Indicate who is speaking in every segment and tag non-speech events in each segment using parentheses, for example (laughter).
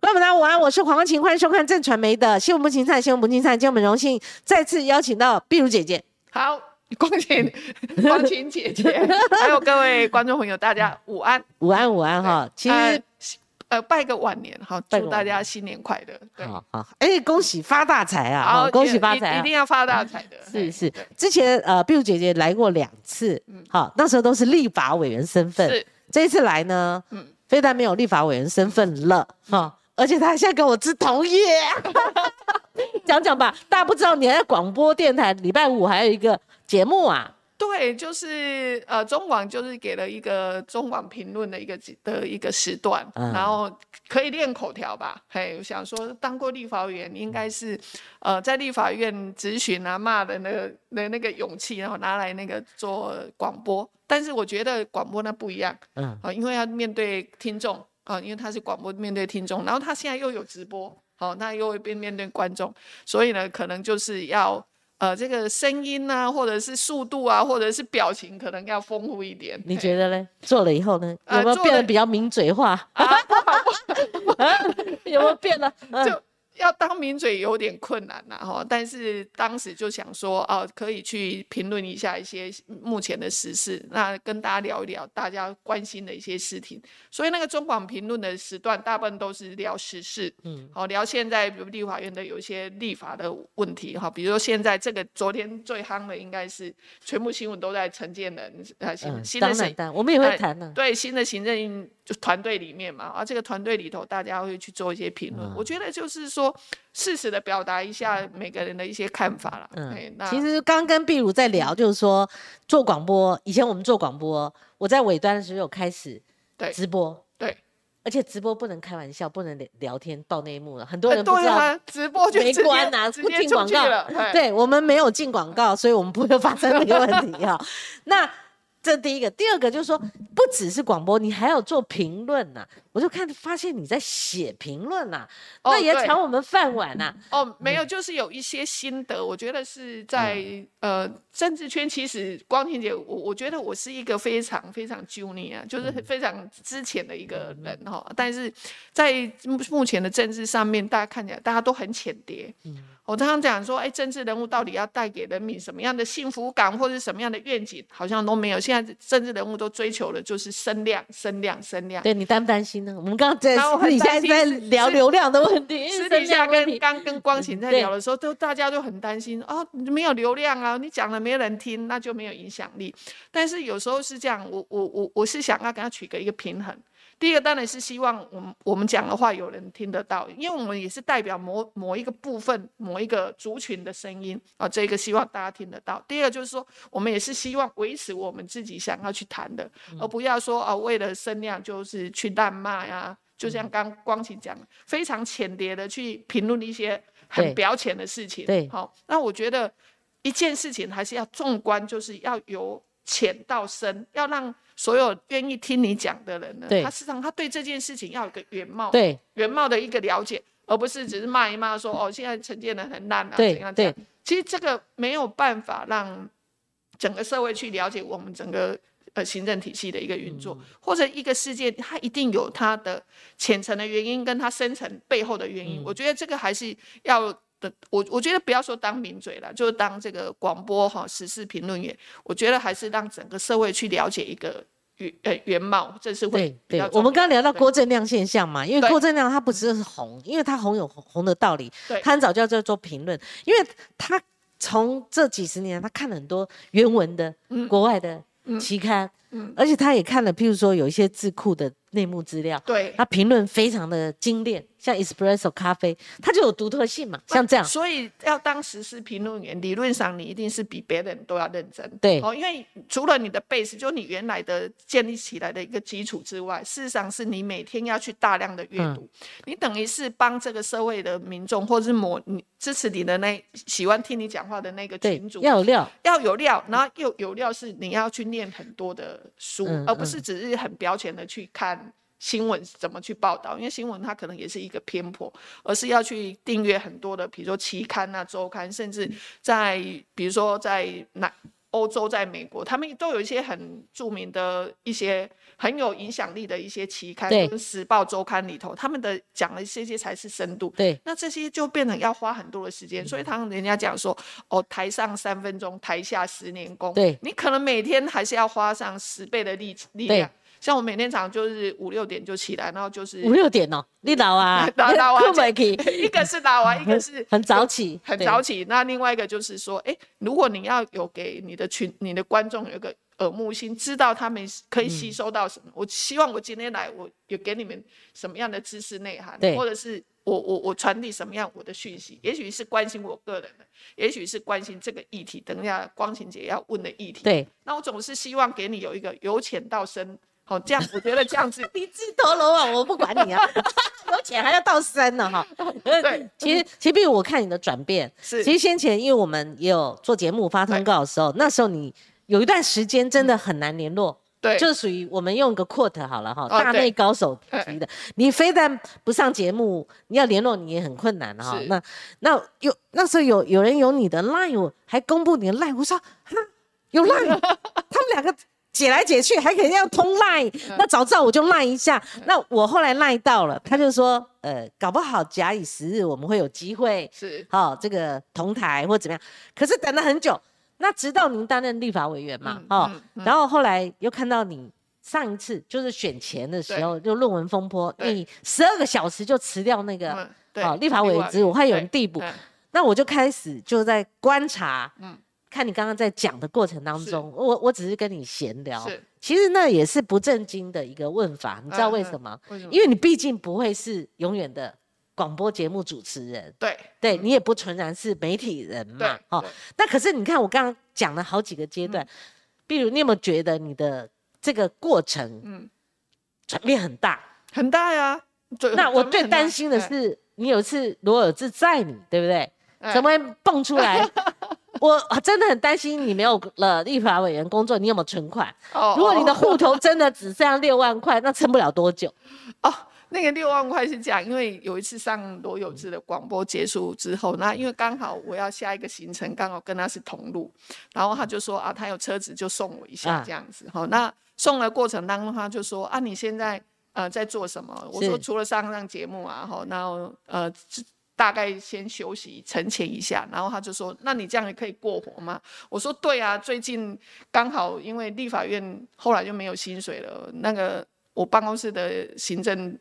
Speaker 1: 朋友们，大家午安，我是黄光琴，欢迎收看正传媒的新闻不芹菜，新闻不芹菜。今天我们荣幸再次邀请到碧如姐姐。
Speaker 2: 好，光
Speaker 1: (laughs)
Speaker 2: 晴，光晴姐姐，还有各位观众朋友，大家午安。
Speaker 1: 午安，午安哈！其实、
Speaker 2: 呃西呃，拜个晚年，好，
Speaker 1: 拜
Speaker 2: 祝
Speaker 1: 个晚
Speaker 2: 大家
Speaker 1: 年
Speaker 2: 新年快乐。对，哦
Speaker 1: 好好，哎，恭喜发大财啊！好，恭喜发财、
Speaker 2: 一一
Speaker 1: 啊
Speaker 2: 定！要发大财的。
Speaker 1: 是是
Speaker 2: 对，
Speaker 1: 之前呃，碧如姐姐来过两次，好，那时候都是立法委员身份。
Speaker 2: 嗯是，
Speaker 1: 这一次来呢，
Speaker 2: 嗯
Speaker 1: 非但没有立法委员身份了，哈、而且他还现在跟我枝同
Speaker 2: (laughs)
Speaker 1: 业，讲讲吧，大家不知道你还在广播电台礼拜五还有一个节目啊，
Speaker 2: 对，就是呃，中网就是给了一个中网评论的一个时的一个时段，
Speaker 1: 嗯
Speaker 2: 然后可以练口条吧。嘿，我想说，当过立法委员应该是呃，在立法院质询啊、骂人的的那个勇气，然后拿来那个做广播。但是我觉得广播那不一样
Speaker 1: 嗯，
Speaker 2: 啊、因为要面对听众啊、因为他是广播面对听众，然后他现在又有直播，好、那又会变面对观众，所以呢，可能就是要。呃，这个声音啊，或者是速度啊，或者是表情，可能要丰富一点。
Speaker 1: 你
Speaker 2: 嘿
Speaker 1: 觉得嘞？做了以后呢，有
Speaker 2: 呃
Speaker 1: 没有
Speaker 2: 做
Speaker 1: 变得
Speaker 2: 了啊
Speaker 1: 比较抿嘴
Speaker 2: (laughs)
Speaker 1: 化？有没有变了？嗯
Speaker 2: 就要当名嘴有点困难啦、哈，但是当时就想说，哦、可以去评论一下一些目前的时事，那跟大家聊一聊大家关心的一些事情。所以那个中广评论的时段，大部分都是聊时事，
Speaker 1: 嗯
Speaker 2: 嗯，好、聊现在比如立法院的有一些立法的问题哈、比如说现在这个昨天最夯的应该是全部新闻都在陈建仁啊，新、
Speaker 1: 嗯，
Speaker 2: 新
Speaker 1: 当
Speaker 2: 的
Speaker 1: 然
Speaker 2: 审
Speaker 1: 当然，我们也会
Speaker 2: 哎
Speaker 1: 谈呢、
Speaker 2: 对新的行政就团队里面嘛，啊，这个团队里头大家会去做一些评
Speaker 1: 嗯
Speaker 2: 论。我觉得就是说，适时的表达一下每个人的一些看法啦。哎
Speaker 1: 嗯，
Speaker 2: 那嗯
Speaker 1: 其实刚跟碧如在聊，就是说做广播，以前我们做广播，我在尾端的时候有开始
Speaker 2: 对
Speaker 1: 直播，
Speaker 2: 对，
Speaker 1: 而且直播不能开玩笑，不能聊聊天爆内幕了，很多
Speaker 2: 呃
Speaker 1: 人不知
Speaker 2: 对
Speaker 1: 道。
Speaker 2: 啊，直播就
Speaker 1: 没
Speaker 2: 直接
Speaker 1: 关啊，
Speaker 2: 直
Speaker 1: 不
Speaker 2: 接
Speaker 1: 进
Speaker 2: 出
Speaker 1: 广
Speaker 2: 去
Speaker 1: 告
Speaker 2: 了。哎，
Speaker 1: 对我们没有进广告，所以我们不会发生这个问
Speaker 2: (laughs)
Speaker 1: 题啊、那这第一个，第二个就是说，不只是广播，你还有做评论呐、啊我就看发现你在写评论呐、
Speaker 2: 哦
Speaker 1: 那也
Speaker 2: 对
Speaker 1: 抢我们饭碗啊呐、
Speaker 2: 哦，没有，就是有一些心得，我觉得是在、呃政治圈。其实光庭姐，我我觉得我是一个非常非常 junior，就是非常之前的一个人哈、但是在目目前的政治上面，大家看起来大家都很浅碟。我常常讲说，哎，政治人物到底要带给人民什么样的幸福感，或者什么样的愿景，好像都没有。现在政治人物都追求的就是声量、声量、声量。
Speaker 1: 对你担不担心呢？我们刚刚在
Speaker 2: 然后我很
Speaker 1: 私底下
Speaker 2: 担
Speaker 1: 一直
Speaker 2: 心
Speaker 1: 在
Speaker 2: 是
Speaker 1: 聊
Speaker 2: 是
Speaker 1: 流量的问题，
Speaker 2: 私
Speaker 1: 声
Speaker 2: 底下
Speaker 1: 量问
Speaker 2: 跟
Speaker 1: 题
Speaker 2: 刚
Speaker 1: (laughs)
Speaker 2: 跟光晴在
Speaker 1: 对
Speaker 2: 聊的时候，都大家都很担心哦，没有流量啊，你讲了没人听，那就没有影响力。但是有时候是这样，我我我我是想要跟他取个一个平衡。第一个当然是希望我们我们讲的话有人听得到，因为我们也是代表某某一个部分、某一个族群的声音啊，这个希望大家听得到。第二个就是说，我们也是希望维持我们自己想要去谈的，
Speaker 1: 嗯
Speaker 2: 而不要说啊为了声量就是去谩骂呀、就像刚光晴讲的，非常浅碟的去评论一些
Speaker 1: 对
Speaker 2: 很表浅的事情。
Speaker 1: 对
Speaker 2: 好、那我觉得一件事情还是要纵观，就是要由浅到深，要让所有愿意听你讲的人呢，
Speaker 1: 对
Speaker 2: 他事实上他对这件事情要有个原貌，
Speaker 1: 对
Speaker 2: 原貌的一个了解，而不是只是骂一骂说哦，现在陈建人很烂啊，
Speaker 1: 对
Speaker 2: 怎样怎
Speaker 1: 对
Speaker 2: 样。其实这个没有办法让整个社会去了解我们整个呃行政体系的一个运
Speaker 1: 嗯
Speaker 2: 作，或者一个事件它一定有它的浅层的原因跟它深层背后的原
Speaker 1: 嗯
Speaker 2: 因。我觉得这个还是要。的，我我觉得不要说当名嘴了，就是当这个广播哈时事评论员，我觉得还是让整个社会去了解一个原呃原貌，这是会
Speaker 1: 对
Speaker 2: 比
Speaker 1: 对
Speaker 2: 较，
Speaker 1: 我们
Speaker 2: 重
Speaker 1: 刚刚
Speaker 2: 要
Speaker 1: 聊到
Speaker 2: 对
Speaker 1: 郭正亮现象嘛，因为
Speaker 2: 对
Speaker 1: 郭正亮他不只是红，因为他红有红红的道理
Speaker 2: 对，
Speaker 1: 他很早就要在做评论，因为他从这几十年他看了很多原文的、
Speaker 2: 嗯
Speaker 1: 国外的期刊，而且他也看了，譬如说有一些智库的内幕资料，
Speaker 2: 对
Speaker 1: 他评论非常的精炼，像 espresso 咖啡，它就有独特性嘛，像这样，
Speaker 2: 所以要当时事评论员，理论上你一定是比别人都要认真。
Speaker 1: 对
Speaker 2: 哦，因为除了你的 base，就你原来的建立起来的一个基础之外，事实上是你每天要去大量的阅
Speaker 1: 嗯
Speaker 2: 读，你等于是帮这个社会的民众，或是某你支持你的那喜欢听你讲话的那个
Speaker 1: 对
Speaker 2: 群，主，
Speaker 1: 要有料，
Speaker 2: 要有料，然后又有料是你要去念很多的书，
Speaker 1: 嗯
Speaker 2: 而不是只是很表浅的去看新闻怎么去报道，因为新闻它可能也是一个偏颇，而是要去订阅很多的，比如说期刊啊、周刊，甚至在比如说在哪欧洲、在美国，他们都有一些很著名的一些很有影响力的一些期刊，
Speaker 1: 对
Speaker 2: 跟时报周刊里头，他们的讲的这些才是深度。
Speaker 1: 对，
Speaker 2: 那这些就变成要花很多的时间，所
Speaker 1: 嗯
Speaker 2: 以常常人家讲说，哦，台上三分钟，台下十年功。
Speaker 1: 对
Speaker 2: 你可能每天还是要花上十倍的力力
Speaker 1: 对
Speaker 2: 量。像我每天早上就是五六点就起来，然后就是，
Speaker 1: 五六点哦，你老啊
Speaker 2: (laughs) 老
Speaker 1: (laughs)
Speaker 2: 老啊
Speaker 1: 困不起
Speaker 2: (laughs) 一个是
Speaker 1: (laughs)
Speaker 2: 打完，一个是
Speaker 1: 很早起，
Speaker 2: (laughs) 很
Speaker 1: 对
Speaker 2: 早起。那另外一个就是说，哎、如果你要有给你的群、你的观众有一个耳目新，知道他们可以吸
Speaker 1: 嗯
Speaker 2: 收到什么。我希望我今天来，我有给你们什么样的知识内涵
Speaker 1: 对，
Speaker 2: 或者是我我我传递什么样我的讯息，也许是关心我个人的，也许是关心这个议题，等一下光晴姐要问的议题。
Speaker 1: 对，
Speaker 2: 那我总是希望给你有一个由浅到深，好、这样我觉得这样子
Speaker 1: 你自投罗网，我不管你啊， (laughs) 有钱还要到深呢哈。呃
Speaker 2: 对
Speaker 1: 其实其实，比如我看你的转变，
Speaker 2: 是
Speaker 1: 其实先前因为我们也有做节目发通告的时候，那时候你有一段时间真
Speaker 2: 嗯
Speaker 1: 的很难联络。
Speaker 2: 对，
Speaker 1: 就属于我们用个 quote 好了哈，
Speaker 2: 哎哦
Speaker 1: 大内
Speaker 2: 对
Speaker 1: 高手级的，你非但不上节目，你要联络你也很困难哈
Speaker 2: 是。
Speaker 1: 那那有那时候有有人有你的 line，我还公布你的 line，我说哈有
Speaker 2: (laughs)
Speaker 1: line，他们两个解来解去还可以这样通 line，那
Speaker 2: 嗯
Speaker 1: 早知道我就 line 一下。那我后来 line 到了，他就说呃，搞不好假以时日我们会有机会，
Speaker 2: 是
Speaker 1: 好、这个同台或怎么样，可是等了很久，那直到您担任立法委员嘛，
Speaker 2: 嗯
Speaker 1: 哦，
Speaker 2: 嗯嗯
Speaker 1: 然后后来又看到你上一次就是选前的时候，就论文风波，
Speaker 2: 对
Speaker 1: 你十二个小时就辞掉那个，
Speaker 2: 嗯，对，
Speaker 1: 好立法委员职务还有人
Speaker 2: 对
Speaker 1: 递补
Speaker 2: 嗯
Speaker 1: 那我就开始就在观察，
Speaker 2: 嗯
Speaker 1: 看你刚刚在讲的过程当
Speaker 2: 是
Speaker 1: 中，我我只是跟你闲聊
Speaker 2: 是，
Speaker 1: 其实那也是不正经的一个问法，你知道
Speaker 2: 嗯
Speaker 1: 为
Speaker 2: 嗯
Speaker 1: 什么？
Speaker 2: 为什么
Speaker 1: 因为你毕竟不会是永远的广播节目主持人。
Speaker 2: 对
Speaker 1: 对你也不纯然是媒体人嘛
Speaker 2: 嗯对，
Speaker 1: 哦
Speaker 2: 对，
Speaker 1: 那可是你看我刚刚讲了好几个阶
Speaker 2: 嗯
Speaker 1: 段，比如你有没有觉得你的这个过程
Speaker 2: 嗯，
Speaker 1: 转变很
Speaker 2: (laughs)
Speaker 1: 大？
Speaker 2: 很大呀、对
Speaker 1: 那我
Speaker 2: 转变
Speaker 1: 最
Speaker 2: 很大
Speaker 1: 担心的
Speaker 2: 哎
Speaker 1: 是，你有一次罗尔兹载你，对不对？
Speaker 2: 哎
Speaker 1: 怎么会蹦出
Speaker 2: (laughs)
Speaker 1: 来？我真的很担心你没有了立法委员工作，你有没有存款？
Speaker 2: 哦 (laughs)
Speaker 1: 如果你的
Speaker 2: 哦
Speaker 1: 户头真的只剩下六万块，那撑不了多久。
Speaker 2: 哦，那个六万块是这样，因为有一次上罗有志的广播结束之后，那因为刚好我要下一个行程，刚好跟他是同路，然后他就说啊，他有车子就送我一
Speaker 1: 啊
Speaker 2: 下这样子。好、那送的过程当中，他就说啊，你现在呃在做什么？我说
Speaker 1: 是
Speaker 2: 除了上上节目啊，哈，然后呃。只大概先休息沉潜一下，然后他就说：“那你这样也可以过活吗？”我说：“对啊，最近刚好因为立法院后来就没有薪水了，那个我办公室的行政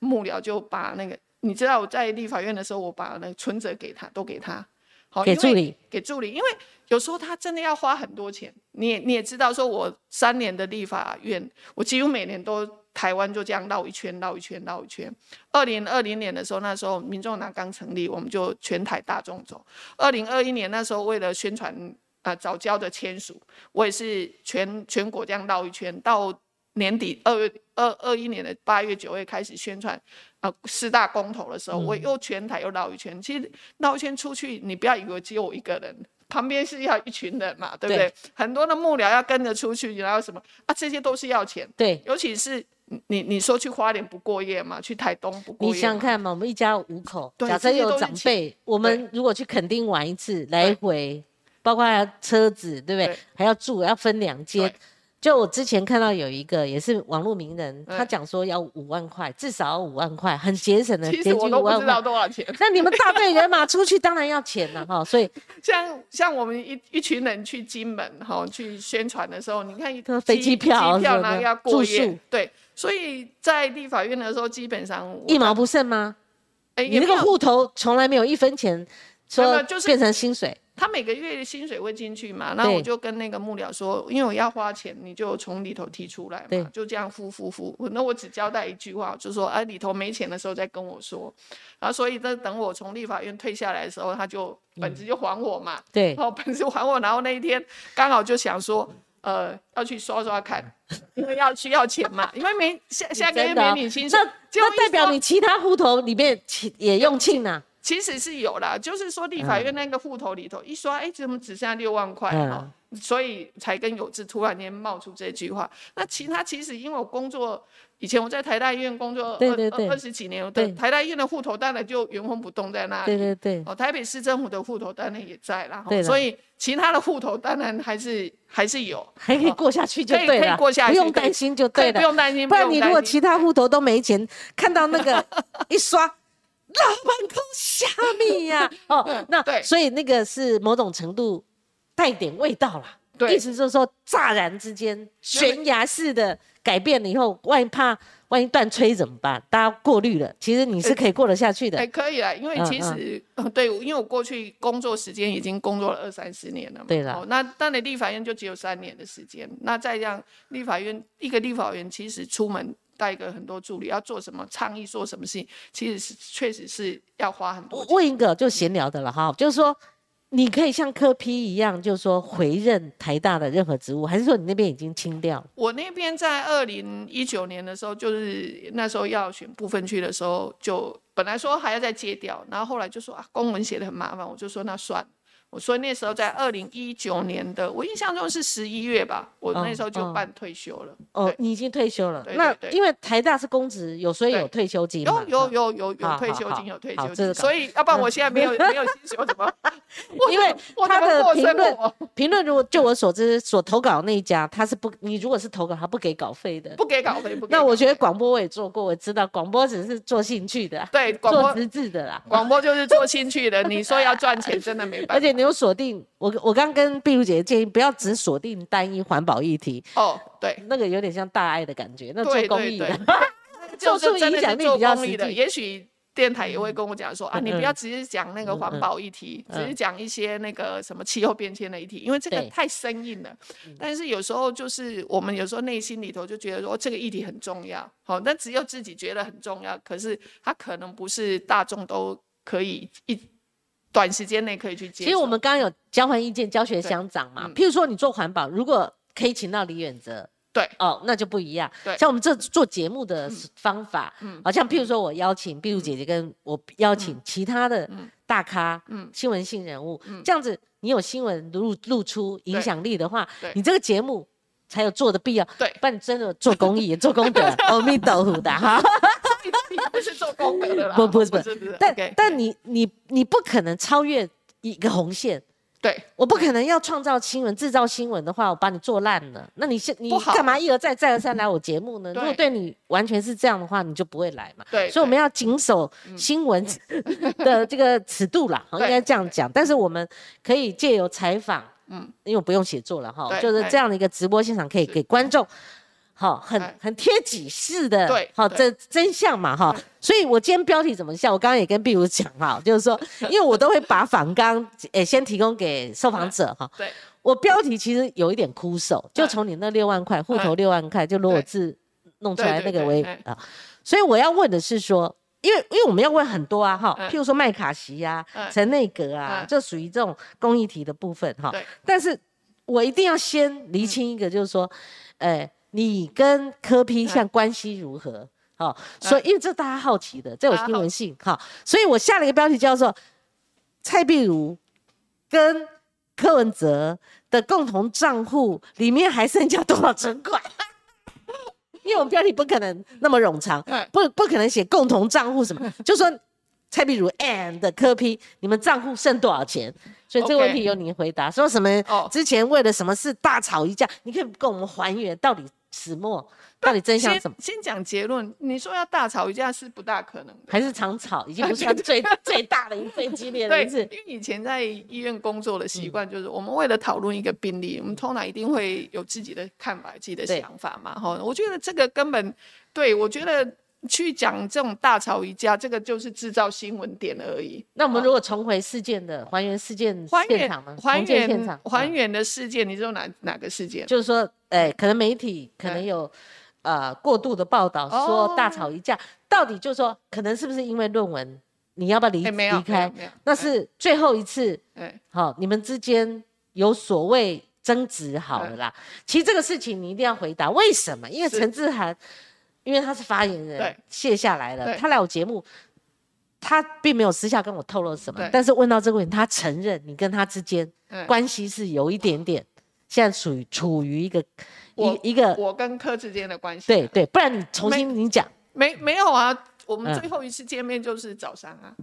Speaker 2: 幕僚就把那个，你知道我在立法院的时候，我把那个存折给他，都给他，好
Speaker 1: 给
Speaker 2: 哦因为
Speaker 1: 助理
Speaker 2: 给助理，因为有时候他真的要花很多钱。你也你也知道，说我三年的立法院，我几乎每年都台湾就这样绕一圈，绕一圈，绕一圈。二零二零年的时候，那时候民众党刚成立，我们就全台大众走。二零二一年那时候，为了宣传啊、呃早教的签署，我也是全全国这样绕一圈，到年底二月二二一年的八月九月开始宣传啊、呃四大公投的时候，我又全台又绕一圈。其实绕一圈出去，你不要以为只有我一个人。旁边是要一群人嘛，对不
Speaker 1: 对
Speaker 2: 对？很多的幕僚要跟着出去，然后什么啊，这些都是要钱。
Speaker 1: 对，
Speaker 2: 尤其是你你你说去花莲不过夜嘛，去台东不
Speaker 1: 你
Speaker 2: 过夜嘛，
Speaker 1: 想想看嘛，我们一家五口，
Speaker 2: 对
Speaker 1: 假设
Speaker 2: 这些
Speaker 1: 有
Speaker 2: 都是
Speaker 1: 长
Speaker 2: 钱
Speaker 1: 辈，我们如果去垦丁玩一次，来回包括还要车子，对不对
Speaker 2: 对？
Speaker 1: 还要住，要分两间
Speaker 2: 对。
Speaker 1: 就我之前看到有一个也是网络名人，他
Speaker 2: 对
Speaker 1: 讲说要五万块，至少要五万块，很节省的，
Speaker 2: (laughs) 其
Speaker 1: 拮
Speaker 2: 实
Speaker 1: 据
Speaker 2: 我
Speaker 1: 五
Speaker 2: 都不
Speaker 1: 万
Speaker 2: 知道
Speaker 1: 块。
Speaker 2: 多少钱。
Speaker 1: 那你们大队人马出去当然要钱了哈，所以
Speaker 2: 像像我们一一群人去金门哈、去宣传的时候，你看一
Speaker 1: 那飞机票
Speaker 2: 机
Speaker 1: 什
Speaker 2: 票
Speaker 1: 么
Speaker 2: 然后
Speaker 1: 的
Speaker 2: 要过
Speaker 1: 住宿
Speaker 2: 夜，对，所以在立法院的时候，基本上 (laughs) 我
Speaker 1: 一毛不剩吗？
Speaker 2: 哎
Speaker 1: 你
Speaker 2: 也
Speaker 1: 那
Speaker 2: 没
Speaker 1: 个
Speaker 2: 有，
Speaker 1: 户头从来没有一分钱，
Speaker 2: 没
Speaker 1: 说
Speaker 2: 有就是
Speaker 1: 变成薪水，
Speaker 2: 他每个月的薪水会进去嘛，那
Speaker 1: 对
Speaker 2: 我就跟那个幕僚说，因为我要花钱，你就从里头提出来
Speaker 1: 对
Speaker 2: 嘛，就这样付付付。那我只交代一句话，就说哎、里头没钱的时候再跟我说。然后所以这等我从立法院退下来的时候，他就本子就还我嘛。
Speaker 1: 对，
Speaker 2: 哦，本子还我，然后那一天刚好就想说，呃，要去刷刷看，因为要需要钱嘛，因为没下下个月
Speaker 1: (laughs) 真的
Speaker 2: 没
Speaker 1: 哦
Speaker 2: 领薪水
Speaker 1: 那，
Speaker 2: 结果
Speaker 1: 那代
Speaker 2: 一
Speaker 1: 表
Speaker 2: 刷
Speaker 1: 你其他户头里面其也用罄呐。
Speaker 2: 其实是有啦，就是说立法院那个户头里头、一刷，哎，怎么只剩下六万块
Speaker 1: 嗯
Speaker 2: 哦？所以才跟有志突然间冒出这句话。那其他其实因为我工作以前我在台大医院工作
Speaker 1: 对
Speaker 2: 二
Speaker 1: 对对
Speaker 2: 二二十几年，我
Speaker 1: 对
Speaker 2: 的台大医院的户头当然就原封不动在那里。
Speaker 1: 对对对，
Speaker 2: 哦，台北市政府的户头当然也在啦，
Speaker 1: 对
Speaker 2: 哦
Speaker 1: 啦
Speaker 2: 所以其他的户头当然还是还是有，
Speaker 1: 还可以
Speaker 2: 哦
Speaker 1: 过下去就
Speaker 2: 可以
Speaker 1: 对
Speaker 2: 可以
Speaker 1: 了，
Speaker 2: 过下
Speaker 1: 不
Speaker 2: 去
Speaker 1: 用
Speaker 2: 可以
Speaker 1: 担心就
Speaker 2: 可
Speaker 1: 对
Speaker 2: 以不
Speaker 1: 了。
Speaker 2: 用担心。
Speaker 1: 不然
Speaker 2: 用
Speaker 1: 你
Speaker 2: 担
Speaker 1: 如果
Speaker 2: 心
Speaker 1: 其他户头都没钱，看到那个一刷，
Speaker 2: (laughs)
Speaker 1: 老板扣虾米呀、哦，那
Speaker 2: 对
Speaker 1: 所以那个是某种程度带点味道啦。
Speaker 2: 对
Speaker 1: 意思就是说乍然之间悬崖式的改变了以后，万一怕万一断吹怎么办？大家过滤了，其实你是可以过得下去的。
Speaker 2: 哎、可以啦，因为
Speaker 1: 嗯
Speaker 2: 其
Speaker 1: 嗯
Speaker 2: 实、呃对，因为我过去工作时间已经工作了二三十年了嘛。
Speaker 1: 对啦
Speaker 2: 哦，那当然立法院就只有三年的时间，那再让立法院一个立法员其实出门带个很多助理，要做什么倡议，做什么事情，其实是确实是要花很多
Speaker 1: 我
Speaker 2: 钱。
Speaker 1: 问一个就闲聊的了哈，就是说你可以像柯批一样，就是说回任台大的任何职务，还是说你那边已经清掉了？
Speaker 2: 我那边在二零一九年的时候，就是那时候要选部分区的时候，就本来说还要再接掉，然后后来就说啊，公文写的很麻烦，我就说那算了。我说那时候在二零一九年的，我印象中是十一月吧，我
Speaker 1: 嗯
Speaker 2: 那时候就
Speaker 1: 嗯
Speaker 2: 办退休了。
Speaker 1: 哦
Speaker 2: 对，
Speaker 1: 你已经退休了。
Speaker 2: 对对
Speaker 1: 那
Speaker 2: 对
Speaker 1: 因为台大是公职，有所以
Speaker 2: 对
Speaker 1: 有退休金嘛
Speaker 2: 有有
Speaker 1: 哈
Speaker 2: 有有有
Speaker 1: 哦好
Speaker 2: 退
Speaker 1: 好
Speaker 2: 休
Speaker 1: 好
Speaker 2: 金，有退
Speaker 1: 好这
Speaker 2: 休金，
Speaker 1: 个嗯
Speaker 2: 所以要啊不然我现在没有没有薪水，我怎么？我
Speaker 1: (laughs) 因为
Speaker 2: 怎么我
Speaker 1: 他
Speaker 2: 怎么
Speaker 1: 的
Speaker 2: 过
Speaker 1: 评
Speaker 2: 生
Speaker 1: 论
Speaker 2: 活
Speaker 1: 评论如果就我所知，所投稿那一家他是不，你如果是投稿，他不给稿费的。
Speaker 2: (laughs) 不给稿费，不给
Speaker 1: 那
Speaker 2: 稿
Speaker 1: 我觉得
Speaker 2: 费
Speaker 1: 广播我也做过，我知道广播只是做兴趣的啊，
Speaker 2: 对广
Speaker 1: 做
Speaker 2: 播
Speaker 1: 职志的啦。
Speaker 2: 广播就是做兴趣的，你说要赚钱真的没办
Speaker 1: (laughs) (laughs)
Speaker 2: 法。
Speaker 1: 而且你有锁定，我我刚跟碧如姐建议，不要只锁定单一环保议题，
Speaker 2: 哦，对，
Speaker 1: 那个有点像大爱的感觉，那做
Speaker 2: 对
Speaker 1: 公
Speaker 2: 对
Speaker 1: 益 (laughs)
Speaker 2: 对
Speaker 1: 的。，
Speaker 2: 就
Speaker 1: 做出
Speaker 2: 是真的
Speaker 1: 影响
Speaker 2: 是
Speaker 1: 力
Speaker 2: 做
Speaker 1: 比较
Speaker 2: 公益
Speaker 1: 实
Speaker 2: 的，
Speaker 1: 际
Speaker 2: 也许。电台也会跟我讲说啊，你不
Speaker 1: 嗯
Speaker 2: 要只是讲那个环保议题，
Speaker 1: 嗯
Speaker 2: 只是讲一些那个什么气候变迁的议题，因为这个
Speaker 1: 对嗯
Speaker 2: 太生硬了。但是有时候就是我们有时候内心里头就觉得说、哦这个议题很重要，好、但只有自己觉得很重要，可是它可能不是大众都可以一短时间内可以去接受。
Speaker 1: 其实我们刚刚有交换意见，教学相长嘛。
Speaker 2: 嗯
Speaker 1: 譬如说你做环保，如果可以请到李远哲，
Speaker 2: 对
Speaker 1: 哦，那就不一样。
Speaker 2: 对嗯
Speaker 1: 像我们这做节目的方法，好像譬如说我邀请碧如姐姐，跟我邀请其他的大咖，
Speaker 2: 嗯
Speaker 1: 新闻性人物，这样子你有新闻露露出影响力的话
Speaker 2: 对，
Speaker 1: 你这个节目。才有做的必要，
Speaker 2: 对
Speaker 1: 不然你真的做公益也做
Speaker 2: (laughs)
Speaker 1: 功德，阿弥陀佛的哈。
Speaker 2: 你 (laughs) 不是做功德的啦，
Speaker 1: 不不是
Speaker 2: 不
Speaker 1: 不
Speaker 2: 是不是，
Speaker 1: 但
Speaker 2: OK，
Speaker 1: 但你你你不可能超越一个红线，
Speaker 2: 对
Speaker 1: 我不可能要创造新闻、制造新闻的话，我把你做烂了。那你现你
Speaker 2: 不好
Speaker 1: 干嘛一而再、再而三来我节目呢？
Speaker 2: 对
Speaker 1: 如果对你完全是这样的话，你就不会来嘛。
Speaker 2: 对嗯
Speaker 1: 所以我们要谨守新闻的 (laughs) 这个尺度啦，应
Speaker 2: 对
Speaker 1: 该这样讲。但是我们可以借由采访，
Speaker 2: 嗯
Speaker 1: 因为我不用写作了哈，
Speaker 2: 对
Speaker 1: 就是
Speaker 2: 对
Speaker 1: 这样的一个直播现场，可以给观众。好，很
Speaker 2: 哎
Speaker 1: 很贴己式的，
Speaker 2: 对
Speaker 1: 好
Speaker 2: 对嗯
Speaker 1: 真真相嘛，哈，所以我今天标题怎么下？我刚刚也跟碧如讲哈，就是
Speaker 2: (laughs)
Speaker 1: 说，因为我都会把访纲诶先提供给受访者哈，
Speaker 2: 嗯对
Speaker 1: 我标题其实有一点枯手，就
Speaker 2: 嗯
Speaker 1: 从你那六万块户头六万块，就罗我字弄出来那
Speaker 2: 对对
Speaker 1: 个
Speaker 2: 对
Speaker 1: 为
Speaker 2: 哎
Speaker 1: 啊，所以我要问的是说，因为因为我们要问很多啊哈，
Speaker 2: 嗯
Speaker 1: 譬如说麦卡锡啊、
Speaker 2: 嗯
Speaker 1: 陈内阁啊，
Speaker 2: 嗯
Speaker 1: 这属于这种公益题的部分哈。
Speaker 2: 对嗯
Speaker 1: 但是我一定要先厘清一个，就是说，呃，你跟柯
Speaker 2: 嗯
Speaker 1: 批像关系如何？好，所以因为这大家好奇的，这有
Speaker 2: 大家
Speaker 1: 新
Speaker 2: 好
Speaker 1: 闻性哈，所以我下了一个标题叫做蔡碧如跟柯文哲的共同账户里面还剩下多少存款？ (laughs) 因为我们标题不可能那么冗长
Speaker 2: 哎，
Speaker 1: 不不可能写共同账户什
Speaker 2: (laughs)
Speaker 1: 么，就说蔡碧如 and 柯批，你们账户剩多少钱？所以这个
Speaker 2: OK
Speaker 1: 问题由你回答。说什么
Speaker 2: 哦
Speaker 1: 之前为了什么事大吵一架，你可以跟我们还原到底始末，到底真相
Speaker 2: 先
Speaker 1: 是什么？
Speaker 2: 先讲结论，你说要大吵一架是不大可能的。
Speaker 1: 还是常吵，已经不算最最大的、最激烈的
Speaker 2: 对，
Speaker 1: 一次。
Speaker 2: 因为以前在医院工作的
Speaker 1: 嗯
Speaker 2: 习惯就是，我们为了讨论一个病例，我们通常一定会有自己的看法、自己的
Speaker 1: 对
Speaker 2: 想法嘛。哈，我觉得这个根本对我觉得去讲这种大吵一架，这个就是制造新闻点而已。
Speaker 1: 那我们如果重回事件的还原事件
Speaker 2: 嗯还
Speaker 1: 现
Speaker 2: 原
Speaker 1: 场呢？
Speaker 2: 还
Speaker 1: 重建现
Speaker 2: 原
Speaker 1: 场
Speaker 2: 还
Speaker 1: 嗯
Speaker 2: 原嗯的事件，你知道哪哪个事件？
Speaker 1: 就是说，呃，可能媒体可能
Speaker 2: 嗯
Speaker 1: 有呃过度的报道，
Speaker 2: 哦
Speaker 1: 说大吵一架，到底就是说，可能是不是因为论文，你要不要离
Speaker 2: 哎，没有，
Speaker 1: 离
Speaker 2: 没有
Speaker 1: 开？
Speaker 2: 没有，
Speaker 1: 那是最后一次，
Speaker 2: 哎，
Speaker 1: 好，你们之间有所谓争执好了啦。其实这个事情你一定要回答，为什么？因为
Speaker 2: 嗯是
Speaker 1: 陈志涵，因为他是发言人
Speaker 2: 对，
Speaker 1: 卸下来了，
Speaker 2: 对
Speaker 1: 他来我节目。他并没有私下跟我透露什么
Speaker 2: 对，
Speaker 1: 但是问到这个问题，他承认你跟他之间
Speaker 2: 哎，
Speaker 1: 关系是有一点点现在处于处于一个
Speaker 2: 我
Speaker 1: 一一个
Speaker 2: 我跟柯之间的关系。啊
Speaker 1: 对，对，不然你重新你讲
Speaker 2: 没没有啊，我们
Speaker 1: 嗯
Speaker 2: 最后一次见面就是早上啊，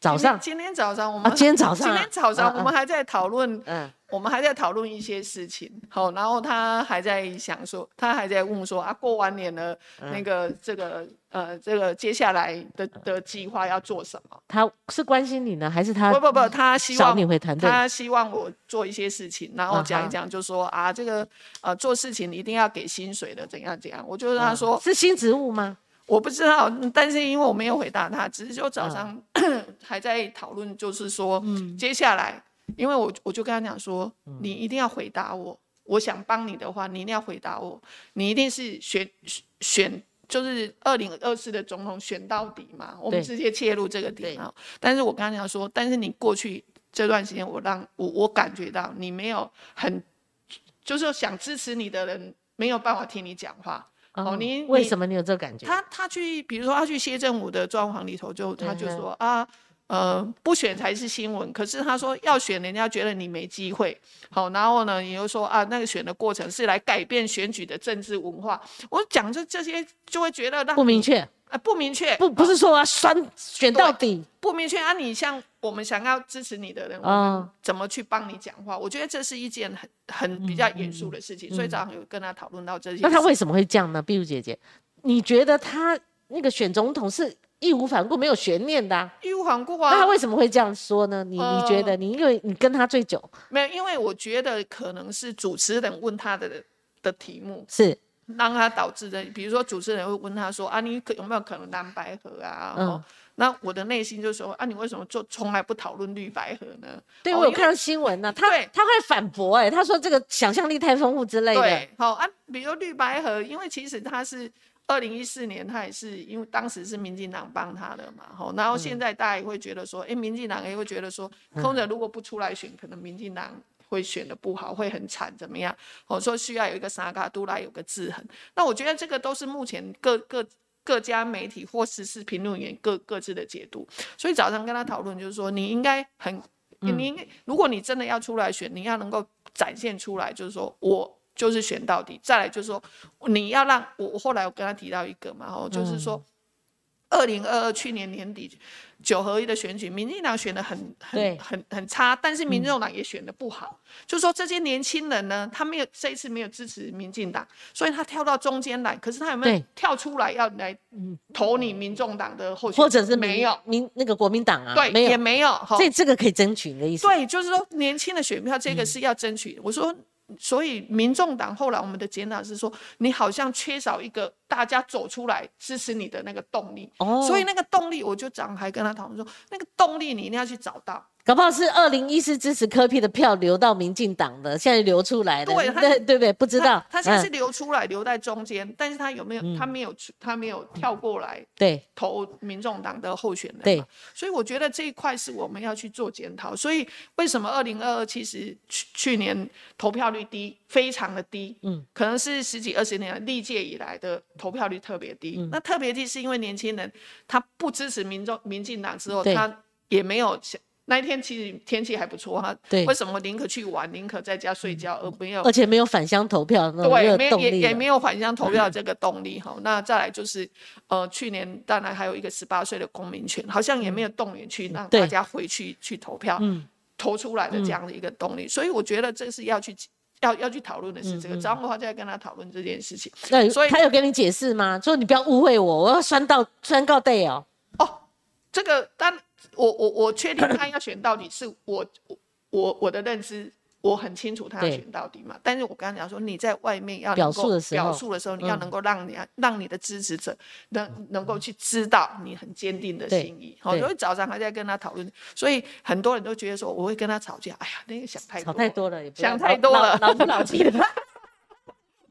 Speaker 1: 早上
Speaker 2: 今天今天早上我
Speaker 1: 啊，
Speaker 2: 们
Speaker 1: 今天早上
Speaker 2: 今
Speaker 1: 啊
Speaker 2: 天早上
Speaker 1: 嗯
Speaker 2: 我们还在讨论
Speaker 1: 嗯
Speaker 2: 我们还在讨论一些事情，好，然后他还在想说，他还在问说啊，过完年了，
Speaker 1: 嗯
Speaker 2: 那个这个呃，这个接下来的的计划要做什么？
Speaker 1: 他是关心你呢，还是他
Speaker 2: 不不不，他希
Speaker 1: 找
Speaker 2: 望
Speaker 1: 你回团队？
Speaker 2: 他希望我做一些事情，然后讲一讲，就说啊，这个呃，做事情一定要给薪水的，怎样怎样。我就让他说，
Speaker 1: 是新职务吗？
Speaker 2: 我不知道，但是因为我没有回答他，只是就早上、 (coughs) 还在讨论，就是说、接下来，因为我我就跟他讲说，你一定要回答我，我想帮你的话，你一定要回答我，你一定是选选。就是二零二四的总统选到底嘛，我们
Speaker 1: 对
Speaker 2: 直接切入这个点啊。但是我刚才讲说，但是你过去这段时间，我让我我感觉到你没有很，就是想支持你的人没有办法听你讲话，哦你
Speaker 1: 为
Speaker 2: 你
Speaker 1: 什么你有这个感觉？
Speaker 2: 他他去，比如说他去谢振武的专访里头就，他就
Speaker 1: 嗯哼
Speaker 2: 说啊，呃，不选才是新闻。可是他说要选，人家觉得你没机会。好，然后呢，你又说啊，那个选的过程是来改变选举的政治文化。我讲这这些，就会觉得让
Speaker 1: 不明
Speaker 2: 你，
Speaker 1: 确，
Speaker 2: 呃，不明确，
Speaker 1: 不不是说我要选选到底，
Speaker 2: 不明确啊！你像我们想要支持你的人，我们
Speaker 1: 嗯
Speaker 2: 怎么去帮你讲话？我觉得这是一件很很比较严肃的事情，所以早上有跟他讨论到这些事。
Speaker 1: 嗯那他为什么会这样呢？碧如姐姐，你觉得他那个选总统是义无反顾、没有悬念的、啊？
Speaker 2: 义无反顾
Speaker 1: 那
Speaker 2: 啊
Speaker 1: 他？为什么会这样说呢？你你觉
Speaker 2: 哦
Speaker 1: 得你因为你跟他最久
Speaker 2: 没有，因为我觉得可能是主持人问他的的题目，
Speaker 1: 是
Speaker 2: 让他导致的，比如说主持人会问他说啊，你可有没有可能蓝白合啊？
Speaker 1: 嗯
Speaker 2: 哦，那我的内心就说啊，你为什么就从来不讨论绿白合呢？
Speaker 1: 对
Speaker 2: 哦
Speaker 1: 我有
Speaker 2: 因为
Speaker 1: 看到新闻呢、他
Speaker 2: 对
Speaker 1: 他会反驳哎、他说这个想象力太丰富之类的，
Speaker 2: 对，好、啊，比如绿白合，因为其实他是二零一四年，他也是因为当时是民进党帮他的嘛，好、然后
Speaker 1: 嗯
Speaker 2: 现在大家也会觉得说，哎、民进党也会觉得说，空着如果不出来选，可能民进党。会选的不好，会很惨，怎么样？我、说需要有一个沙卡都来有个制衡。那我觉得这个都是目前各各各家媒体或时事评论员各各自的解读。所以早上跟他讨论，就是说你应该很，
Speaker 1: 嗯
Speaker 2: 你应该，如果你真的要出来选，你要能够展现出来，就是说我就是选到底。再来就是说，你要让我，我后来我跟他提到一个嘛，哦，就是说。
Speaker 1: 嗯
Speaker 2: 二零二二去年年底九合一的选举，民进党选的很很
Speaker 1: 对嗯
Speaker 2: 很很差，但是民众党也选的不好。就是说这些年轻人呢，他没有这一次没有支持民进党，所以他跳到中间来。可是他有没有
Speaker 1: 对嗯
Speaker 2: 跳出来要来投你民众党的候选人？
Speaker 1: 或者是民
Speaker 2: 没有，
Speaker 1: 民那个国民党啊，
Speaker 2: 对，
Speaker 1: 没
Speaker 2: 也
Speaker 1: 有，
Speaker 2: 没有。哈
Speaker 1: 这嗯这个可以争取你的意思。
Speaker 2: 对，就是说年轻的选票这个是要争取。我说，所以民众党后来我们的检讨是说，你好像缺少一个大家走出来支持你的那个动力。
Speaker 1: 哦
Speaker 2: 所以那个动力，我就讲还跟他讨论说，那个动力你一定要去找到。
Speaker 1: 搞不好是二零一四支持科批的票流到民进党的，现在流出来的，
Speaker 2: 对他
Speaker 1: 对对不对？不知道，
Speaker 2: 他他现在是
Speaker 1: 嗯、
Speaker 2: 流出来，留在中间，但是他有没有？他没有出，他没有跳过来
Speaker 1: 对
Speaker 2: 投民众党的候选人嘛。
Speaker 1: 对
Speaker 2: 所以我觉得这一块是我们要去做检讨。所以为什么二零二二其实去去年投票率低，非常的低，嗯，可能是十几二十年来历届以来的投票率特别
Speaker 1: 嗯
Speaker 2: 低。那特别低是因为年轻人他不支持民众民进党之后，
Speaker 1: 对
Speaker 2: 他也没有想。那一天其实天气还不错哈，
Speaker 1: 对嗯
Speaker 2: 为什么宁可去玩，宁可在家睡觉，而没有
Speaker 1: 而且没有返乡投票那种
Speaker 2: 对，
Speaker 1: 热
Speaker 2: 没有
Speaker 1: 动
Speaker 2: 也
Speaker 1: 力
Speaker 2: 也
Speaker 1: 了，
Speaker 2: 没有返乡投票这个动力哈。那再来就是，呃，去年当然还有一个十八岁的公民权，好像也没有动员去让
Speaker 1: 嗯对嗯
Speaker 2: 大家回去去投票，投出来的这样的一个动力。所以我觉得这是要去要要去讨论的是
Speaker 1: 嗯
Speaker 2: 这个。张国华就在跟他讨论这件事情。
Speaker 1: 那
Speaker 2: 所以
Speaker 1: 他有跟你解释吗？说你不要误会我，我要酸到酸告 day 哦。
Speaker 2: 这个，但我我我确定他要选到底是我我我我的认知，我很清楚他要
Speaker 1: 对
Speaker 2: 选到底嘛。但是我刚才讲说，你在外面要
Speaker 1: 表
Speaker 2: 能够
Speaker 1: 述的时
Speaker 2: 表
Speaker 1: 候嗯
Speaker 2: 述的时候，你要能够让你、让你的支持者能能够去知道你很坚定的
Speaker 1: 对
Speaker 2: 心意。好，
Speaker 1: 对
Speaker 2: 因为早上还在跟他讨论，所以很多人都觉得说我会跟他吵架。哎呀，那个想太
Speaker 1: 想
Speaker 2: 多
Speaker 1: 太
Speaker 2: 了。
Speaker 1: 多了，也不
Speaker 2: 想
Speaker 1: 要
Speaker 2: 太多
Speaker 1: 老
Speaker 2: 了
Speaker 1: 老老夫老妻了。 (laughs)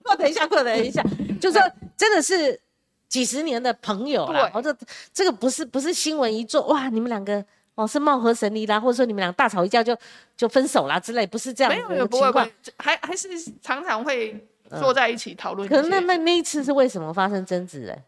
Speaker 1: 过等一下，过等一下，就说真的是几十年的朋友啦
Speaker 2: 对。
Speaker 1: 哦，这这个不是不是新闻一做哇，你们两个哦是貌合神离啦，或者说你们俩大吵一架就就分手啦之类，不是这样
Speaker 2: 没有，
Speaker 1: 的
Speaker 2: 没
Speaker 1: 一
Speaker 2: 有
Speaker 1: 个
Speaker 2: 不会，
Speaker 1: 情
Speaker 2: 不
Speaker 1: 况
Speaker 2: 会。，还还是常常会坐在一起讨论一些。
Speaker 1: 可能那那那一次是为什么发生争执？哎，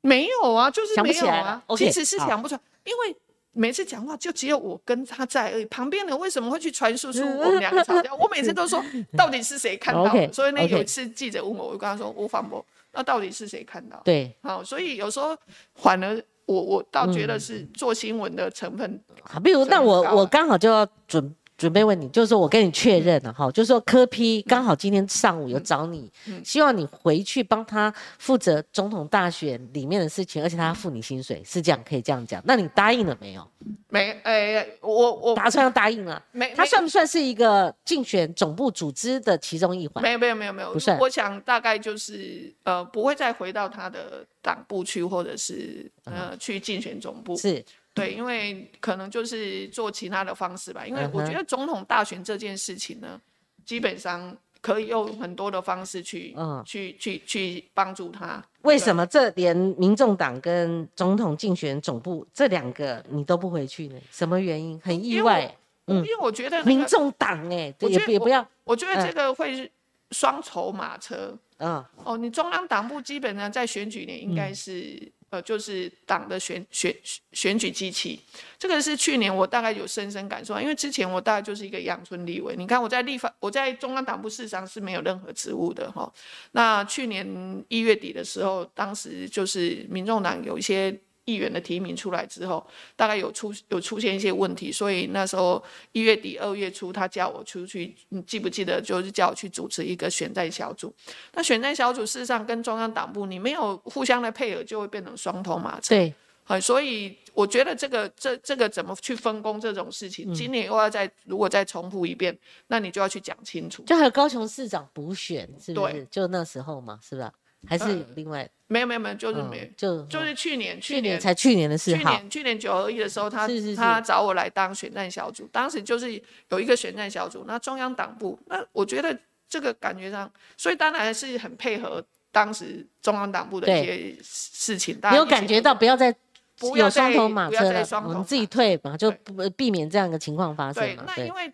Speaker 2: 没有啊，就是
Speaker 1: 想不
Speaker 2: 没
Speaker 1: 起
Speaker 2: 有
Speaker 1: 来了
Speaker 2: 啊，
Speaker 1: OK，
Speaker 2: 其实是
Speaker 1: 好
Speaker 2: 想不出来，因为每次讲话就只有我跟他在而已，旁边的为什么会去传输出我们两个吵架？我每次都
Speaker 1: (laughs)
Speaker 2: 说到底是谁看到的
Speaker 1: OK，
Speaker 2: 所以呢，有
Speaker 1: OK
Speaker 2: 一次记者问我，我就跟他说我反驳，那到底是谁看到？
Speaker 1: 对，
Speaker 2: 好，所以有时候反而我我倒觉得
Speaker 1: 嗯
Speaker 2: 是做新闻的成分，
Speaker 1: 好，比如那
Speaker 2: 成本
Speaker 1: 我
Speaker 2: 高
Speaker 1: 我
Speaker 2: 啊
Speaker 1: 刚好就要准准备问你，就是说我跟你确认了哈，就是说柯
Speaker 2: 嗯
Speaker 1: 批刚好今天上午有找你，希望你回去帮他负责总统大选里面的事情，而且他付你薪水，是这样可以这样讲？那你答应了没有？
Speaker 2: 没诶、我我
Speaker 1: 打算要答应了？
Speaker 2: 没
Speaker 1: 他
Speaker 2: 没
Speaker 1: 算不算是一个竞选总部组织的其中一环？
Speaker 2: 没有没有没有没有
Speaker 1: 不算，
Speaker 2: 我想大概就是呃不会再回到他的党部去，或者是
Speaker 1: 嗯
Speaker 2: 呃去竞选总部。
Speaker 1: 是
Speaker 2: 对，因为可能就是做其他的方式吧。因为我
Speaker 1: 嗯哼
Speaker 2: 觉得总统大选这件事情呢，基本上可以用很多的方式去、
Speaker 1: 嗯
Speaker 2: 去去去帮助他。
Speaker 1: 为什么这连民众党跟总统竞选总部这两个你都不回去呢？什么原因？很意
Speaker 2: 因为
Speaker 1: 外。嗯
Speaker 2: 因为我觉得、那
Speaker 1: 民
Speaker 2: 个，
Speaker 1: 众嗯党哎，
Speaker 2: 我
Speaker 1: 也
Speaker 2: 觉
Speaker 1: 不
Speaker 2: 得
Speaker 1: 也不要，
Speaker 2: 我觉得这个会是双筹马车。
Speaker 1: 嗯，
Speaker 2: 哦，你中央党部基本上在选举年应该是、呃，就是党的选选选选举机器，这个是去年我大概有深深感受啊到，因为之前我大概就是一个养村立委，你看我在立法，我在中央党部市上是没有任何职务的哈、那去年一月底的时候，当时就是民众党有一些。议员的提名出来之后，大概有出有出现一些问题，所以那时候一月底二月初，他叫我出去，你记不记得？就是叫我去主持一个选战小组。那选战小组事实上跟中央党部你没有互相的配合，就会变成双头马车。
Speaker 1: 对，
Speaker 2: 好，所以我觉得这个这这个怎么去分工这种事
Speaker 1: 嗯
Speaker 2: 情，今年又要再如果再重复一遍，那你就要去讲清楚。
Speaker 1: 就还有高雄市长补选，是不是
Speaker 2: 对？
Speaker 1: 就那时候嘛，是吧？还是有另外，
Speaker 2: 没有没有没有，就是
Speaker 1: 嗯
Speaker 2: 没有、
Speaker 1: 就
Speaker 2: 就是去年
Speaker 1: 去
Speaker 2: 去
Speaker 1: 年
Speaker 2: 年
Speaker 1: 才去年的事
Speaker 2: 去
Speaker 1: 哈，
Speaker 2: 年去年九合一的时候，他
Speaker 1: 是是是
Speaker 2: 他找我来当选战小组，当时就是有一个选战小组，那中央党部，那我觉得这个感觉上，所以当然是很配合当时中央党部的一些事情，大
Speaker 1: 你
Speaker 2: 家
Speaker 1: 有
Speaker 2: 一起
Speaker 1: 感觉到不要再
Speaker 2: 啊不要
Speaker 1: 有双
Speaker 2: 再
Speaker 1: 头马
Speaker 2: 不要
Speaker 1: 车
Speaker 2: 再
Speaker 1: 了，
Speaker 2: 双
Speaker 1: 我
Speaker 2: 头
Speaker 1: 们自己
Speaker 2: 马
Speaker 1: 退嘛，就
Speaker 2: 对
Speaker 1: 不避免这样的情况发生
Speaker 2: 对，
Speaker 1: 嘛。
Speaker 2: 那
Speaker 1: 对
Speaker 2: 因，为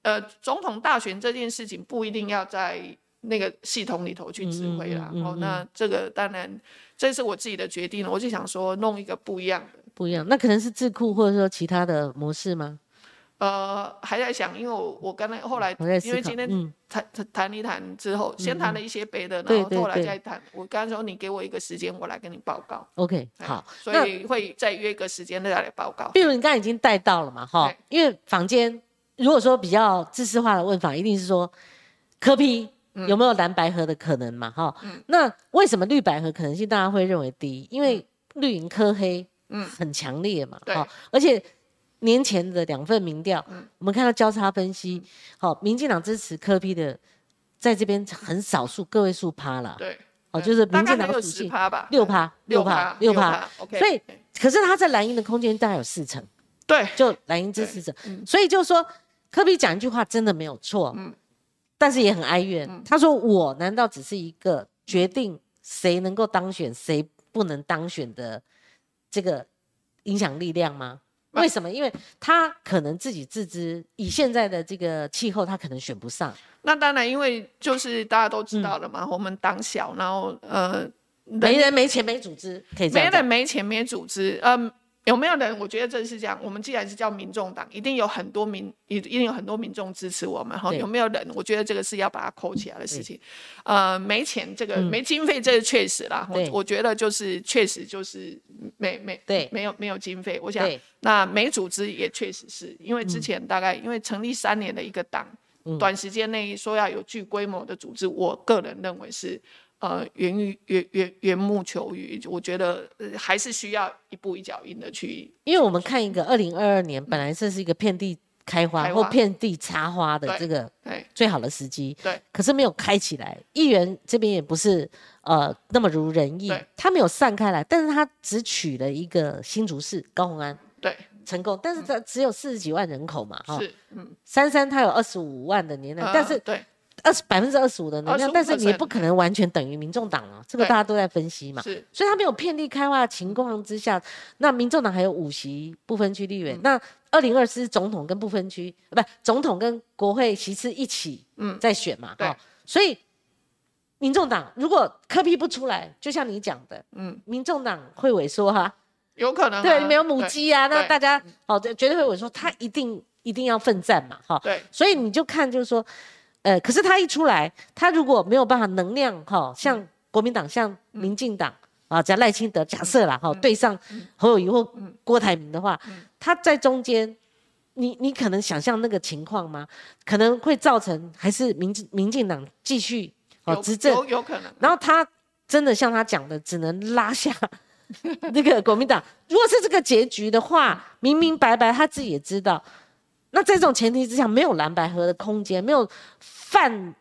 Speaker 2: 呃，总统大选这件事情不一定要在那个系统里头去指挥啦。
Speaker 1: 嗯嗯嗯嗯
Speaker 2: 哦，那这个当然这是我自己的决定，我就想说弄一个不一样的。
Speaker 1: 不一样，那可能是智库或者说其他的模式吗？
Speaker 2: 呃，还在想，因为我我刚才后来
Speaker 1: 我在思
Speaker 2: 因为
Speaker 1: 考
Speaker 2: 今天
Speaker 1: 嗯
Speaker 2: 谈谈谈一谈之后，先谈了一些别的，
Speaker 1: 对
Speaker 2: 然后
Speaker 1: 对
Speaker 2: 后来
Speaker 1: 对
Speaker 2: 再谈。我刚才说你给我一个时间，我来跟你报告。
Speaker 1: ，OK，
Speaker 2: 哎
Speaker 1: 好，
Speaker 2: 所以会再约一个时间再来报告。
Speaker 1: 比如你刚才已经带到了嘛，哈
Speaker 2: 对，
Speaker 1: 因为坊间如果说比较知识化的问法，一定是说柯批
Speaker 2: 嗯
Speaker 1: 有没有蓝白合的可能嘛，哈、那为什么绿白合可能性大家会认为低？因为绿营柯黑
Speaker 2: 嗯
Speaker 1: 很强烈嘛，
Speaker 2: 对嗯
Speaker 1: 哈、而且。年前的两份民调，我们看到交叉分析，好、民进党支持柯批的，在这边很少数个位数趴了，
Speaker 2: 对，
Speaker 1: 哦，
Speaker 2: 嗯
Speaker 1: 就是
Speaker 2: 大
Speaker 1: 民
Speaker 2: 概
Speaker 1: 进
Speaker 2: 没
Speaker 1: 党
Speaker 2: 有
Speaker 1: 属
Speaker 2: 十
Speaker 1: 性
Speaker 2: 趴吧，嗯
Speaker 1: 六趴，
Speaker 2: 六
Speaker 1: 趴
Speaker 2: 趴，，
Speaker 1: 六趴
Speaker 2: 趴。。OK，
Speaker 1: 所以
Speaker 2: 对
Speaker 1: 可是他在蓝营的空间大概有四成，
Speaker 2: 对
Speaker 1: 就蓝营支持者，所以就是说科比讲一句话真的没有错，
Speaker 2: 嗯
Speaker 1: 但是也很哀怨。他说：“我难道只是一个决定谁能够当选，谁不能当选的这个影响力量吗？”
Speaker 2: 嗯
Speaker 1: 为什么？因为他可能自己自知，以现在的这个气候，他可能选不上。
Speaker 2: 那当然，因为就是大家都
Speaker 1: 嗯
Speaker 2: 知道了嘛，我们党小，然后呃，
Speaker 1: 没人、没钱、没组织，可以这
Speaker 2: 没
Speaker 1: 样讲
Speaker 2: 人、没钱、没组织，嗯、有没有人？我觉得这是这样。我们既然是叫民众党，一定有很多民，一定有很多民众支持我们哈。
Speaker 1: 对
Speaker 2: 有没有人？我觉得这个是要把它扣起来的事情。呃，没钱这个、
Speaker 1: 嗯
Speaker 2: 没经费，这个确实啦。我
Speaker 1: 对
Speaker 2: 我觉得就是确实就是没没
Speaker 1: 对
Speaker 2: 没有没有经费。我想
Speaker 1: 对，
Speaker 2: 那没组织也确实是因
Speaker 1: 嗯
Speaker 2: 为之前大概、因为成立三年的一个党，短时间内说要有具规模的组织，我个人认为是呃缘于缘缘缘木求鱼，我觉得、呃还是需要一步一脚印的去
Speaker 1: 因为我们看一个二零二二年，本来这是一个遍地开花
Speaker 2: 开
Speaker 1: 或
Speaker 2: 花
Speaker 1: 遍地插花的
Speaker 2: 对
Speaker 1: 这个
Speaker 2: 哎
Speaker 1: 最好的时机，
Speaker 2: 对
Speaker 1: 可是没有开起来。议员这边也不是呃那么如人意
Speaker 2: 对，
Speaker 1: 他没有散开来，但是他只取了一个新竹市高鸿安
Speaker 2: 对
Speaker 1: 成功，但是他只有四十几万人口嘛，哈、
Speaker 2: 嗯是嗯，
Speaker 1: 三三他有二十五万的年量，但
Speaker 2: 呃
Speaker 1: 是
Speaker 2: 对
Speaker 1: 二十百分之二十五的能量，
Speaker 2: 25%
Speaker 1: 但是你也不可能完全等于民众党啊，这个
Speaker 2: 对
Speaker 1: 大家都在分析嘛。
Speaker 2: 是
Speaker 1: 所以他没有遍地开花的情况之下，那民众党还有五席不分区立
Speaker 2: 嗯
Speaker 1: 委，那二零二四总统跟不分区，呃不，总统跟国会席次一起
Speaker 2: 嗯
Speaker 1: 在选嘛，
Speaker 2: 对
Speaker 1: 哈所以民众党如果柯批不出来，就像你讲的，
Speaker 2: 嗯
Speaker 1: 民众党会萎缩哈、
Speaker 2: 有可能、啊、
Speaker 1: 对，没有母
Speaker 2: 对
Speaker 1: 鸡啊，那
Speaker 2: 对嗯
Speaker 1: 大家哦，对绝对会我说他一定一定要奋战嘛，哈、
Speaker 2: 对
Speaker 1: 所以你就看就是说，呃，可是他一出来，他如果没有办法能量哈、像国民党、像民进党、啊，假如赖清德假设啦哈、对上侯友谊或郭台铭的话，他在中间。你你可能想象那个情况吗？可能会造成还是民进民进党继续哦
Speaker 2: 有
Speaker 1: 执政
Speaker 2: 有有可能，啊
Speaker 1: 然后他真的像他讲的，只能拉下 (laughs) 那个国民党。如果是这个结局的话，明明白白他自己也知道。那在这种前提之下，没有蓝白合的空间，没有泛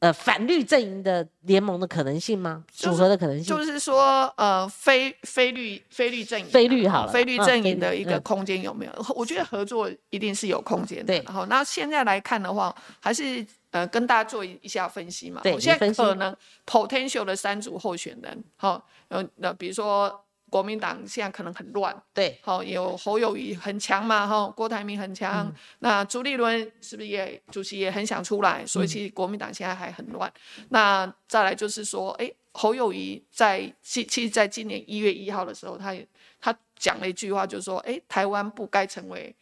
Speaker 1: 呃反绿阵营的联盟的可能性吗？
Speaker 2: 就是
Speaker 1: 组合的可能性？
Speaker 2: 就是说，呃，非非律非律阵营啊，
Speaker 1: 非律好了
Speaker 2: 非律
Speaker 1: 嗯
Speaker 2: 阵
Speaker 1: 非
Speaker 2: 营的
Speaker 1: 律
Speaker 2: 一个
Speaker 1: 嗯
Speaker 2: 空间有没有？我觉得合作一定是有空间的。
Speaker 1: 对
Speaker 2: 好，那现在来看的话，还是呃跟大家做一下分析嘛。
Speaker 1: 对
Speaker 2: 我
Speaker 1: 你
Speaker 2: 现在
Speaker 1: 分析
Speaker 2: 可能 potential 的三组候选人，好，呃，那比如说国民党现在可能很乱，
Speaker 1: 对，
Speaker 2: 好，有侯友谊很强嘛，哈，郭台铭很强，那朱立伦是不是也主席也很想出来？所以其实国民党现在还很乱。那再来就是说，哎、侯友谊在其其实在今年一月一号的时候，他也他讲了一句话，就是说，哎、台湾不该成为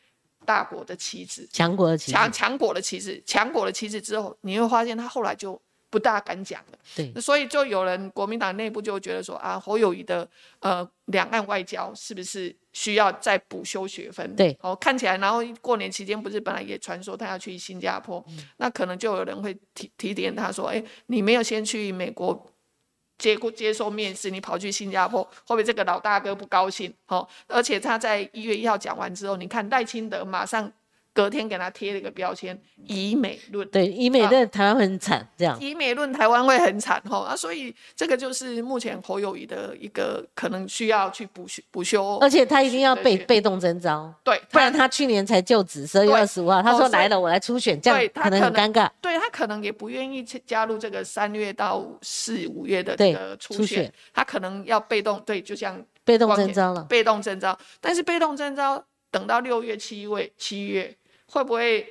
Speaker 2: 大国的棋子，
Speaker 1: 强国的棋
Speaker 2: 强强国的棋子，强国的棋子之后，你会发现他后来就不大敢讲了。
Speaker 1: 对
Speaker 2: 所以就有人国民党内部就觉得说啊，侯友谊的呃两岸外交是不是需要再补修学分？
Speaker 1: 对，
Speaker 2: 哦，看起来，然后过年期间不是本来也传说他要去新加坡，
Speaker 1: 嗯
Speaker 2: 那可能就有人会提提点他说，哎，你没有先去美国。接过接受面试，你跑去新加坡，会不会这个老大哥不高兴？哦，而且他在一月一号讲完之后，你看赖清德马上隔天给他贴了一个标签“以美论”，
Speaker 1: 对，以美
Speaker 2: 啊
Speaker 1: 在台湾会很惨，这样
Speaker 2: 以美论台湾会很惨吼啊，所以这个就是目前侯友谊的一个可能需要去补修补修
Speaker 1: 而，且他一定要
Speaker 2: 对
Speaker 1: 被
Speaker 2: 对
Speaker 1: 被动征召，
Speaker 2: 对，
Speaker 1: 呃不然他去年才就职，十二月
Speaker 2: 对
Speaker 1: 二十五号，他
Speaker 2: 哦
Speaker 1: 说
Speaker 2: 所以
Speaker 1: 来了，我来初选，这样
Speaker 2: 对他
Speaker 1: 可能很
Speaker 2: 可
Speaker 1: 尴
Speaker 2: 能
Speaker 1: 尬。
Speaker 2: 对他可能也不愿意去加入这个三月到四五月的
Speaker 1: 对
Speaker 2: 这个初
Speaker 1: 初
Speaker 2: 选，
Speaker 1: 选
Speaker 2: 他可能要被动对，就像
Speaker 1: 被动
Speaker 2: 光
Speaker 1: 征
Speaker 2: 年
Speaker 1: 召了，
Speaker 2: 被动征召，但是被动征召等到六月、七月、七月会不会？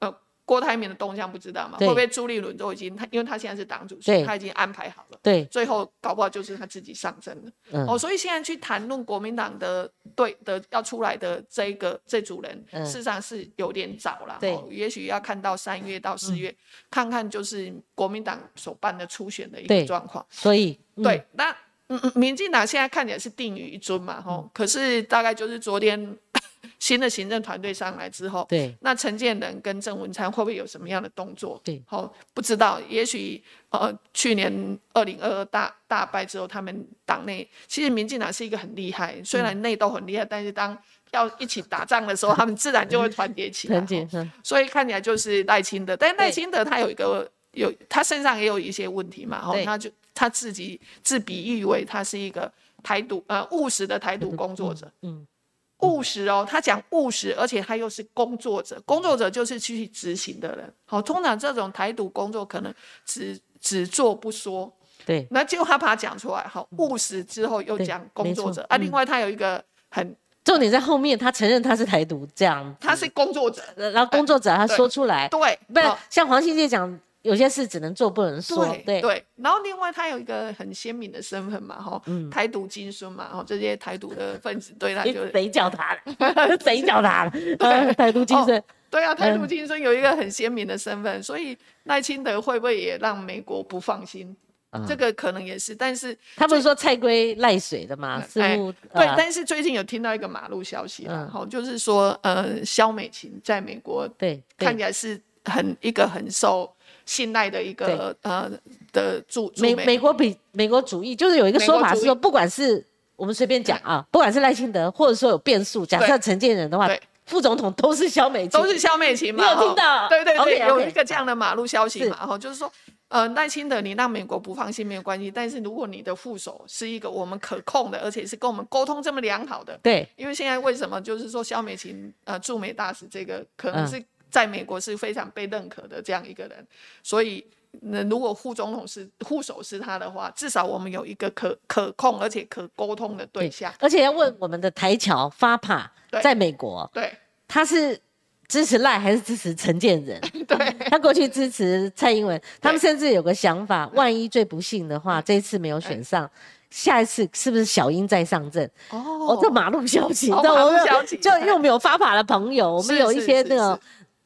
Speaker 2: 呃，郭台铭的动向不知道嘛？会
Speaker 1: 对
Speaker 2: 不会朱立伦都已经他，因为他现在是党主席，
Speaker 1: 对
Speaker 2: 他已经安排好了，
Speaker 1: 对，
Speaker 2: 最后搞不好就是他自己上阵了。
Speaker 1: 嗯，
Speaker 2: 哦，所以现在去谈论国民党的对的要出来的这一个这组人，
Speaker 1: 嗯
Speaker 2: 事实上是有点早了。
Speaker 1: 对嗯
Speaker 2: 哦，也许要看到三月到四月，看看就是国民党所办的初选的一个
Speaker 1: 对
Speaker 2: 状况。
Speaker 1: 所以
Speaker 2: 对，，那嗯嗯，民进党现在看起来是定于一尊嘛，吼、
Speaker 1: 嗯
Speaker 2: 可是大概就是昨天 (laughs) 新的行政团队上来之后
Speaker 1: 嗯。对，
Speaker 2: 那陈建仁跟郑文灿会不会有什么样的动作？
Speaker 1: 对
Speaker 2: 好、不知道，也许呃，去年二零二二大大败之后，他们党内其实民进党是一个很厉害，虽
Speaker 1: 嗯
Speaker 2: 然内斗很厉害，但是当要一起打仗的
Speaker 1: (laughs)
Speaker 2: 时候，他们自然就会团结起来。
Speaker 1: 陈姐
Speaker 2: 哦，
Speaker 1: 嗯
Speaker 2: 所以看起来就是赖清德，但
Speaker 1: 对
Speaker 2: 赖清德他有一个有他身上也有一些问题嘛，哦
Speaker 1: 对，
Speaker 2: 他就他自己自比喻为他是一个台独呃务实的台独工作者，
Speaker 1: 嗯，
Speaker 2: 务实哦，他讲务实，而且他又是工作者，工作者就是去执行的人。好、通常这种台独工作可能只只做不说，
Speaker 1: 对，
Speaker 2: 那结果他把它讲出来，好、务实之后又
Speaker 1: 嗯对
Speaker 2: 讲工
Speaker 1: 没
Speaker 2: 作
Speaker 1: 错
Speaker 2: 者啊。
Speaker 1: 嗯
Speaker 2: 另外他有一个很，
Speaker 1: 重点在后面，他承认他是台独这样，
Speaker 2: 他是工作者，
Speaker 1: 呃然后工作者他说出来，
Speaker 2: 对，
Speaker 1: 不然
Speaker 2: 好
Speaker 1: 像黄信介讲，有些事只能做不能说，
Speaker 2: 对
Speaker 1: 对，
Speaker 2: 然后另外他有一个很鲜明的身份嘛，哈、
Speaker 1: 嗯
Speaker 2: 台独金孙嘛，哈、这些台独的分子对他
Speaker 1: (laughs) 诶
Speaker 2: 就
Speaker 1: 谁叫
Speaker 2: (laughs)
Speaker 1: 他了？谁叫他了？呃 (laughs) 台独精神，
Speaker 2: 对啊，台
Speaker 1: 嗯
Speaker 2: 独金孙有一个很鲜明的身份，所以赖清德会不会也让美国不放心？
Speaker 1: 嗯
Speaker 2: 这个可能也是，但是
Speaker 1: 他不是说菜龟赖水的吗？似
Speaker 2: 哎
Speaker 1: 乎
Speaker 2: 对，
Speaker 1: 呃
Speaker 2: 但是最近有听到一个马路消息啦，
Speaker 1: 嗯
Speaker 2: 好、就是说，呃，肖美琴在美国
Speaker 1: 对
Speaker 2: 看
Speaker 1: 对
Speaker 2: 起来是很一个很受信赖的一个呃的驻驻
Speaker 1: 美
Speaker 2: 美
Speaker 1: 美国比美国主义就是有一个
Speaker 2: 美
Speaker 1: 说
Speaker 2: 国
Speaker 1: 法
Speaker 2: 主
Speaker 1: 是
Speaker 2: 义
Speaker 1: 说，不管是我们随便讲啊，不管是赖清德或者说有变数，假
Speaker 2: 对
Speaker 1: 设陈建仁的话
Speaker 2: 对，
Speaker 1: 副总统都是萧美琴，
Speaker 2: 都是肖美琴嘛，
Speaker 1: 你有听
Speaker 2: 哈
Speaker 1: 到
Speaker 2: 对对对
Speaker 1: OK，OK
Speaker 2: 有一个这样的马路消息
Speaker 1: 是
Speaker 2: 嘛，哈，就是说，呃，赖清德你让美国不放心没有关系，但是如果你的副手是一个我们可控的，而且是跟我们沟通这么良好的，
Speaker 1: 对
Speaker 2: 因为现在为什么就是说肖美琴呃驻美大使这个可能
Speaker 1: 嗯
Speaker 2: 是在美国是非常被认可的这样一个人，所以那如果副总统是副手是他的话，至少我们有一个可可控而且可沟通的对象。
Speaker 1: 而且要问我们的台侨发帕
Speaker 2: 对
Speaker 1: 在美国，
Speaker 2: 对
Speaker 1: 他是支持赖还是支持陈建仁？
Speaker 2: 对
Speaker 1: 他过去支持蔡英文，他们甚至有个想法，万一最不幸的话，这一次没有选上，下一次是不是小英再上阵？
Speaker 2: 哦
Speaker 1: 哦，这马路消息，
Speaker 2: 哦
Speaker 1: (laughs) 你知道
Speaker 2: 马
Speaker 1: 我
Speaker 2: 路
Speaker 1: 们
Speaker 2: 消
Speaker 1: 有
Speaker 2: 息
Speaker 1: 就因为我们有发法的朋友，我们
Speaker 2: 是
Speaker 1: 有一
Speaker 2: 是
Speaker 1: 些
Speaker 2: 是
Speaker 1: 那个
Speaker 2: 是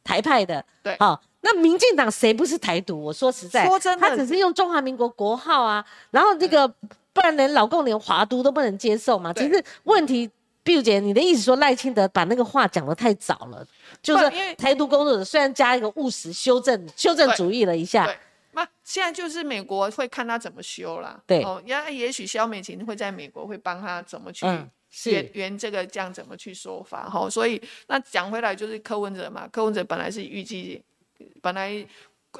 Speaker 1: 台派的，
Speaker 2: 对
Speaker 1: 好、那民进党谁不是台独？我说实在，
Speaker 2: 说真的
Speaker 1: 他只是用中华民国国号啊，然后那个、不然连老共连华都都不能接受嘛。
Speaker 2: 对
Speaker 1: 只是问题，碧如姐，你的意思说赖清德把那个话讲得太早了，就是
Speaker 2: 不因为
Speaker 1: 台独工作者虽然加一个务实修正修正
Speaker 2: 对
Speaker 1: 主义了一下
Speaker 2: 对，那现在就是美国会看他怎么修啦。
Speaker 1: 对
Speaker 2: 哦，那也许肖美琴会在美国会帮他怎么去
Speaker 1: 嗯，
Speaker 2: 原
Speaker 1: 是
Speaker 2: 原这个这样怎么去说法哈、所以那讲回来就是柯文哲嘛，柯文哲本来是预计，本来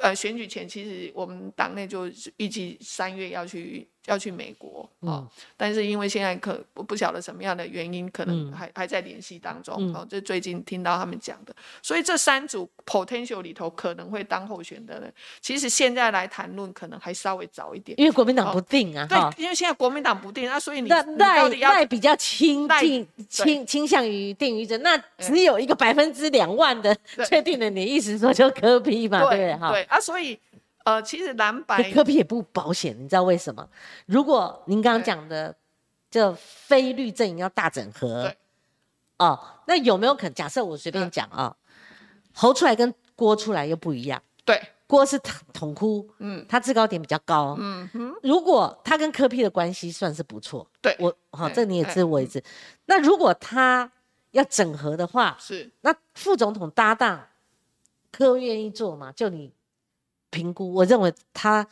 Speaker 2: 呃选举前其实我们党内就是预计三月要去要去美国
Speaker 1: 嗯
Speaker 2: 哦、但是因为现在可不不晓得什么样的原因，可
Speaker 1: 嗯
Speaker 2: 能还、还在联系当中、哦，这最近听到他们讲的，所以这三组 potential 里头可能会当候选的人，其实现在来谈论可能还稍微早一点。
Speaker 1: 因为国民党不定啊，哈、
Speaker 2: 对，因为现在国民党不定，那、所以你
Speaker 1: 那
Speaker 2: 哦你
Speaker 1: 赖
Speaker 2: 到底要
Speaker 1: 赖比较倾
Speaker 2: 赖
Speaker 1: 定倾倾向于定于真，那只有一个百分之两万的
Speaker 2: 对
Speaker 1: 确定的，你意思说就科比嘛，对不对？
Speaker 2: 对
Speaker 1: 哈，
Speaker 2: 啊，所以呃，其实蓝
Speaker 1: 哎可
Speaker 2: 白
Speaker 1: 科比也不保险，你知道为什么？如果您刚刚
Speaker 2: 对
Speaker 1: 讲的，这非律阵营要大整合
Speaker 2: 对，
Speaker 1: 哦，那有没有可能？假设我随便
Speaker 2: 嗯
Speaker 1: 讲啊，侯出来跟郭出来又不一样，
Speaker 2: 对，
Speaker 1: 郭是统统哭，
Speaker 2: 嗯
Speaker 1: 他制高点比较高，
Speaker 2: 嗯哼，
Speaker 1: 如果他跟柯 P 的关系算是不错，
Speaker 2: 对
Speaker 1: 我好、
Speaker 2: 对
Speaker 1: 这你也
Speaker 2: 对
Speaker 1: 知我也知。那如果他要整合的话，
Speaker 2: 是
Speaker 1: 那副总统搭档柯愿意做吗？就你评估，我认为他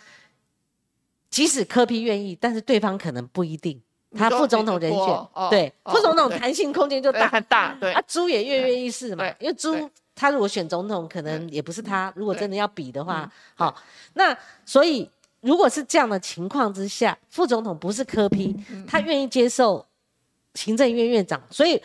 Speaker 1: 即使柯 P 愿意，但是对方可能不一定。
Speaker 2: 你
Speaker 1: 他
Speaker 2: 说
Speaker 1: 副总统
Speaker 2: 你
Speaker 1: 人
Speaker 2: 说
Speaker 1: 选，
Speaker 2: 过哦
Speaker 1: 对、
Speaker 2: 哦
Speaker 1: 副总统
Speaker 2: 对
Speaker 1: 弹性空间就
Speaker 2: 对
Speaker 1: 大，
Speaker 2: 很大，对
Speaker 1: 啊，猪也跃跃欲试嘛
Speaker 2: 对，
Speaker 1: 因为猪
Speaker 2: 对
Speaker 1: 他如果选总统，可能也不是他。如果真的要比的话
Speaker 2: 嗯，
Speaker 1: 好，那所以如果是这样的情况之下，副总统不是柯批，
Speaker 2: 嗯
Speaker 1: 他愿意接受行政院院长，所以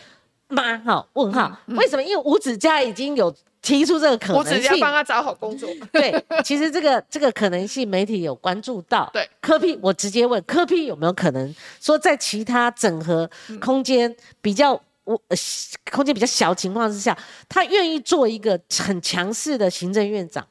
Speaker 1: 妈好问号，
Speaker 2: 嗯
Speaker 1: 为什么？因为吴子嘉已经有提出这个可
Speaker 2: 我
Speaker 1: 能
Speaker 2: 只是要
Speaker 1: 性
Speaker 2: 帮。他找好工作， (laughs)
Speaker 1: 对，其实这个这个可能性，媒体有关注到。
Speaker 2: 对，
Speaker 1: 柯批，我直接问柯批有没有可能说，在其他整合
Speaker 2: 嗯
Speaker 1: 空间比较我、呃、空间比较小的情况之下，他愿意做一个很强势的行政院长，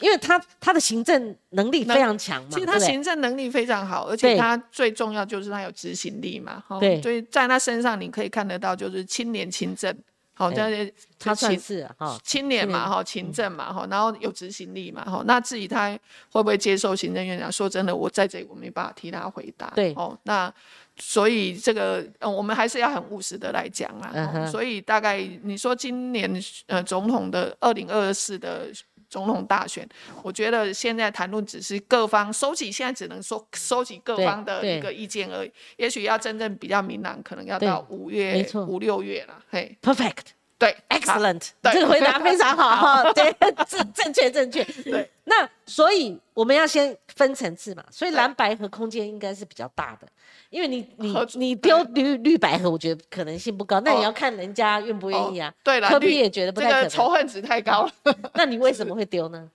Speaker 1: 因为他他的行政能力非常强嘛，
Speaker 2: 其
Speaker 1: 对
Speaker 2: 实他
Speaker 1: 不对
Speaker 2: 行政能力非常好，而
Speaker 1: 对
Speaker 2: 且他最重要就是他有执行力嘛，哦
Speaker 1: 对
Speaker 2: 所以在他身上你可以看得到就是清廉勤政，好、
Speaker 1: 对
Speaker 2: 但是
Speaker 1: 他算
Speaker 2: 勤
Speaker 1: 是哈、
Speaker 2: 清廉嘛，哈，勤
Speaker 1: 嗯
Speaker 2: 政嘛，哈，然后有执行力嘛，哈。那至于他会不会接受行政院长，说真的，我在这里我没办法替他回答。
Speaker 1: 对
Speaker 2: 哦，那所以这个、呃我们还是要很务实的来讲啦。
Speaker 1: 嗯哼
Speaker 2: 哦所以大概你说今年呃总统的二零二四的总统大选，我觉得现在谈论只是各方收集，现在只能收收集各
Speaker 1: 对
Speaker 2: 方的
Speaker 1: 对
Speaker 2: 一个意见而已。也许要真正比较明朗，可能要
Speaker 1: 对
Speaker 2: 到五
Speaker 1: 没
Speaker 2: 月
Speaker 1: 错、
Speaker 2: 五六月了。嘿，
Speaker 1: perfect。
Speaker 2: 对
Speaker 1: Excellent，
Speaker 2: 对
Speaker 1: 这个回答非常
Speaker 2: (laughs)
Speaker 1: 好， (laughs) 对，正正确正确。
Speaker 2: 对，
Speaker 1: 那所以我们要先分层次嘛，所以蓝白和空间应该是比较大的，因为你你
Speaker 2: 合作
Speaker 1: 你丢绿绿白和，我觉得可能性不高，那也要看人家愿不愿意啊
Speaker 2: 哦。对啦
Speaker 1: 科比
Speaker 2: 绿
Speaker 1: 也觉得不
Speaker 2: 这
Speaker 1: 太可
Speaker 2: 个
Speaker 1: 能
Speaker 2: 仇恨值太高了。 (laughs)
Speaker 1: 那你为什么会丢呢？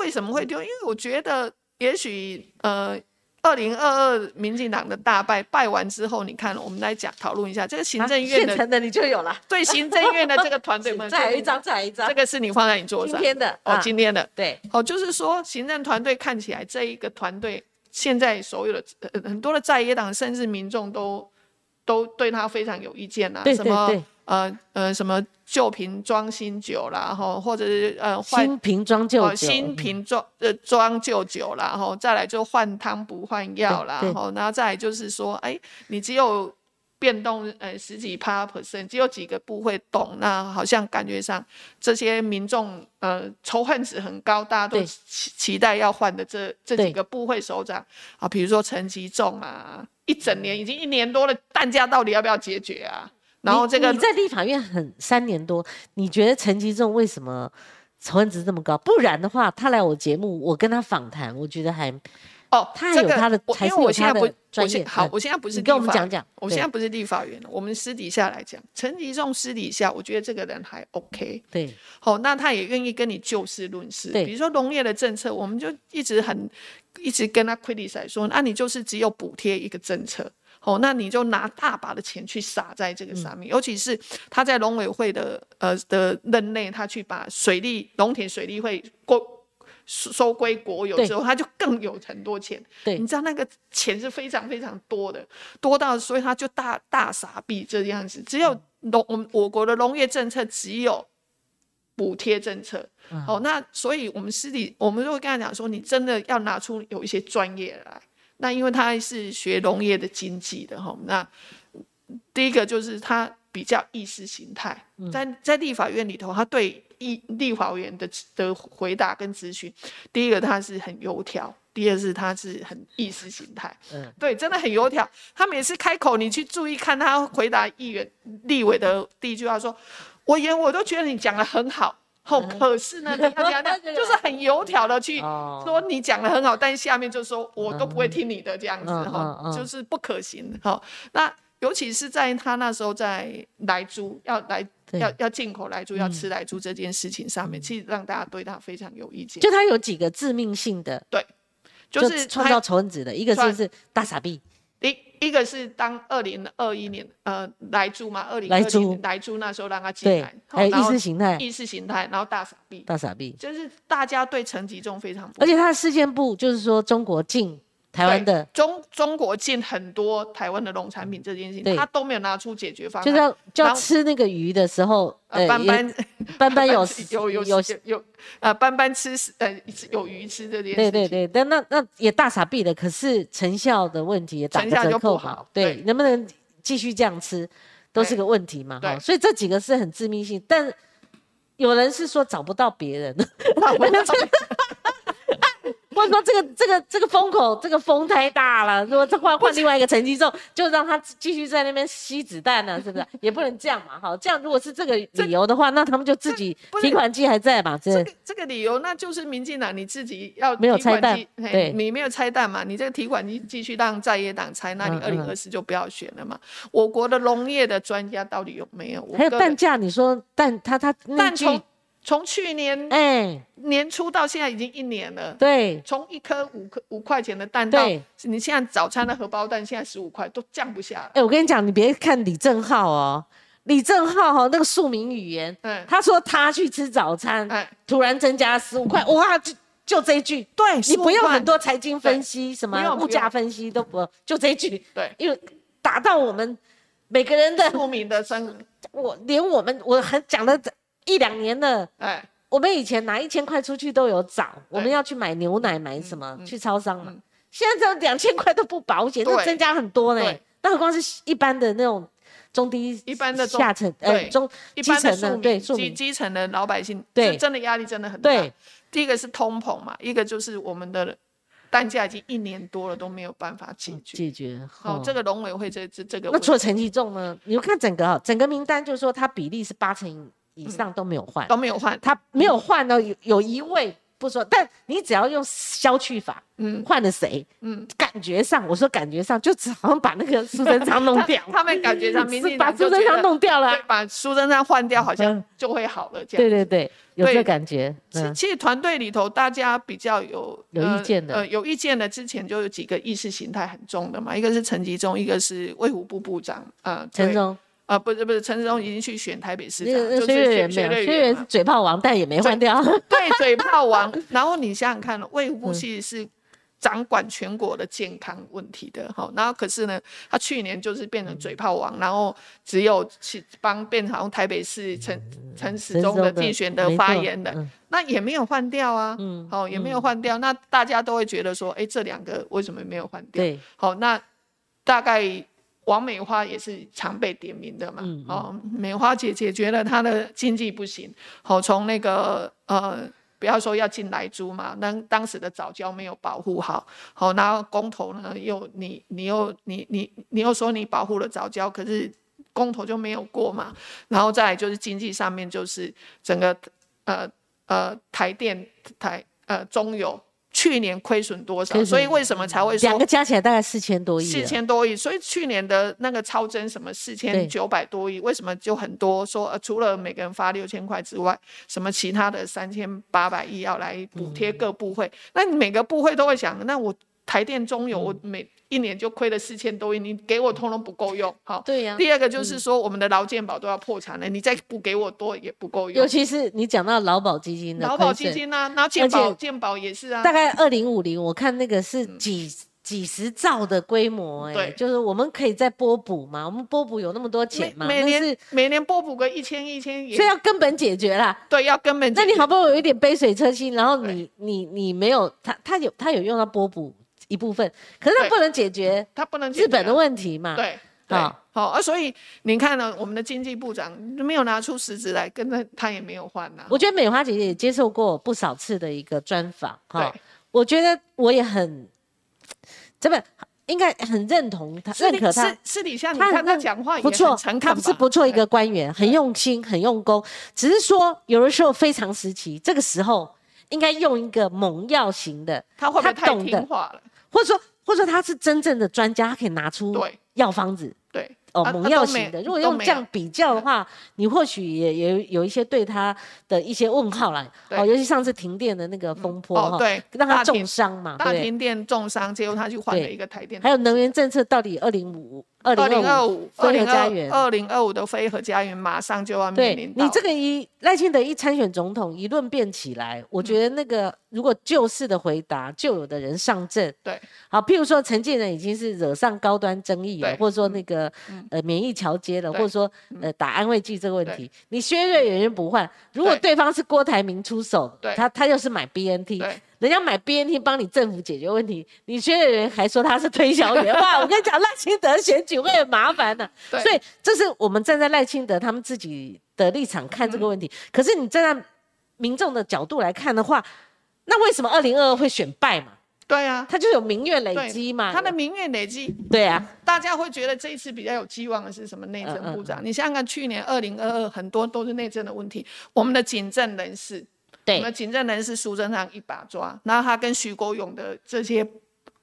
Speaker 2: 为什么会丢？因为我觉得，也许呃，二零二二民进党的大败败完之后，你看，我们来讲讨论一下这个行政院
Speaker 1: 啊现
Speaker 2: 的、
Speaker 1: 成的你就有了，
Speaker 2: 对行政院的这个团队们，
Speaker 1: 再来一张，再来一张
Speaker 2: 这。个是你放在你桌
Speaker 1: 今
Speaker 2: 上
Speaker 1: 天的
Speaker 2: 哦
Speaker 1: 啊，
Speaker 2: 今天的
Speaker 1: 对，
Speaker 2: 哦，就是说行政团队看起来这一个团队现在所有的、呃、很多的在野党甚至民众都都对他非常有意见啦、
Speaker 1: 对
Speaker 2: 啊什
Speaker 1: 对
Speaker 2: 么
Speaker 1: 对
Speaker 2: 呃呃什么旧瓶装新酒啦，吼，或者是呃换
Speaker 1: 新瓶装旧
Speaker 2: 哦，
Speaker 1: 酒，
Speaker 2: 新瓶装呃装旧酒啦，然后再来就换汤不换药啦，
Speaker 1: 对对
Speaker 2: 然后然后再来就是说，哎，你只有变动呃十几趴 percent，只有几个部会懂，那好像感觉上这些民众呃仇恨值很高，大家都
Speaker 1: 对
Speaker 2: 期期待要换的这这
Speaker 1: 对
Speaker 2: 几个部会首长啊，比如说陈吉仲啊，一
Speaker 1: 嗯
Speaker 2: 整年已经一年多了，蛋价到底要不要解决啊？然后
Speaker 1: 你
Speaker 2: 这个
Speaker 1: 你在立法院很三年多，你觉得陈其仲为什么仇恨值这么高？不然的话，他来我节目，我跟他访谈，我觉得还
Speaker 2: 哦，
Speaker 1: 他
Speaker 2: 这
Speaker 1: 有
Speaker 2: 个
Speaker 1: 他的
Speaker 2: 我
Speaker 1: 还
Speaker 2: 因
Speaker 1: 是
Speaker 2: 为
Speaker 1: 有
Speaker 2: 我现
Speaker 1: 他
Speaker 2: 在不
Speaker 1: 的，专
Speaker 2: 我现
Speaker 1: 业
Speaker 2: 好
Speaker 1: 嗯，
Speaker 2: 我现在不是
Speaker 1: 你跟我
Speaker 2: 立
Speaker 1: 们
Speaker 2: 法
Speaker 1: 讲讲
Speaker 2: 我
Speaker 1: 对
Speaker 2: 现在不是立法员，我们私底下来讲，陈吉仲私底下，我觉得这个人还 OK，
Speaker 1: 对
Speaker 2: 好、那他也愿意跟你就事论事。
Speaker 1: 对
Speaker 2: 比如说农业的政策，我们就一直很一直跟他 criticize 说，那、你就是只有补贴一个政策。哦，那你就拿大把的钱去撒在
Speaker 1: 嗯
Speaker 2: 这个上面，尤其是他在农委会的呃的任内，他去把水利农田水利会过收收归国有
Speaker 1: 对
Speaker 2: 之后，他就更有很多钱。
Speaker 1: 对
Speaker 2: 你知道那个钱是非常非常多的，多到所以他就大大傻逼这样子。只
Speaker 1: 嗯
Speaker 2: 有农我们我国的农业政策只有补贴政策，好、哦，那所以我们私底我们就会跟他讲说，你真的要拿出有一些专业来。那因为他是学农业的经济的哈、那第一个就是他比较意识形态，
Speaker 1: 嗯
Speaker 2: 在在立法院里头，他对立立法员的的回答跟咨询，第一个他是很油条，第二是他是很意识形态，
Speaker 1: 嗯
Speaker 2: 对，真的很油条。他每次开口，你去注意看他回答议员立委的第一句话说，我言我都觉得你讲的很好，
Speaker 1: 嗯
Speaker 2: 哦，可是呢，怎样怎样怎样，
Speaker 1: (laughs)
Speaker 2: 就是很油条的去
Speaker 1: 哦
Speaker 2: 说你讲的很好，但下面就说我都不会听你的这样子
Speaker 1: 嗯
Speaker 2: 哈、
Speaker 1: 嗯嗯
Speaker 2: 就是不可行哈、哦。那尤其是在他那时候在莱猪要来
Speaker 1: 对嗯
Speaker 2: 要要进口莱猪要吃莱猪这件事情上面，其实让大家对他非常有意见，
Speaker 1: 就他有几个致命性的，
Speaker 2: 就
Speaker 1: 就是创
Speaker 2: 他
Speaker 1: 造仇恨值的，一个
Speaker 2: 创
Speaker 1: 就是大傻逼，
Speaker 2: 一一个是当二零二一年呃莱猪嘛，二零
Speaker 1: 莱
Speaker 2: 二
Speaker 1: 猪
Speaker 2: 零莱猪那时候让他进
Speaker 1: 对
Speaker 2: 来，，
Speaker 1: 还有
Speaker 2: 然
Speaker 1: 意
Speaker 2: 后
Speaker 1: 识形态
Speaker 2: 意识形态，然后大傻逼，
Speaker 1: 大傻逼，
Speaker 2: 就是大家对陈吉仲非常不
Speaker 1: 而且他的事件部就是说中国进台湾的，
Speaker 2: 中中国进很多台湾的农产品这件事
Speaker 1: 对
Speaker 2: 情，他都没有拿出解决方案。
Speaker 1: 就是要就要
Speaker 2: 然后
Speaker 1: 吃那个鱼的时候，
Speaker 2: 呃，斑
Speaker 1: 也
Speaker 2: 斑
Speaker 1: 斑斑有
Speaker 2: 有有有有呃，斑斑吃呃有鱼吃这件事
Speaker 1: 对
Speaker 2: 情，
Speaker 1: 对对，但那那也大傻逼的，可是成效的问题也打
Speaker 2: 成
Speaker 1: 个
Speaker 2: 效
Speaker 1: 折
Speaker 2: 就不
Speaker 1: 扣嘛
Speaker 2: 好，
Speaker 1: 对，
Speaker 2: 对
Speaker 1: 能不能继续这样吃，都是
Speaker 2: 对
Speaker 1: 个问题嘛，哈，
Speaker 2: 对
Speaker 1: 所以这几个是很致命性，但有人是说找不到别人， (laughs) 或者说这个这个这个风口这个风太大了，如果再换换另外一个成绩之后，就让他继续在那边吸子弹呢、是不是？也不能这样嘛，哈，这样如果是这个理由的话，那他们就自己
Speaker 2: 不是
Speaker 1: 提款机还在嘛，这
Speaker 2: 这个这个理由，那就是民进党你自己要
Speaker 1: 没有
Speaker 2: 提款
Speaker 1: 拆弹
Speaker 2: 机嘿
Speaker 1: 对
Speaker 2: 你没有拆弹嘛？你这个提款机继续让在野党拆，那你二
Speaker 1: 嗯
Speaker 2: 零二四就不要选了嘛。我国的农业的专家到底有没有？我
Speaker 1: 还有
Speaker 2: 个
Speaker 1: 蛋
Speaker 2: 人
Speaker 1: 价，你说蛋他他那
Speaker 2: 但
Speaker 1: 句
Speaker 2: 从从去年
Speaker 1: 哎，
Speaker 2: 年初到现在已经一年了，
Speaker 1: 对
Speaker 2: 从一颗五颗五块钱的蛋到
Speaker 1: 对
Speaker 2: 你现在早餐的荷包蛋，现在十五块都降不下来。
Speaker 1: 哎，我跟你讲，你别看李正浩哦，李正浩哈、哦、那个庶民语言，
Speaker 2: 嗯，
Speaker 1: 他说他去吃早餐，
Speaker 2: 哎，
Speaker 1: 突然增加十五块，哇，就就这一句，
Speaker 2: 对，
Speaker 1: 你不用
Speaker 2: 15块
Speaker 1: 很多财经分析，什
Speaker 2: 不
Speaker 1: 么
Speaker 2: 用不
Speaker 1: 物价
Speaker 2: 用
Speaker 1: 分析都不用，就这一句，
Speaker 2: 对
Speaker 1: 因为打到我们每个人的，
Speaker 2: 著名的生，
Speaker 1: 我连我们我很讲了一两年了。
Speaker 2: 哎，
Speaker 1: 我们以前拿一千块出去都有找，我们
Speaker 2: 对
Speaker 1: 要去买牛奶买什么，去超商嘛。
Speaker 2: 嗯
Speaker 1: 现在这两千块都不保险，
Speaker 2: 对
Speaker 1: 这增加很多呢
Speaker 2: 对。
Speaker 1: 那何况是一般的那种中低
Speaker 2: 一般的中
Speaker 1: 下层呃
Speaker 2: 对
Speaker 1: 中
Speaker 2: 一
Speaker 1: 基
Speaker 2: 般的
Speaker 1: 层的
Speaker 2: 庶
Speaker 1: 对
Speaker 2: 民、
Speaker 1: 庶
Speaker 2: 基
Speaker 1: 民
Speaker 2: 基层的老百姓，
Speaker 1: 对
Speaker 2: 是真的压力真的很大。
Speaker 1: 对，
Speaker 2: 第一个是通膨嘛，一个就是我们的单价已经一年多了都没有办法解决。
Speaker 1: 解决
Speaker 2: 好、
Speaker 1: 哦
Speaker 2: 这个农委会这这这个
Speaker 1: 那
Speaker 2: 问
Speaker 1: 除了陈其重呢？你就看整个哈，整个名单就是说它比例是八成以上都没有换，
Speaker 2: 都没有换，
Speaker 1: 他没有换呢，有有一位不说，但你只要用消去法，嗯
Speaker 2: 嗯，
Speaker 1: 换了谁，
Speaker 2: 嗯，，
Speaker 1: 感觉上我说感觉上就只好像把那个苏贞昌弄掉
Speaker 2: 他们感觉上
Speaker 1: (laughs)
Speaker 2: 民
Speaker 1: 是
Speaker 2: 进
Speaker 1: 把
Speaker 2: 党
Speaker 1: 苏
Speaker 2: 就觉
Speaker 1: 贞昌
Speaker 2: 得
Speaker 1: 弄掉了
Speaker 2: 对
Speaker 1: 啊，
Speaker 2: 把苏贞昌换掉，好
Speaker 1: 嗯
Speaker 2: 像就会好了这样。
Speaker 1: 对对对，有这
Speaker 2: 对
Speaker 1: 感觉，
Speaker 2: 其
Speaker 1: 嗯，
Speaker 2: 其实团队里头大家比较有
Speaker 1: 有意见的
Speaker 2: 呃，呃有意见的之前就有几个意识形态很重的嘛，一个是陈吉仲，一个是卫福部部长，呃，
Speaker 1: 陈
Speaker 2: 对，
Speaker 1: 忠
Speaker 2: 呃，不是不是，陈时中已经去选台北市
Speaker 1: 那
Speaker 2: 长，
Speaker 1: 个那
Speaker 2: 就是
Speaker 1: 薛岳
Speaker 2: 薛
Speaker 1: 人没有，薛
Speaker 2: 薛瑞
Speaker 1: 岳
Speaker 2: 元
Speaker 1: 人是
Speaker 2: 嘛，
Speaker 1: 嘴炮王，但也没换掉，
Speaker 2: 对，嘴
Speaker 1: (laughs)
Speaker 2: 炮王。然后你想想看，卫福
Speaker 1: 嗯
Speaker 2: 部其实是掌管全国的健康问题的，哈、然后可是呢，他去年就是变成嘴炮
Speaker 1: 嗯
Speaker 2: 王，然后只有去帮变成好像台北市陈陈时中的竞选的发言的，
Speaker 1: 没错嗯
Speaker 2: 那也没有换掉啊，
Speaker 1: 嗯
Speaker 2: 哦，也没有换掉。那大家都会觉得说，哎，这两个为什么没有换掉？
Speaker 1: 对，
Speaker 2: 好，那大概王美花也是常被点名的嘛。哦，美花姐解决了她的经济不行，好、从那个呃。不要说要进来租嘛，那当时的早教没有保护好，好、然后公投呢又你你又你你你又说你保护了早教，可是公投就没有过嘛，然后再来就是经济上面就是整个呃呃台电台呃中油去年亏损多
Speaker 1: 亏
Speaker 2: 少，
Speaker 1: 损
Speaker 2: 所以为什么才会说
Speaker 1: 两个加起来大概四千多亿
Speaker 2: 四
Speaker 1: 了，
Speaker 2: 千多亿，所以去年的那个超增什么四
Speaker 1: 对
Speaker 2: 千九百多亿，为什么就很多说呃，除了每个人发六千块之外，什么
Speaker 1: 嗯
Speaker 2: 其他的三千八百亿要来补贴各部会？那你每个部会都会想，那我台电、中油，我
Speaker 1: 嗯
Speaker 2: 每一年就亏了四千多亿，你给我通通不够用。好，
Speaker 1: 对啊嗯呀
Speaker 2: 第二个就是说，我们的劳健保都要破产了，你再补给我多也不够
Speaker 1: 尤
Speaker 2: 用。
Speaker 1: 其是你讲到劳保基金的
Speaker 2: 劳
Speaker 1: 亏损，
Speaker 2: 保基金啊，然后健
Speaker 1: 而
Speaker 2: 保
Speaker 1: 且
Speaker 2: 健保也是啊
Speaker 1: 大。概二零五零，我看那个是几、几十兆的规模、欸，
Speaker 2: 嗯对
Speaker 1: 就是我们可以再拨补嘛，我们拨补有那么多钱
Speaker 2: 每
Speaker 1: 嘛，
Speaker 2: 每
Speaker 1: 但是
Speaker 2: 年每年拨补个一千一千也
Speaker 1: 所以要根本解决啦。
Speaker 2: 对，要根本
Speaker 1: 那
Speaker 2: 解
Speaker 1: 你
Speaker 2: 决
Speaker 1: 好不容易有一点杯水车薪，然后
Speaker 2: 对
Speaker 1: 你你你没有他他有他有用到拨补一部分，可是他
Speaker 2: 对
Speaker 1: 不能解决
Speaker 2: 他不能解
Speaker 1: 日
Speaker 2: 决
Speaker 1: 本的
Speaker 2: 啊
Speaker 1: 问题嘛。
Speaker 2: 对。对，
Speaker 1: 好
Speaker 2: 好、啊，所以你看呢，我们的经济部长没有拿出实质来，跟他他也没有换啊呐、
Speaker 1: 我觉得美华姐姐也接受过我不少次的一个专访哈
Speaker 2: 对，
Speaker 1: 我觉得我也很，这不应该很认同她，
Speaker 2: 私
Speaker 1: 认
Speaker 2: 底
Speaker 1: 可她
Speaker 2: 私。私底下你
Speaker 1: 她
Speaker 2: 看他
Speaker 1: 那
Speaker 2: 讲话也
Speaker 1: 不错
Speaker 2: 很诚，
Speaker 1: 她
Speaker 2: 恳
Speaker 1: 不
Speaker 2: 吧，
Speaker 1: 是不错一个官员，很用心，很用功。只是说有的时候非常时期，这个时候应该用一个猛药型的，
Speaker 2: 他会不
Speaker 1: 她
Speaker 2: 会太
Speaker 1: 懂
Speaker 2: 听
Speaker 1: 的，
Speaker 2: 话了？
Speaker 1: 或者说或者说他是真正的专家，他可以拿出
Speaker 2: 对
Speaker 1: 药方子
Speaker 2: 对，
Speaker 1: 哦，
Speaker 2: 啊
Speaker 1: 猛
Speaker 2: 啊
Speaker 1: 药
Speaker 2: 都没
Speaker 1: 型的。如果
Speaker 2: 都
Speaker 1: 用
Speaker 2: 没
Speaker 1: 这
Speaker 2: 有
Speaker 1: 样比较的话，你或许也也有有一些对他的一些问号啦。哦，
Speaker 2: 对
Speaker 1: 尤其上次停电的那个风波
Speaker 2: 哦
Speaker 1: 哈，
Speaker 2: 对
Speaker 1: 让他
Speaker 2: 大
Speaker 1: 重
Speaker 2: 停
Speaker 1: 伤嘛，
Speaker 2: 大
Speaker 1: 对。
Speaker 2: 停电重伤，结果他去换了一个台电
Speaker 1: 还。有能源政策到底二零五二
Speaker 2: 二
Speaker 1: 零
Speaker 2: 零
Speaker 1: 二
Speaker 2: 二
Speaker 1: 五
Speaker 2: 五、二
Speaker 1: 非核
Speaker 2: 零
Speaker 1: 家
Speaker 2: 二
Speaker 1: 园
Speaker 2: 二零二五的非核家园马上就要面
Speaker 1: 对
Speaker 2: 临到
Speaker 1: 你这个一赖清德一参选总统一论辩起来，我觉得那个如果旧式的回答，旧有的人上阵，
Speaker 2: 对
Speaker 1: 好，譬如说陈建仁已经是惹上高端争议了，
Speaker 2: 对嗯
Speaker 1: 或者说那个、呃免疫桥接了，或
Speaker 2: 对嗯
Speaker 1: 者说呃打安慰剂这个问题，你薛瑞远远不换，如果对方是郭台铭出手
Speaker 2: 对，
Speaker 1: 他他又是买 BNT。
Speaker 2: 对
Speaker 1: 人家买 BNT 帮你政府解决问题，你薛瑞元还说他是推销员，哇！我跟你讲，赖清德选举会很麻烦的、
Speaker 2: 对
Speaker 1: 所以这是我们站在赖清德他们自己的立场看这
Speaker 2: 嗯
Speaker 1: 个问题。可是你站在民众的角度来看的话，那为什么二零二二会选败嘛？
Speaker 2: 对啊，
Speaker 1: 他就有民怨累
Speaker 2: 对
Speaker 1: 积嘛。
Speaker 2: 他的民怨累积，
Speaker 1: 对啊，
Speaker 2: 大家会觉得这一次比较有希望的是什么？内
Speaker 1: 嗯
Speaker 2: 政部长，你想想看，去年二零二二很多都是内政的问题，我们的警政人士，我们
Speaker 1: 对
Speaker 2: 的警政人士苏贞昌一把抓，然后他跟徐国勇的这些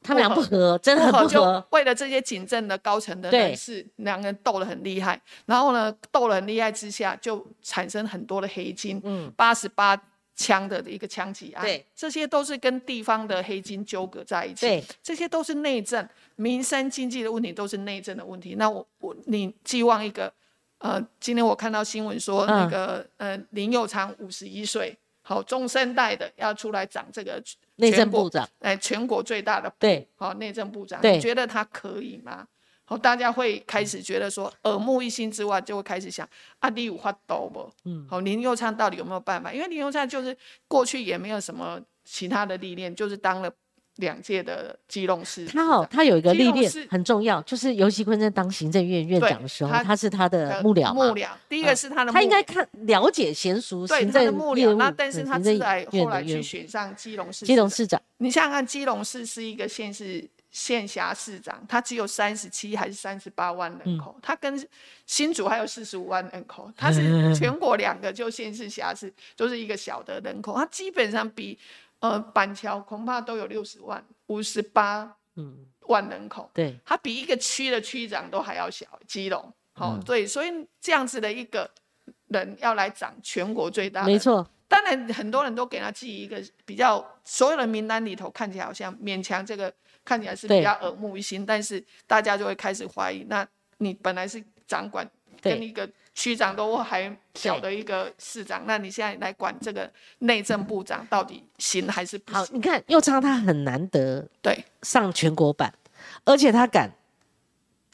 Speaker 1: 他们俩不
Speaker 2: 不
Speaker 1: 合，真的很不
Speaker 2: 就
Speaker 1: 合。
Speaker 2: 为了这些警政的高层的
Speaker 1: 对
Speaker 2: 人士，两个人斗得很厉害，然后呢，斗得很厉害之下，就产生很多的黑金，
Speaker 1: 嗯
Speaker 2: 八十八。枪的一个枪击案，
Speaker 1: 对，
Speaker 2: 这些都是跟地方的黑金纠葛在一起。
Speaker 1: 对，
Speaker 2: 这些都是内政、民生经济的问题，都是内政的问题。那我我你寄望一个，呃，今天我看到新闻说那
Speaker 1: 嗯
Speaker 2: 个、呃林佑昌五十一岁，好中生代的要出来掌这个
Speaker 1: 内政
Speaker 2: 全国
Speaker 1: 部长
Speaker 2: 哎、全国最大的
Speaker 1: 对
Speaker 2: 好、内政部长，
Speaker 1: 对
Speaker 2: 你觉得他可以吗？好、大家会开始觉得说
Speaker 1: 嗯
Speaker 2: 耳目一新之外，就会开始想啊，你有法斗不？嗯，好、林佑昌到底有没有办法？因为林佑昌就是过去也没有什么其他的历练，就是当了两届的基隆市市
Speaker 1: 他
Speaker 2: 长，
Speaker 1: 哦，他有一个
Speaker 2: 基
Speaker 1: 历
Speaker 2: 隆
Speaker 1: 练
Speaker 2: 市
Speaker 1: 很重要，就是尤其坤正当行政院院
Speaker 2: 对
Speaker 1: 长的时候，
Speaker 2: 他
Speaker 1: 他是他的
Speaker 2: 呃
Speaker 1: 幕僚
Speaker 2: 幕
Speaker 1: 嘛。
Speaker 2: 僚，第一个是他的幕僚，
Speaker 1: 他应该看了解娴熟
Speaker 2: 对
Speaker 1: 行
Speaker 2: 他的
Speaker 1: 政
Speaker 2: 幕
Speaker 1: 业
Speaker 2: 僚，
Speaker 1: 务，
Speaker 2: 那但是
Speaker 1: 嗯
Speaker 2: 他
Speaker 1: 行
Speaker 2: 自
Speaker 1: 政
Speaker 2: 来
Speaker 1: 院
Speaker 2: 后
Speaker 1: 的
Speaker 2: 来
Speaker 1: 业
Speaker 2: 去
Speaker 1: 务。
Speaker 2: 选上基隆市，
Speaker 1: 基隆
Speaker 2: 市长。
Speaker 1: 市长
Speaker 2: 你想想看，基隆市是一个县市县辖市长，他只有三十七还是三十八万
Speaker 1: 嗯
Speaker 2: 人口，他跟新竹还有四十五万人口，
Speaker 1: (laughs)
Speaker 2: 他是全国两个就县市辖市，就是一个小的人口，他基本上比呃板桥恐怕都有六十万、五十八
Speaker 1: 嗯
Speaker 2: 万人口，
Speaker 1: 对，
Speaker 2: 它比一个区的区长都还要小，基隆。好、
Speaker 1: 嗯
Speaker 2: 对，所以这样子的一个人要来掌全国最大的，
Speaker 1: 没。错，
Speaker 2: 当然，很多人都给他寄一个比较，所有的名单里头看起来好像勉强这个看起来是
Speaker 1: 对
Speaker 2: 比较耳目一新，但是大家就会开始怀疑，那你本来是掌管
Speaker 1: 对
Speaker 2: 跟一个区长都还小的一个市长，那你现在来管这个内政部长到底行还是不
Speaker 1: 好
Speaker 2: 行？，
Speaker 1: 你看又昌他很难得
Speaker 2: 对
Speaker 1: 上全国版，而且他敢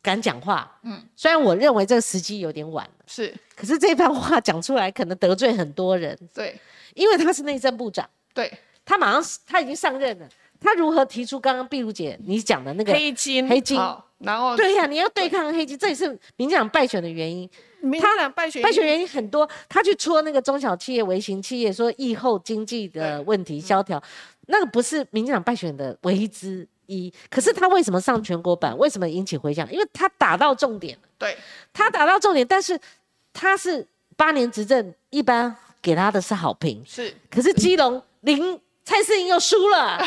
Speaker 1: 敢讲话，嗯，虽然我认为这个时机有点晚了，
Speaker 2: 是，
Speaker 1: 可是这番话讲出来可能得罪很多人，
Speaker 2: 对
Speaker 1: 因为他是内政部长，
Speaker 2: 对，
Speaker 1: 他马上他已经上任了，他如何提出刚刚碧如姐你讲的那个？
Speaker 2: 黑金
Speaker 1: 黑金
Speaker 2: 好然后
Speaker 1: 对呀、你要对抗黑金，这也是民进党败选的原因。
Speaker 2: 民进党败选
Speaker 1: 败选原因很多，他去戳那个中小企业、微型企业，说疫后经济的问题萧条，那个不是民进党败选的唯一之一。可是他为什么上全国版？为什么引起回响？因为他打到重点了，
Speaker 2: 对
Speaker 1: 他打到重点，但是他是八年执政，一般给他的是好评，
Speaker 2: 是
Speaker 1: 可是基隆零。蔡世英又输
Speaker 2: (laughs)
Speaker 1: 了，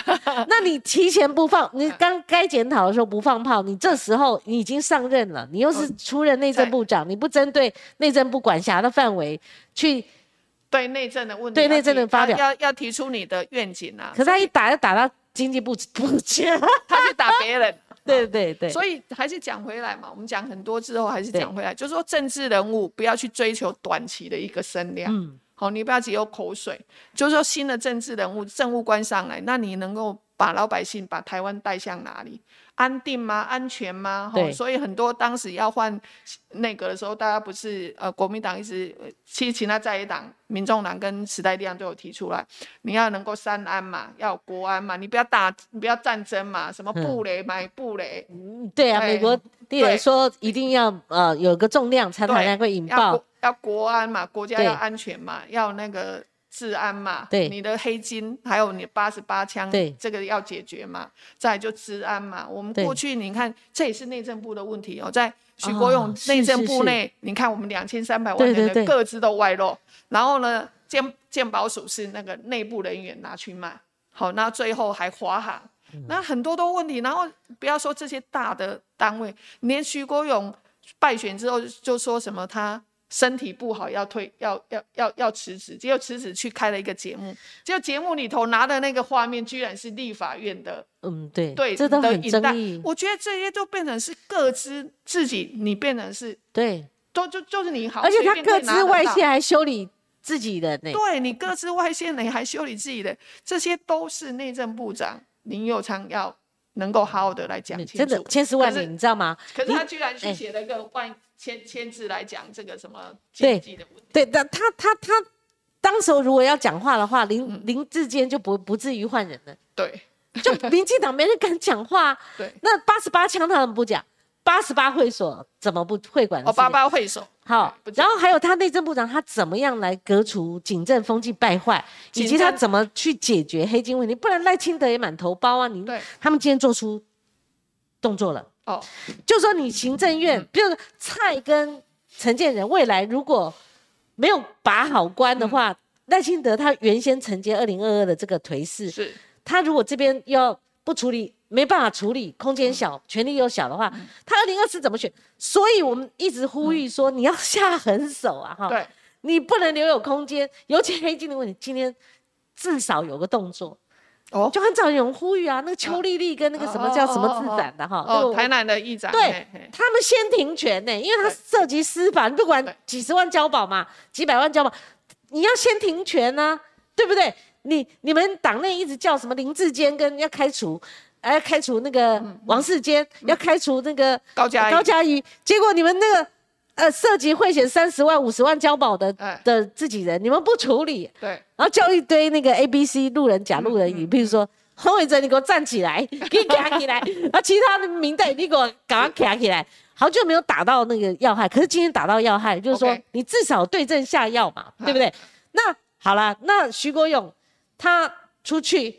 Speaker 1: 那你提前不
Speaker 2: 啊
Speaker 1: 放，你刚该检讨的时候不放炮，你这时候你已经上任了，你又是出任内政部
Speaker 2: 哦
Speaker 1: 长，你不针对内政部管辖的范围去，
Speaker 2: 对内政的问题
Speaker 1: 对
Speaker 2: 要
Speaker 1: 内政
Speaker 2: 提
Speaker 1: 的发表
Speaker 2: 要要要提出你的愿景啊
Speaker 1: 可。是他一打就打到经济部 (laughs) 不缺，
Speaker 2: 他去打别人。
Speaker 1: 对对对，
Speaker 2: 所以还是讲回来嘛，我们讲很多之后，还是讲回来，就是说政治人物不要去追求短期的一个声量。
Speaker 1: 嗯，
Speaker 2: 好，你不要只有口水，就是说新的政治人物、政务官上来，那你能够把老百姓、把台湾带向哪里？安定吗？安全吗？
Speaker 1: 对
Speaker 2: 齁所以很多当时要换内阁的时候，大家不是呃，国民党一直，呃其实其他在野党、民众党跟时代力量都有提出来，你要能够三安嘛，要有国安嘛，你不要打，你不要战争嘛，什么
Speaker 1: 嗯
Speaker 2: 布雷买布雷，
Speaker 1: 对啊，美
Speaker 2: 哎
Speaker 1: 国地人
Speaker 2: 对
Speaker 1: 说一定要呃有个重量才
Speaker 2: 对
Speaker 1: 才会引
Speaker 2: 要
Speaker 1: 爆
Speaker 2: 国，要国安嘛，国家
Speaker 1: 对
Speaker 2: 要安全嘛，要那个治安嘛，
Speaker 1: 对
Speaker 2: 你的黑金还有你八十八枪，
Speaker 1: 对
Speaker 2: 这个要解决嘛，再来就治安嘛。我们
Speaker 1: 对
Speaker 2: 过去你看，这也是内政部的问题哦，在许国
Speaker 1: 啊
Speaker 2: 勇
Speaker 1: 是
Speaker 2: 内
Speaker 1: 是
Speaker 2: 政
Speaker 1: 是
Speaker 2: 部内，哎你看我们两千三百
Speaker 1: 对
Speaker 2: 万
Speaker 1: 对
Speaker 2: 人
Speaker 1: 对
Speaker 2: 的各自都外露，然后呢，鉴鉴保署是那个内部人员拿去卖，好，那最后还华航。
Speaker 1: 嗯
Speaker 2: 那很多都问题，然后不要说这些大的单位，连徐国勇败选之后就说什么他身体不好要退要要要要辞职，结果辞职去开了一个节目，结果节目里头拿的那个画面居然是立法院的
Speaker 1: 嗯，对，
Speaker 2: 对
Speaker 1: 这都
Speaker 2: 的
Speaker 1: 很
Speaker 2: 影
Speaker 1: 争
Speaker 2: 带
Speaker 1: 议，
Speaker 2: 我觉得这些都变成是各自自己，你变成是
Speaker 1: 对，
Speaker 2: 都就就是你好，
Speaker 1: 而且
Speaker 2: 随
Speaker 1: 他
Speaker 2: 便可
Speaker 1: 各
Speaker 2: 以拿
Speaker 1: 自
Speaker 2: 得
Speaker 1: 外
Speaker 2: 到
Speaker 1: 泄还修理自己人呢，
Speaker 2: 对你各自外泄，你还修理自己的，这些都是内政部长林佑昌要能够好好的来讲
Speaker 1: 嗯
Speaker 2: 啊清
Speaker 1: 真的
Speaker 2: 楚。
Speaker 1: 千丝万
Speaker 2: 可
Speaker 1: 缕，
Speaker 2: 是
Speaker 1: 你知道吗？
Speaker 2: 可是
Speaker 1: 你
Speaker 2: 他居然去
Speaker 1: 哎
Speaker 2: 写了一个万千千字来讲这个什么
Speaker 1: 对
Speaker 2: 经济的问题，
Speaker 1: 对，但他他他当时候如果要讲话的话，
Speaker 2: 嗯
Speaker 1: 林林志坚就不不至于换人了，
Speaker 2: 对
Speaker 1: 就 (laughs) 民进党没人敢讲话啊。
Speaker 2: 对，
Speaker 1: 那八十八枪他们不讲，八十八会所怎么不会管的
Speaker 2: 哦，
Speaker 1: 事情？
Speaker 2: 八八会所，
Speaker 1: 好
Speaker 2: 不，讲
Speaker 1: 然后还有他内政部长他怎么样来革除警政风气败坏，以
Speaker 2: 警
Speaker 1: 及他
Speaker 2: 政
Speaker 1: 怎么去解决黑金问题，不然赖清德也满头包啊！你
Speaker 2: 对，
Speaker 1: 他们今天做出动作了，
Speaker 2: 哦，
Speaker 1: 就说你行政院，比如说蔡跟陈建仁未来如果没有把好关的话，赖清德他原先承接二零二二的这个颓势，
Speaker 2: 是
Speaker 1: 他如果这边要不处理，没办法处理，空间小，权力又小的话，他二零二四怎么选？所以我们一直呼吁说，你要下狠手啊，哈，
Speaker 2: 对，
Speaker 1: 你不能留有空间，尤其黑金的问题，今天至少有个动作，
Speaker 2: 哦，
Speaker 1: 就很早有人呼吁啊，那个邱丽丽跟那个什么
Speaker 2: 哦
Speaker 1: 叫
Speaker 2: 哦
Speaker 1: 什么
Speaker 2: 哦
Speaker 1: 自
Speaker 2: 哦
Speaker 1: 展的哈，
Speaker 2: 哦，
Speaker 1: 那
Speaker 2: 台
Speaker 1: 个
Speaker 2: 南的议长，
Speaker 1: 对
Speaker 2: 嘿嘿
Speaker 1: 他们先停权呢、因为它
Speaker 2: 对
Speaker 1: 涉及司法，你不管
Speaker 2: 对
Speaker 1: 几十万交保嘛，几百万交保，你要先停权呢、对不对？你你们党内一直叫什么林志坚跟要开除，哎、要开除那个王世坚，要开除那个
Speaker 2: 高嗯嘉瑜
Speaker 1: 高嘉瑜，结果你们那个呃涉及贿选三十万五十万交保的、
Speaker 2: 哎
Speaker 1: 的自己人，你们不处理，
Speaker 2: 对，
Speaker 1: 然后叫一堆那个 A、B、C 路人甲、路人
Speaker 2: 嗯
Speaker 1: 乙，譬如说洪伟哲，你给我站起来，给你卡
Speaker 2: (laughs)
Speaker 1: 起来，然后其他的民代，你给我赶快卡起来。好久没有打到那个要害，可是今天打到要害，就是说
Speaker 2: OK
Speaker 1: 你至少对症下药嘛，
Speaker 2: 啊
Speaker 1: 对不对？那好啦，那徐国勇他出去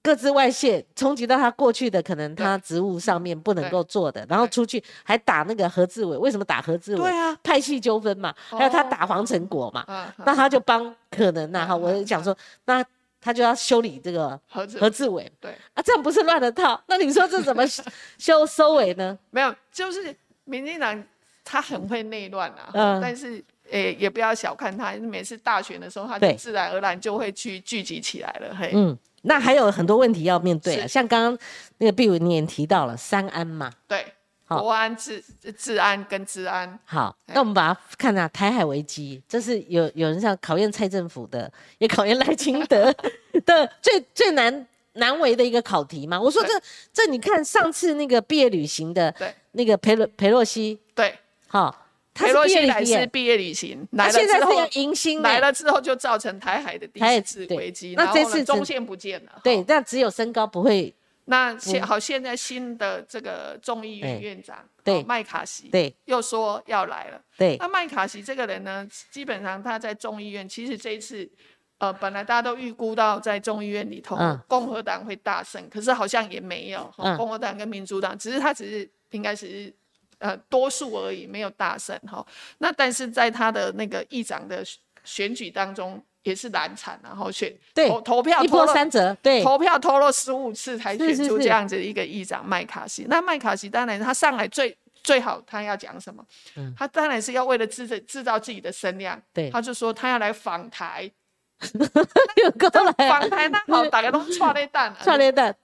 Speaker 1: 各自外泄，冲击到他过去的可能他职务上面不能够做的，然后出去还打那个何志伟，为什么打何志伟？
Speaker 2: 对啊
Speaker 1: 派系纠纷嘛，还有他
Speaker 2: 哦
Speaker 1: 打黄成国嘛，
Speaker 2: 啊，
Speaker 1: (laughs) 那他就帮可能
Speaker 2: (laughs)
Speaker 1: 呐、哈，我就讲说，那他就要修理这个
Speaker 2: 盒子
Speaker 1: 何，志伟
Speaker 2: 对，
Speaker 1: 啊，这样不是乱了套？ (laughs) 那你说这怎么修收尾呢？
Speaker 2: 没有，就是民进党他很会内乱啊，
Speaker 1: 嗯
Speaker 2: 但是诶、也不要小看他，每次大选的时候，他
Speaker 1: 对
Speaker 2: 就自然而然就会去聚集起来了，嘿，
Speaker 1: 嗯，那还有很多问题要面对啊，
Speaker 2: 是
Speaker 1: 像刚刚那个碧伟你也提到了三安嘛，
Speaker 2: 对，
Speaker 1: 好
Speaker 2: 国安治治安跟治安，
Speaker 1: 好，
Speaker 2: 哎
Speaker 1: 那我们把它看啊，台海危机，这是有有人像考验蔡政府的， (laughs) 也考验赖清
Speaker 2: (laughs)
Speaker 1: 德的最最难难为的一个考题嘛。我说这这，你看上次那个毕业旅行的
Speaker 2: 对
Speaker 1: 那个裴洛裴洛西，
Speaker 2: 对，
Speaker 1: 哈、他
Speaker 2: 佩
Speaker 1: 是
Speaker 2: 洛
Speaker 1: 毕
Speaker 2: 西
Speaker 1: 业
Speaker 2: 来
Speaker 1: 旅行
Speaker 2: 是
Speaker 1: 耶。
Speaker 2: 毕业旅行，来
Speaker 1: 他
Speaker 2: 了
Speaker 1: 现在
Speaker 2: 之
Speaker 1: 是要
Speaker 2: 后
Speaker 1: 迎新
Speaker 2: 来
Speaker 1: 欸，
Speaker 2: 了之后就造成台海的第
Speaker 1: 台海
Speaker 2: 四次
Speaker 1: 对
Speaker 2: 危机，
Speaker 1: 那
Speaker 2: 然后
Speaker 1: 这
Speaker 2: 呢
Speaker 1: 次
Speaker 2: 中
Speaker 1: 真
Speaker 2: 线不见了，
Speaker 1: 对，但只有身高不会
Speaker 2: 那现好，现在新的这个众议
Speaker 1: 哎
Speaker 2: 院院长
Speaker 1: 对
Speaker 2: 哦麦卡锡，
Speaker 1: 对
Speaker 2: 又说要来了。
Speaker 1: 对
Speaker 2: 那麦卡锡这个人呢，基本上他在众议院，其实这一次，呃，本来大家都预估到在众议院里头，
Speaker 1: 嗯
Speaker 2: 共和党会大胜，可是好像也没有，哦
Speaker 1: 嗯
Speaker 2: 共和党跟民主党，只是他只是应该只是。呃，多数而已，没有大胜哈、哦那但是在他的那个议长的选选举当中，也是难产、啊然后选
Speaker 1: 对
Speaker 2: 投投票
Speaker 1: 一
Speaker 2: 投
Speaker 1: 波
Speaker 2: 了
Speaker 1: 三折，对
Speaker 2: 投票投了十五次才
Speaker 1: 是
Speaker 2: 选
Speaker 1: 是
Speaker 2: 出
Speaker 1: 是
Speaker 2: 这样子一个议长麦卡锡。那麦卡锡当然他上来最最好他要讲什么？他当然是要为了制制制造自己的声量，
Speaker 1: 嗯对 (laughs)
Speaker 2: 他就说他要来访台。
Speaker 1: 有够来
Speaker 2: 访台那好，大家都踹咧蛋，啊
Speaker 1: 串联蛋，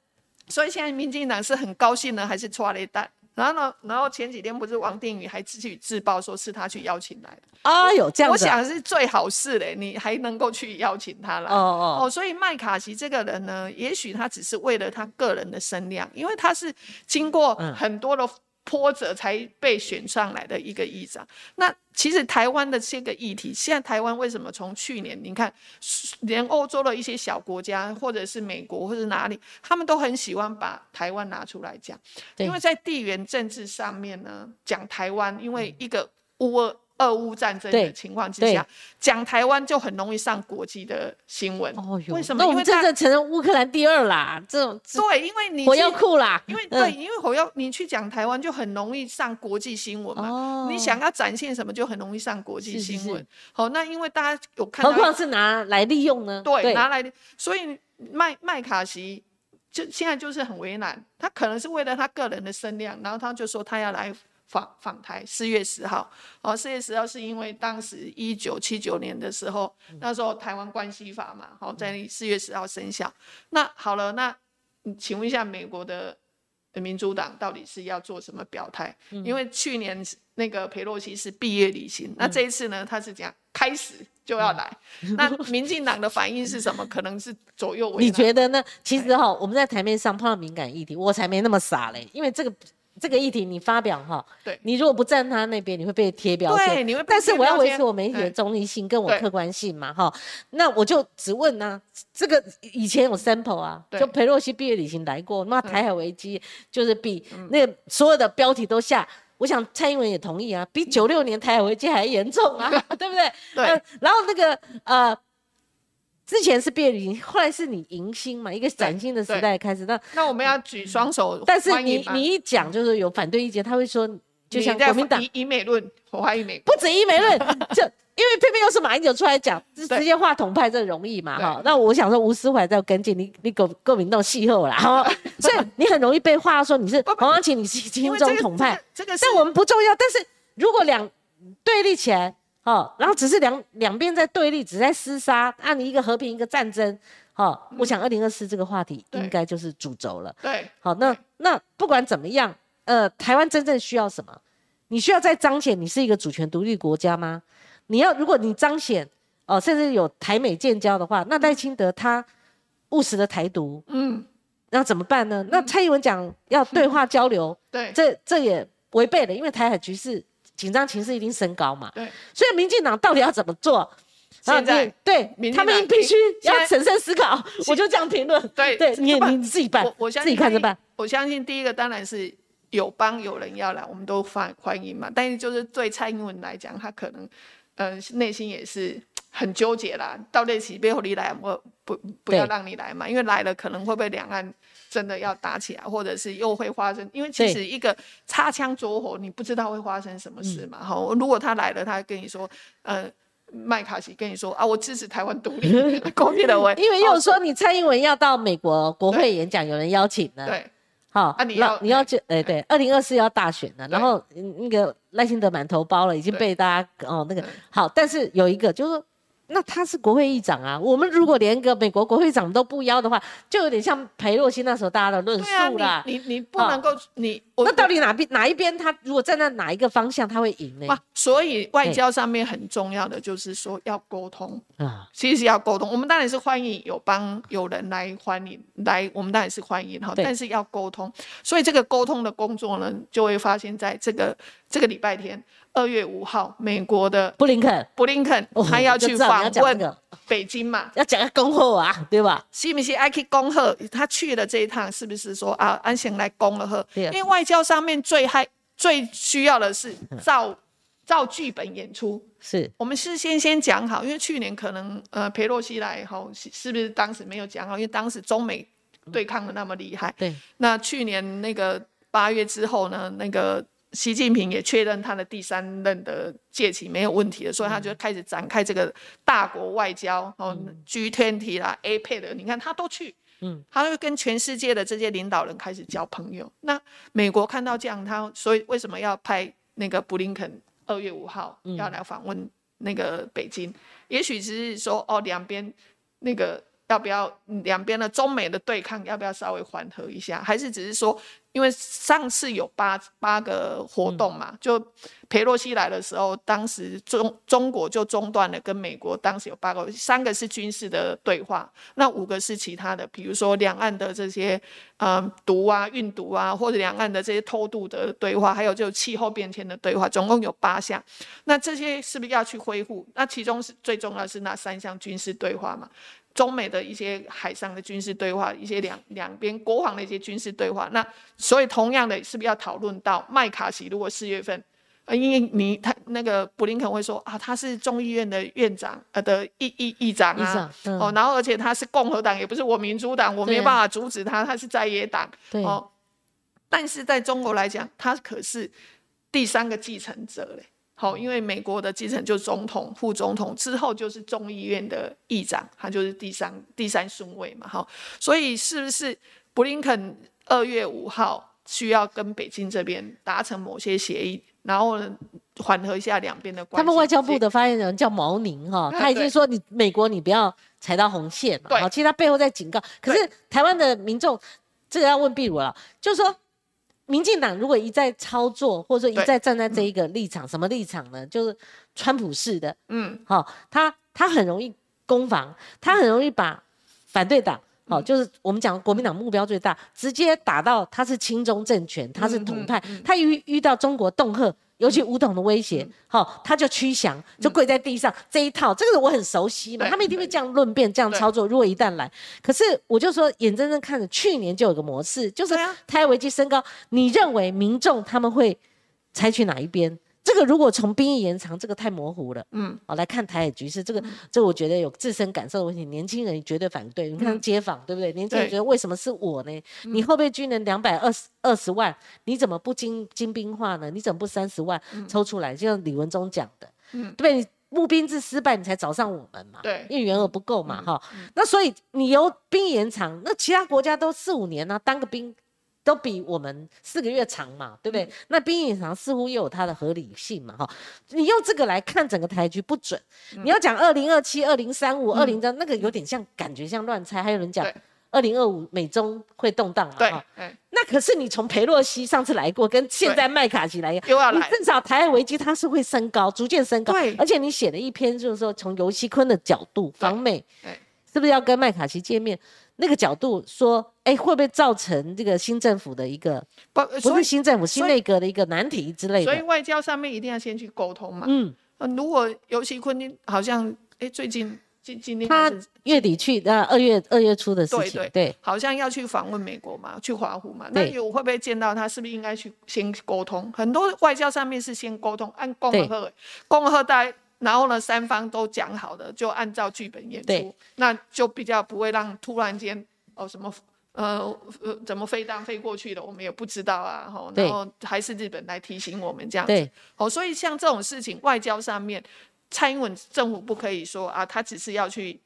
Speaker 2: 所以现在民进党是很高兴呢，还是抓了一蛋？然后呢，然后前几天不是王定宇还自己自曝说是他去邀请来的，
Speaker 1: 啊，有这样
Speaker 2: 我
Speaker 1: 子啊，
Speaker 2: 想是最好事嘞，你还能够去邀请他来。
Speaker 1: 哦哦，
Speaker 2: 哦，所以麦卡锡这个人呢，也许他只是为了他个人的声量，因为他是经过
Speaker 1: 嗯
Speaker 2: 很多的波折才被选上来的一个议长。那其实台湾的这个议题，现在台湾为什么从去年你看，连欧洲的一些小国家，或者是美国或者哪里，他们都很喜欢把台湾拿出来讲，
Speaker 1: 对
Speaker 2: 因为在地缘政治上面呢，讲台湾，因为一个乌俄。俄乌战争的
Speaker 1: 嗯对
Speaker 2: 情况之
Speaker 1: 对
Speaker 2: 下，讲台湾就很容易上国际的新闻。
Speaker 1: 哦哟，
Speaker 2: 为什么？
Speaker 1: 那我
Speaker 2: 因为
Speaker 1: 们真
Speaker 2: 大
Speaker 1: 正承认乌克兰第二啦，这种这
Speaker 2: 对，因为你
Speaker 1: 火
Speaker 2: 去
Speaker 1: 药，库啦，
Speaker 2: 因为
Speaker 1: 嗯
Speaker 2: 对，因为火药，你去讲台湾就很容易上国际新闻嘛。
Speaker 1: 哦
Speaker 2: 你想要展现什么，就很容易上国际
Speaker 1: 是是
Speaker 2: 新
Speaker 1: 是
Speaker 2: 闻。好，那因为大家有看
Speaker 1: 何
Speaker 2: 到
Speaker 1: 况是拿来利用呢？
Speaker 2: 对，拿来的，所以麦麦卡锡就现在就是很为难，他可能是为了他个人的声量，然后他就说他要来访访台，四月十号。哦，四月十号是因为当时一九七九年的时候，那时候台湾关系法嘛，好、在四月十号生效。那好了，那嗯请问一下美国的。呃民主党到底是要做什么表态？
Speaker 1: 嗯
Speaker 2: 因为去年是那个佩洛西是毕业旅行，那这一次呢，他是讲开始就要来，
Speaker 1: (laughs)
Speaker 2: 那民进党的反应是什么？可能是左右为
Speaker 1: 嗯
Speaker 2: 难。
Speaker 1: 你觉得呢？
Speaker 2: 哎
Speaker 1: 其实哈，我们在台面上碰到敏感议题，我才没那么傻嘞，因为这个这个议题你发表哈，
Speaker 2: 对
Speaker 1: 你如果不站他那边，你会被贴标签。
Speaker 2: 对，你会被
Speaker 1: 但是
Speaker 2: 贴
Speaker 1: 我要
Speaker 2: 标
Speaker 1: 维
Speaker 2: 签
Speaker 1: 持我媒体的
Speaker 2: 哎
Speaker 1: 中立性跟我
Speaker 2: 对
Speaker 1: 客观性嘛，哈。那我就只问呢、这个以前有 sample 啊，
Speaker 2: 对嗯
Speaker 1: 就裴洛西毕业旅行来过，那台海危机就是比那个所有的标题都下。我想蔡英文也同意啊，比九六年台海危机还严重啊，对不对？
Speaker 2: 嗯 (laughs) 对
Speaker 1: 呃然后那个呃，之前是毕业旅行，后来是你迎新嘛，一个崭新的时
Speaker 2: 对
Speaker 1: 代开始。那
Speaker 2: 那我们要举双手
Speaker 1: 嗯但是
Speaker 2: 欢迎
Speaker 1: 你
Speaker 2: 吗
Speaker 1: 你一讲就是有反对意见，他会说，就
Speaker 2: 你
Speaker 1: 像
Speaker 2: 在
Speaker 1: 国民党
Speaker 2: 以以美论，我怀疑美
Speaker 1: 不
Speaker 2: 国。
Speaker 1: 止一没论，就因为偏偏又是马英九出来讲，直
Speaker 2: 对
Speaker 1: 直接话筒派这容易嘛哈
Speaker 2: 对。
Speaker 1: 那我想说吴思怀在跟进，你你够够民众气候啦，哈，所以你很容易被话说你是
Speaker 2: 不不
Speaker 1: 黄黄琴，你是
Speaker 2: 因
Speaker 1: 亲
Speaker 2: 为这
Speaker 1: 中
Speaker 2: 个
Speaker 1: 统派，，
Speaker 2: 这个这个是
Speaker 1: 但我们不重要。但是如果两对立起来，哦，然后只是两两边在对立，只在厮杀，那你一个和平一个战争，哦，我想二零二四这个话题
Speaker 2: 对
Speaker 1: 应该就是主轴了。
Speaker 2: 对
Speaker 1: 好，那
Speaker 2: 对
Speaker 1: 那不管怎么样，呃，台湾真正需要什么？你需要在彰显你是一个主权独立国家吗？你要，如果你彰显哦、甚至有台美建交的话，那赖清德他务实的台独，
Speaker 2: 嗯
Speaker 1: 那怎么办呢？那蔡英文讲要对话交流，
Speaker 2: 对
Speaker 1: 这这也违背了，因为台海局势紧张情势一定升高嘛。
Speaker 2: 对，
Speaker 1: 所以民进党到底要怎么做？然后
Speaker 2: 现在
Speaker 1: 你对
Speaker 2: 民进
Speaker 1: 他
Speaker 2: 党
Speaker 1: 们必须
Speaker 2: 现
Speaker 1: 要
Speaker 2: 在
Speaker 1: 审慎思考，我就这样评论。
Speaker 2: 对
Speaker 1: 对，你也
Speaker 2: 不
Speaker 1: 你自己办
Speaker 2: 我，我相
Speaker 1: 自
Speaker 2: 信
Speaker 1: 己看着
Speaker 2: 第一
Speaker 1: 办。。
Speaker 2: 我相信第一个当然是有帮有人要来，我们都欢欢迎嘛。但是就是对蔡英文来讲，他可能嗯、呃内心也是很纠结啦。到那起背后你来，我不不要
Speaker 1: 对
Speaker 2: 让你来嘛，因为来了可能会被两岸。真的要打起来，或者是又会发生，因为其
Speaker 1: 对
Speaker 2: 实一个擦枪走火，你不知道会发生什么
Speaker 1: 嗯
Speaker 2: 事嘛。哈、如果他来了，他跟你说，呃，麦卡锡跟你说啊，我支持台湾独
Speaker 1: (laughs)
Speaker 2: 立，攻击了我，
Speaker 1: 因为
Speaker 2: 哦
Speaker 1: 又说你蔡英文要到美国国会演讲，有人邀请呢。，
Speaker 2: 对
Speaker 1: 好，
Speaker 2: 啊你
Speaker 1: 那
Speaker 2: 要
Speaker 1: 你要
Speaker 2: 哎
Speaker 1: 去，哎对，二零二四要大选呢，然后嗯那个赖清德满头包了，已经
Speaker 2: 对嗯
Speaker 1: 被大家哦那个
Speaker 2: 对
Speaker 1: 好，但是有一个就是说，那他是国会议长啊，我们如果连个美国国会长都不邀的话，就有点像裴洛西那时候大家的论
Speaker 2: 对啊，
Speaker 1: 述啦。
Speaker 2: 你你你不
Speaker 1: 哦
Speaker 2: 能够、你我
Speaker 1: 那到
Speaker 2: 底
Speaker 1: 底哪边哪一边他如果站在哪一个方向，他会赢呢？
Speaker 2: 哇，所以外
Speaker 1: 嘿
Speaker 2: 交上面很重要的就是说要沟通，
Speaker 1: 啊，
Speaker 2: 其实要沟通。我们当然是欢迎有帮有人来欢迎来，我们当然是欢迎哈，
Speaker 1: 对
Speaker 2: 但是要沟通。所以这个沟通的工作呢，就会发现在这个这个礼拜天，二月五号，美国的
Speaker 1: 布林肯，
Speaker 2: 布林肯、
Speaker 1: 哦
Speaker 2: 他要
Speaker 1: 我就
Speaker 2: 去
Speaker 1: 知道你
Speaker 2: 访
Speaker 1: 要讲这
Speaker 2: 问
Speaker 1: 个
Speaker 2: 北京嘛，
Speaker 1: 要讲个恭候啊，对吧？
Speaker 2: 是不是爱去恭贺？他去了这一趟，是不是说啊，安贤来恭了贺？
Speaker 1: 对
Speaker 2: 因
Speaker 1: 啊
Speaker 2: 为外交上面最害最需要的是照照剧本演出。
Speaker 1: 是
Speaker 2: 我们事先先讲好，因为去年可能呃裴洛西来吼，是是不是当时没有讲好？因为当时中美对抗的那么厉害，
Speaker 1: 对，
Speaker 2: 那去年那个八月之后呢，那个习近平也确认他的第三任的届期没有问题了，所以他
Speaker 1: 嗯
Speaker 2: 就开始展开这个大国外交，哦，G20 啦、APEC 的，你看他都去。
Speaker 1: 嗯，
Speaker 2: 他会跟全世界的这些领导人开始交朋友。那美国
Speaker 1: 嗯
Speaker 2: 看到这样，他所以为什么要派那个布林肯二月五号要来访问那个北京，也许只是说哦，两边那个要不要嗯两边的中美的对抗要不要稍微缓和一下，还是只是说，因为上次有八八个活动嘛，就裴洛西来的时候，当时中中国就中断了跟美国当时有八个，三个是军事的对话，那五个是其他的，比如说两岸的这些嗯毒啊、运毒啊，或者两岸的这些偷渡的对话，还有就气候变迁的对话，总共有八项。那这些是不是要去恢复？那其中是最重要的是那三项军事对话嘛，中美的一些海上的军事对话，一些两两边国防的一些军事对话。那所以同样的，是不是要讨论到麦卡锡如果四月份？呃，因为你他那个布林肯会说啊，他是众议院的院长，呃的议议议长
Speaker 1: 议
Speaker 2: 啊，
Speaker 1: 长嗯
Speaker 2: 哦，然后而且他是共和党，也不是我民主党，我
Speaker 1: 对
Speaker 2: 没
Speaker 1: 啊
Speaker 2: 办法阻止他，他是在野党，
Speaker 1: 对
Speaker 2: 哦。但是在中国来讲，他可是第三个继承者嘞。好，因为美国的继承就是总统、副总统之后就是众议院的议长，他就是第三第三顺位嘛。好，所以是不是布林肯二月五号需要跟北京这边达成某些协议，然后呢缓和一下两边的关
Speaker 1: 他
Speaker 2: 系？
Speaker 1: 们外交部的发言人叫毛宁哈，
Speaker 2: 啊
Speaker 1: 他已经
Speaker 2: 对
Speaker 1: 说你美国你不要踩到红线嘛，
Speaker 2: 对
Speaker 1: 好，其实他背后在警告。可是台湾的民众，这个要问碧如了，就是说，民进党如果一再操作，或者说一
Speaker 2: 对
Speaker 1: 再站在这一个立场，什么立场呢？就是川普式的，
Speaker 2: 嗯，
Speaker 1: 好、他他很容易攻防，他很容易把反对党，好、
Speaker 2: 嗯
Speaker 1: 就是我们讲国民党目标最大，直接打到他是亲中政权，他是
Speaker 2: 嗯
Speaker 1: 统派，他遇遇到中国恫吓，尤其武统的威胁，
Speaker 2: 嗯
Speaker 1: 好、他就屈降，就跪在地上、这一套，这个我很熟悉嘛，
Speaker 2: 对
Speaker 1: 他们一定会这样论辩、这样
Speaker 2: 对
Speaker 1: 操作。如果一旦来，可是我就说眼睁睁看着，去年就有个模式，就是
Speaker 2: 对啊
Speaker 1: 台海危机升高，你认为民众他们会采取哪一边？这个如果从兵役延长，这个太模糊了。
Speaker 2: 嗯，
Speaker 1: 好、来看台海局势，这个这我觉得有自身感受的问题，年轻人绝对反对。你看街访，对不对？年轻人
Speaker 2: 嗯对嗯
Speaker 1: 觉得为什么是我呢？你后备军人两百二十二十万，你怎么不精精兵化呢？你怎么不三十万抽出来？就像李文忠讲的，
Speaker 2: 嗯
Speaker 1: 对不对？你募兵制失败，你才找上我们嘛，
Speaker 2: 对
Speaker 1: 因为员额不够
Speaker 2: 嗯
Speaker 1: 嘛，哈、那所以你由兵延长，那其他国家都四五年呢、啊当个兵都比我们四个月长嘛，对不
Speaker 2: 嗯
Speaker 1: 对？那兵役长似乎又有它的合理性嘛，哈。你用这个来看整个台局不准，
Speaker 2: 嗯
Speaker 1: 你要讲二零二七、二零三五、二零的那个有点像感觉像乱猜，还有人讲
Speaker 2: 对
Speaker 1: 二零二五美中会动荡嘛，
Speaker 2: 对
Speaker 1: 哈，
Speaker 2: 哎，
Speaker 1: 那可是你从裴洛西上次来过，跟现在麦卡锡来一样，
Speaker 2: 又要来
Speaker 1: 你至少台海危机它是会升高，逐渐升高。
Speaker 2: 对
Speaker 1: 而且你写了一篇，就是说从尤熙坤的角度访美
Speaker 2: 对，
Speaker 1: 是不是要跟麦卡锡见面？那个角度说，哎，会不会造成这个新政府的一个
Speaker 2: 不，
Speaker 1: 不
Speaker 2: 呃所
Speaker 1: 是
Speaker 2: 以
Speaker 1: 新政府新
Speaker 2: 所以
Speaker 1: 内阁的一个难题之类
Speaker 2: 所以
Speaker 1: 的？
Speaker 2: 外交上面一定要先去沟通嘛。
Speaker 1: 嗯，
Speaker 2: 呃，如果尤其昆汀好像，哎，最近今今天
Speaker 1: 他
Speaker 2: 还是
Speaker 1: 月底去，那二月二月初的事
Speaker 2: 对
Speaker 1: 情
Speaker 2: 对，
Speaker 1: 对，
Speaker 2: 好像要去访问美国嘛，去华府嘛，那
Speaker 1: 对
Speaker 2: 有会不会见到他？是不是应该去先沟通？很多外交上面是先沟通，按共
Speaker 1: 对
Speaker 2: 和会，共和大，然后呢，三方都讲好的，就按照剧本演
Speaker 1: 对
Speaker 2: 出，那就比较不会让突然间哦什么。呃呃，怎么飞弹飞过去的，我们也不知道啊，吼，
Speaker 1: 对
Speaker 2: 然后还是日本来提醒我们这样子。
Speaker 1: 对
Speaker 2: 哦，所以像这种事情，外交上面，蔡英文政府不可以说啊，他只是要去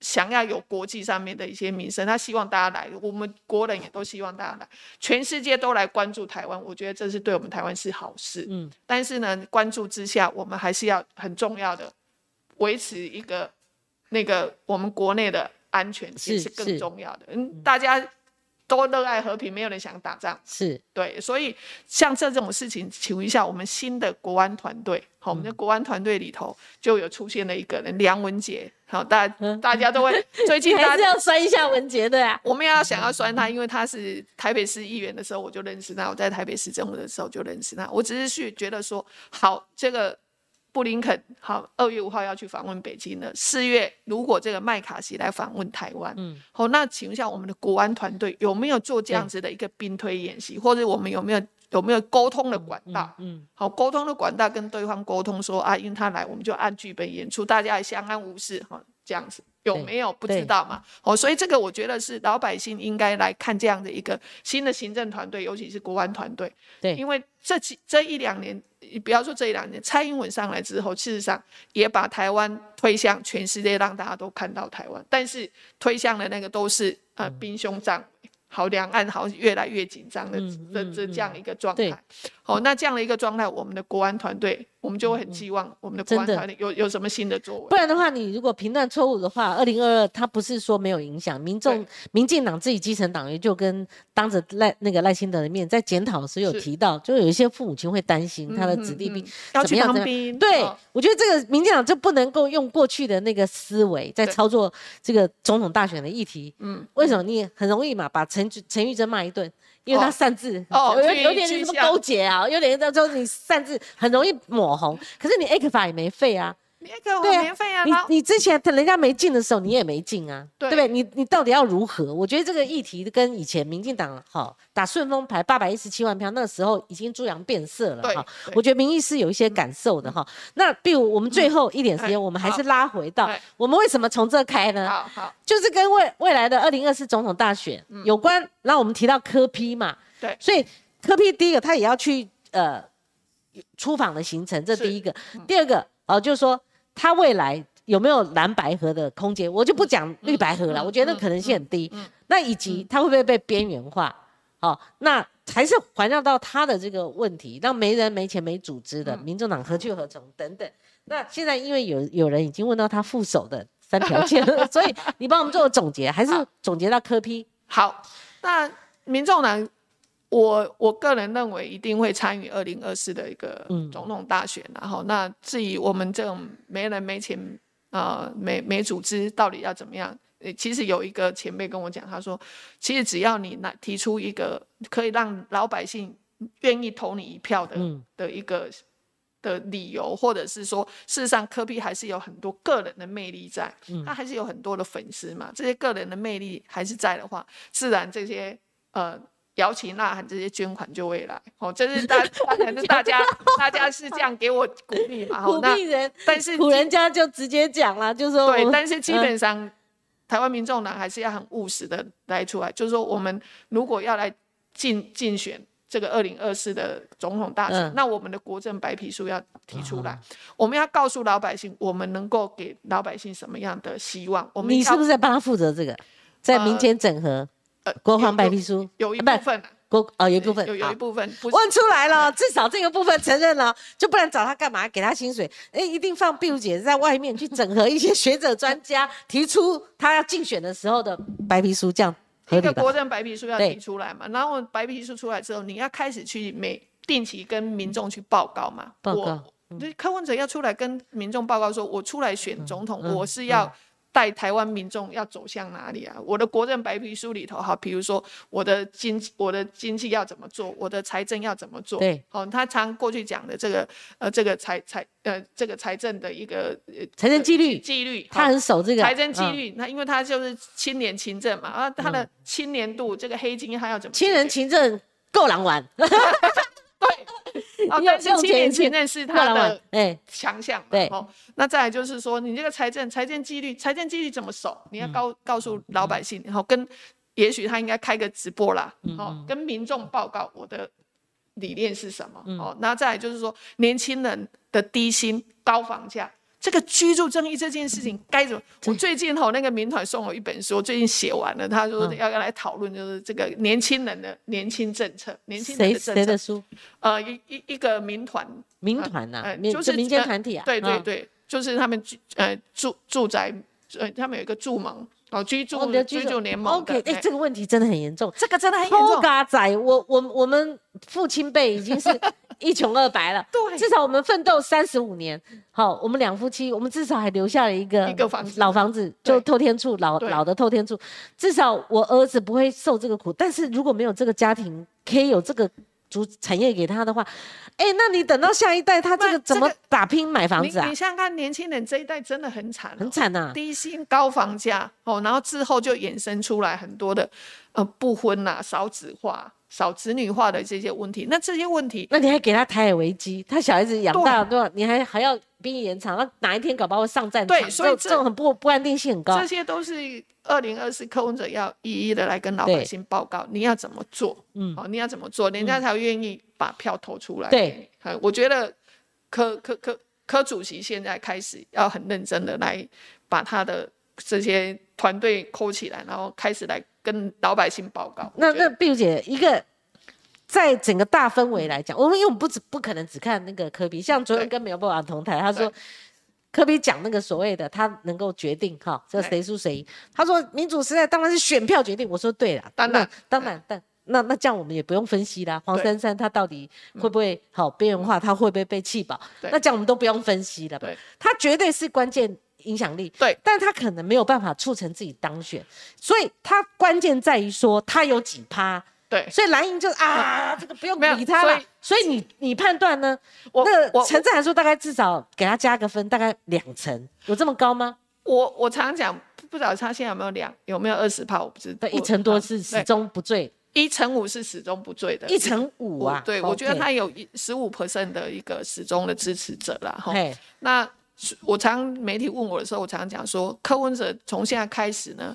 Speaker 2: 想要有国际上面的一些民生，他希望大家来，我们国人也都希望大家来，全世界都来关注台湾，我觉得这是对我们台湾是好事。
Speaker 1: 嗯，
Speaker 2: 但是呢，关注之下，我们还是要很重要的维持一个那个我们国内的安全性
Speaker 1: 是
Speaker 2: 是更
Speaker 1: 是
Speaker 2: 重要的。嗯，大家都热爱和平，没有人想打仗。
Speaker 1: 是
Speaker 2: 对，所以像这种事情，请问一下，我们新的国安团队，好，我
Speaker 1: 嗯
Speaker 2: 们的国安团队里头就有出现了一个人，梁文杰，好，大大家都会最近大
Speaker 1: 嗯 (laughs) 还是
Speaker 2: 家。
Speaker 1: 要摔一下文杰的啊。
Speaker 2: 我们要想要酸他，因为他是台北市议员的时候我就认识他，我在台北市政府的时候就认识他。我只是去觉得说，好，这个布林肯好，二月五号要去访问北京了，四月如果这个麦卡锡来访问台湾，
Speaker 1: 嗯
Speaker 2: 好、那请问一下我们的国安团队有没有做这样
Speaker 1: 对
Speaker 2: 子的一个兵推演习，或者我们有没有有没有沟通的管道？
Speaker 1: 嗯，
Speaker 2: 好，沟通的管道跟对方沟通说啊，因为他来，我们就按剧本演出，大家也相安无事哈、这样子有
Speaker 1: 对
Speaker 2: 没有不
Speaker 1: 对
Speaker 2: 知道嘛？哦，所以这个我觉得是老百姓应该来看这样的一个新的行政团队，尤其是国安团队，
Speaker 1: 对
Speaker 2: 因为这几这一两年，不要说这一两年，蔡英文上来之后，事实上也把台湾推向全世界，让大家都看到台湾，但是推向的那个都是呃兵凶战危。好，两岸好像越来越紧张的
Speaker 1: 嗯
Speaker 2: 这
Speaker 1: 嗯
Speaker 2: 这这样一个状
Speaker 1: 对
Speaker 2: 态，哦，那这样的一个状态，我们的国安团队，我们就会很寄望我们的国
Speaker 1: 嗯
Speaker 2: 安
Speaker 1: 真的
Speaker 2: 团队有有什么新的作为
Speaker 1: 不。然的话，你如果评断错误的话，二零二二它不是说没有影响，民众
Speaker 2: 对
Speaker 1: 民进党自己基层党员就跟当着赖那个赖清德的面，在检讨时有
Speaker 2: 是
Speaker 1: 提到，就有一些父母亲会担心他的
Speaker 2: 嗯
Speaker 1: 子弟兵
Speaker 2: 嗯嗯要
Speaker 1: 怎
Speaker 2: 去
Speaker 1: 么样
Speaker 2: 当
Speaker 1: 怎么样
Speaker 2: 兵，
Speaker 1: 对
Speaker 2: 哦，
Speaker 1: 我觉得这个民进党就不能够用过去的那个思维在
Speaker 2: 对
Speaker 1: 操作这个总统大选的议题。
Speaker 2: 嗯，
Speaker 1: 为什么你很容易嘛把陈菊陈玉珍骂一顿，因为他
Speaker 2: 哦
Speaker 1: 擅自
Speaker 2: 哦
Speaker 1: 有
Speaker 2: 去
Speaker 1: 有点
Speaker 2: 去
Speaker 1: 什么
Speaker 2: 向
Speaker 1: 勾结啊，有点到时候你擅自很容易抹
Speaker 2: (laughs)
Speaker 1: 红。可是你 A 克法也没废啊，
Speaker 2: 你那个我
Speaker 1: 对啊
Speaker 2: 免费啊，
Speaker 1: 你
Speaker 2: 然后
Speaker 1: 你之前人家没进的时候你也没进啊，
Speaker 2: 对
Speaker 1: 对不对？你你到底要如何？我觉得这个议题跟以前民进党好打顺风牌八百一十七万票那个时候已经猪羊变色了
Speaker 2: 对
Speaker 1: 哈。，
Speaker 2: 对
Speaker 1: 我觉得民意是有一些感受的哈。那比如我们最后一点时
Speaker 2: 哎
Speaker 1: 间，我们还
Speaker 2: 好
Speaker 1: 是拉回到
Speaker 2: 哎
Speaker 1: 我们为什么从这开呢？
Speaker 2: 好好
Speaker 1: 就是跟未未来的二零二四总统大选有关。然后我们提到科批嘛，
Speaker 2: 嗯对
Speaker 1: 所以科批第一个他也要去呃出访的行程，这
Speaker 2: 是嗯
Speaker 1: 第一个。第二个哦、就是说他未来有没有蓝白河的空间，我就不讲绿白河了，
Speaker 2: 嗯
Speaker 1: 我觉得
Speaker 2: 嗯
Speaker 1: 可能性很低。
Speaker 2: 嗯嗯
Speaker 1: 那以及他会不会被边缘化？哦，那还是环绕到他的这个问题，让没人、没钱、没组织的
Speaker 2: 嗯
Speaker 1: 民众党何去何从等等。那现在因为有有人已经问到他副手的三条线了，所以你帮我们做个总结，还是
Speaker 2: 好
Speaker 1: 总结到科批？
Speaker 2: 好，那民众党，我我个人认为一定会参与二零二四的一个
Speaker 1: 嗯
Speaker 2: 总统大选，然后那至于我们这种没人没钱呃没没组织到底要怎么样？呃其实有一个前辈跟我讲，他说，其实只要你拿提出一个可以让老百姓愿意投你一票的、
Speaker 1: 嗯
Speaker 2: 的一个的理由，或者是说，事实上科比还是有很多个人的魅力在，他还是有很多的粉丝嘛，这些个人的魅力还是在的话，自然这些呃。摇旗呐喊，这些捐款就会来哦，这是大，当然是大家，大家是这样给我鼓励 (laughs) 嘛。
Speaker 1: 苦
Speaker 2: 哦，那
Speaker 1: 逼人，
Speaker 2: 但是
Speaker 1: 苦人家就直接讲了，就说
Speaker 2: 对，
Speaker 1: 我
Speaker 2: 但是基本
Speaker 1: 嗯
Speaker 2: 上、台湾民众党还是要很务实的来出来，就是说我们如果要来竞竞选这个二零二四的总统大选，
Speaker 1: 嗯
Speaker 2: 那我们的国政白皮书要提出来，我们要告诉老百姓，我们能够给老百姓什么样的希望，我们
Speaker 1: 你
Speaker 2: 要
Speaker 1: 是不是在帮他负责这个，在民间整合
Speaker 2: 呃
Speaker 1: 国
Speaker 2: 有
Speaker 1: 防白
Speaker 2: 有
Speaker 1: 皮书
Speaker 2: 有一
Speaker 1: 啊不
Speaker 2: 部
Speaker 1: 是
Speaker 2: 分啊、
Speaker 1: 国哦有一部分
Speaker 2: 有有
Speaker 1: 好
Speaker 2: 一部分不是
Speaker 1: 问出来了，至少这个部分承认了，就不然找他干嘛？给他薪水？哎，一定放碧如姐在外面去整合一些学者专
Speaker 2: (laughs)
Speaker 1: 家，提出他要竞选的时候的白皮书，这样合
Speaker 2: 一
Speaker 1: 理
Speaker 2: 个
Speaker 1: 吧
Speaker 2: 国？政白皮书要
Speaker 1: 对
Speaker 2: 提出来嘛，然后白皮书出来之后，你要开始去每定期跟民众去报告嘛。
Speaker 1: 报告嗯
Speaker 2: 我，就是柯文哲要出来跟民众报告说，我出来选总统，
Speaker 1: 嗯
Speaker 2: 我是要带台湾民众要走向哪里啊？我的国政白皮书里头，哈，比如说我的经济，我的经济要怎么做，我的财政要怎么做？
Speaker 1: 对，
Speaker 2: 哦，他常过去讲的这个呃，这个财财呃，这个财政的一个呃
Speaker 1: 财政纪律，
Speaker 2: 纪律，
Speaker 1: 他
Speaker 2: 哦
Speaker 1: 很守这个
Speaker 2: 财政纪
Speaker 1: 嗯
Speaker 2: 律，那、因为他就是清廉勤政嘛，啊，他的清廉度，这个黑金他要怎么解决？
Speaker 1: 亲人勤政够狼玩，
Speaker 2: 啊，
Speaker 1: 用
Speaker 2: 但是
Speaker 1: 用钱
Speaker 2: 清廉
Speaker 1: 是
Speaker 2: 勤政是
Speaker 1: 够
Speaker 2: 他
Speaker 1: 狼
Speaker 2: 的
Speaker 1: 玩，哎，
Speaker 2: 强项嘛。
Speaker 1: 对
Speaker 2: 哦，那再来就是说，你这个财政财政纪律，财政纪律怎么守？你要
Speaker 1: 嗯
Speaker 2: 告、告诉老百姓，然后跟也许他应该开个直播啦，
Speaker 1: 嗯
Speaker 2: 哦，跟民众报告我的理念是什么。
Speaker 1: 嗯
Speaker 2: 哦，那再来就是说，年轻人的低薪、高房价。这个居住正义这件事情该怎么？
Speaker 1: 嗯
Speaker 2: 我最近吼、那个民团送我一本书，我最近写完了，他说
Speaker 1: 嗯
Speaker 2: 要要来讨论就是这个年轻人的年轻政策，年轻人
Speaker 1: 谁
Speaker 2: 的政
Speaker 1: 谁
Speaker 2: 策
Speaker 1: 的，书？
Speaker 2: 呃，一一一个民团
Speaker 1: 民团呐
Speaker 2: 呃，
Speaker 1: 民
Speaker 2: 就
Speaker 1: 就是民间团体啊，
Speaker 2: 对对
Speaker 1: 嗯，
Speaker 2: 对，就是他们住呃住住宅呃，他们有一个住盟哦，居
Speaker 1: 我
Speaker 2: 住
Speaker 1: 们的
Speaker 2: 居
Speaker 1: 居
Speaker 2: 住
Speaker 1: 住
Speaker 2: 联盟的。
Speaker 1: OK，哎，
Speaker 2: 哎
Speaker 1: 这个问题真的很严重。
Speaker 2: 这个真的很严
Speaker 1: 偷
Speaker 2: 重，
Speaker 1: 嘎仔，我我我们父亲辈已经是 (laughs) 一穷二白了，
Speaker 2: 对
Speaker 1: 至少我们奋斗三十五年。好，我们两夫妻，我们至少还留下了一个
Speaker 2: 一个房子
Speaker 1: 老房子，
Speaker 2: 对
Speaker 1: 就透天处老
Speaker 2: 对
Speaker 1: 老的透天处，至少我儿子不会受这个苦。但是如果没有这个家庭，可以有这个。主产业给他的话，哎、那你等到下一代，他这
Speaker 2: 那
Speaker 1: 个怎么
Speaker 2: 这个
Speaker 1: 打拼买房
Speaker 2: 你
Speaker 1: 子啊
Speaker 2: 你？想想看，年轻人这一代真的很惨、哦，
Speaker 1: 很惨啊呐、
Speaker 2: 低薪高房价哦，然后之后就衍生出来很多的呃不婚呐、少子化、少子女化的这些问题。那这些问题，
Speaker 1: 那你还给他台海危机，他小孩子养大了多少，你还还要兵役延长，那哪一天搞不好会上战场，
Speaker 2: 对所以
Speaker 1: 这
Speaker 2: 这
Speaker 1: 种很不不安定性很高
Speaker 2: 这。些都是二零二四柯文哲要一一的来跟老
Speaker 1: 对
Speaker 2: 百姓报告，你要怎么做？
Speaker 1: 嗯
Speaker 2: 哦，你要怎么做，人家才会愿意把票投出来。
Speaker 1: 对，
Speaker 2: 嗯，我觉得柯柯柯柯主席现在开始要很认真的来把他的这些团队扣起来，然后开始来跟老百姓报告。
Speaker 1: 那
Speaker 2: 我觉得
Speaker 1: 那碧如姐，一个在整个大氛围来讲，我们因为我们不只不可能只看那个科比，像昨天
Speaker 2: 对
Speaker 1: 跟梅尔布朗同台，他说
Speaker 2: 对
Speaker 1: 科比讲那个所谓的他能够决定哈，这
Speaker 2: 对
Speaker 1: 谁输谁赢，他说民主时代当然是选票决定，我说对了，
Speaker 2: 当然
Speaker 1: 那当然，但那那这样我们也不用分析啦，黄
Speaker 2: 对
Speaker 1: 珊珊她到底会不会好边缘化，她会不会被气饱，
Speaker 2: 对
Speaker 1: 那这样我们都不用分析了吧
Speaker 2: 对，
Speaker 1: 她绝对是关键影响力，
Speaker 2: 对
Speaker 1: 但他可能没有办法促成自己当选，所以他关键在于说他有几趴，
Speaker 2: 对，
Speaker 1: 所以蓝营就是啊，这个不用
Speaker 2: 哎没有
Speaker 1: 理他了。所
Speaker 2: 所
Speaker 1: 以你你判断呢？
Speaker 2: 我
Speaker 1: 那
Speaker 2: 我
Speaker 1: 陈志涵说大概至少给他加个分，大概两成，有这么高吗？
Speaker 2: 我我常常讲，不不知道他现在有没有两有没有二十趴，我不知道。
Speaker 1: 对，一成多是
Speaker 2: 对
Speaker 1: 始终不醉，
Speaker 2: 一乘五是始终不对的，
Speaker 1: 一成五啊。
Speaker 2: 对，我觉得
Speaker 1: OK
Speaker 2: 他有十五 percent 的一个始终的支持者啦。哈。
Speaker 1: 嘿，
Speaker 2: 那是我常媒体问我的时候，我常讲说，柯文哲从现在开始呢，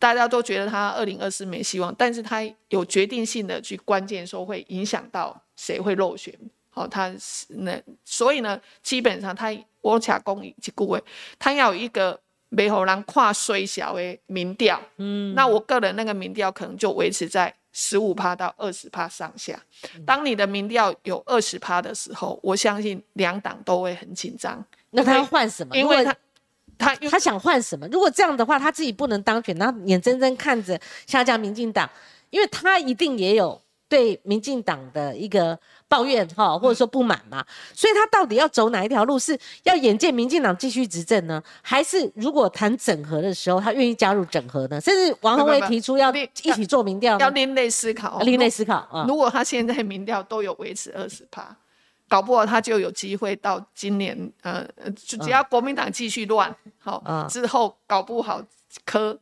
Speaker 2: 大家都觉得他二零二四没希望，但是他有决定性的去关键说会影响到谁会落选。好、他是那所以呢，基本上他我卡公以及顾问，他要有一个没有人跨衰小的民调。嗯，那我个人那个民调可能就维持在。十五趴到二十趴上下，当你的民调有二十趴的时候，我相信两党都会很紧张。
Speaker 1: 那他
Speaker 2: 因
Speaker 1: 要
Speaker 2: 为
Speaker 1: 换什么？嗯
Speaker 2: 因
Speaker 1: 如果
Speaker 2: 为他他因为
Speaker 1: 他想换什么？如果这样的话，他自己不能当选，那眼睁睁看着下架民进党，因为他一定也有对民进党的一个抱怨哈，或者说不满嘛。所以他到底要走哪一条路？是要眼见民进党继续执政呢，还是如果谈整合的时候，他愿意加入整合呢？甚至王宏
Speaker 2: 不
Speaker 1: 威
Speaker 2: 不不
Speaker 1: 提出要
Speaker 2: 你
Speaker 1: 一起做民调呢，
Speaker 2: 要另类思考哦，
Speaker 1: 另类
Speaker 2: 如
Speaker 1: 思考嗯啊。
Speaker 2: 如果他现在民调都有维持二十趴，搞不好他就有机会到今年，呃，呃就只要国民党继续乱，好、
Speaker 1: 嗯
Speaker 2: 之后搞不好科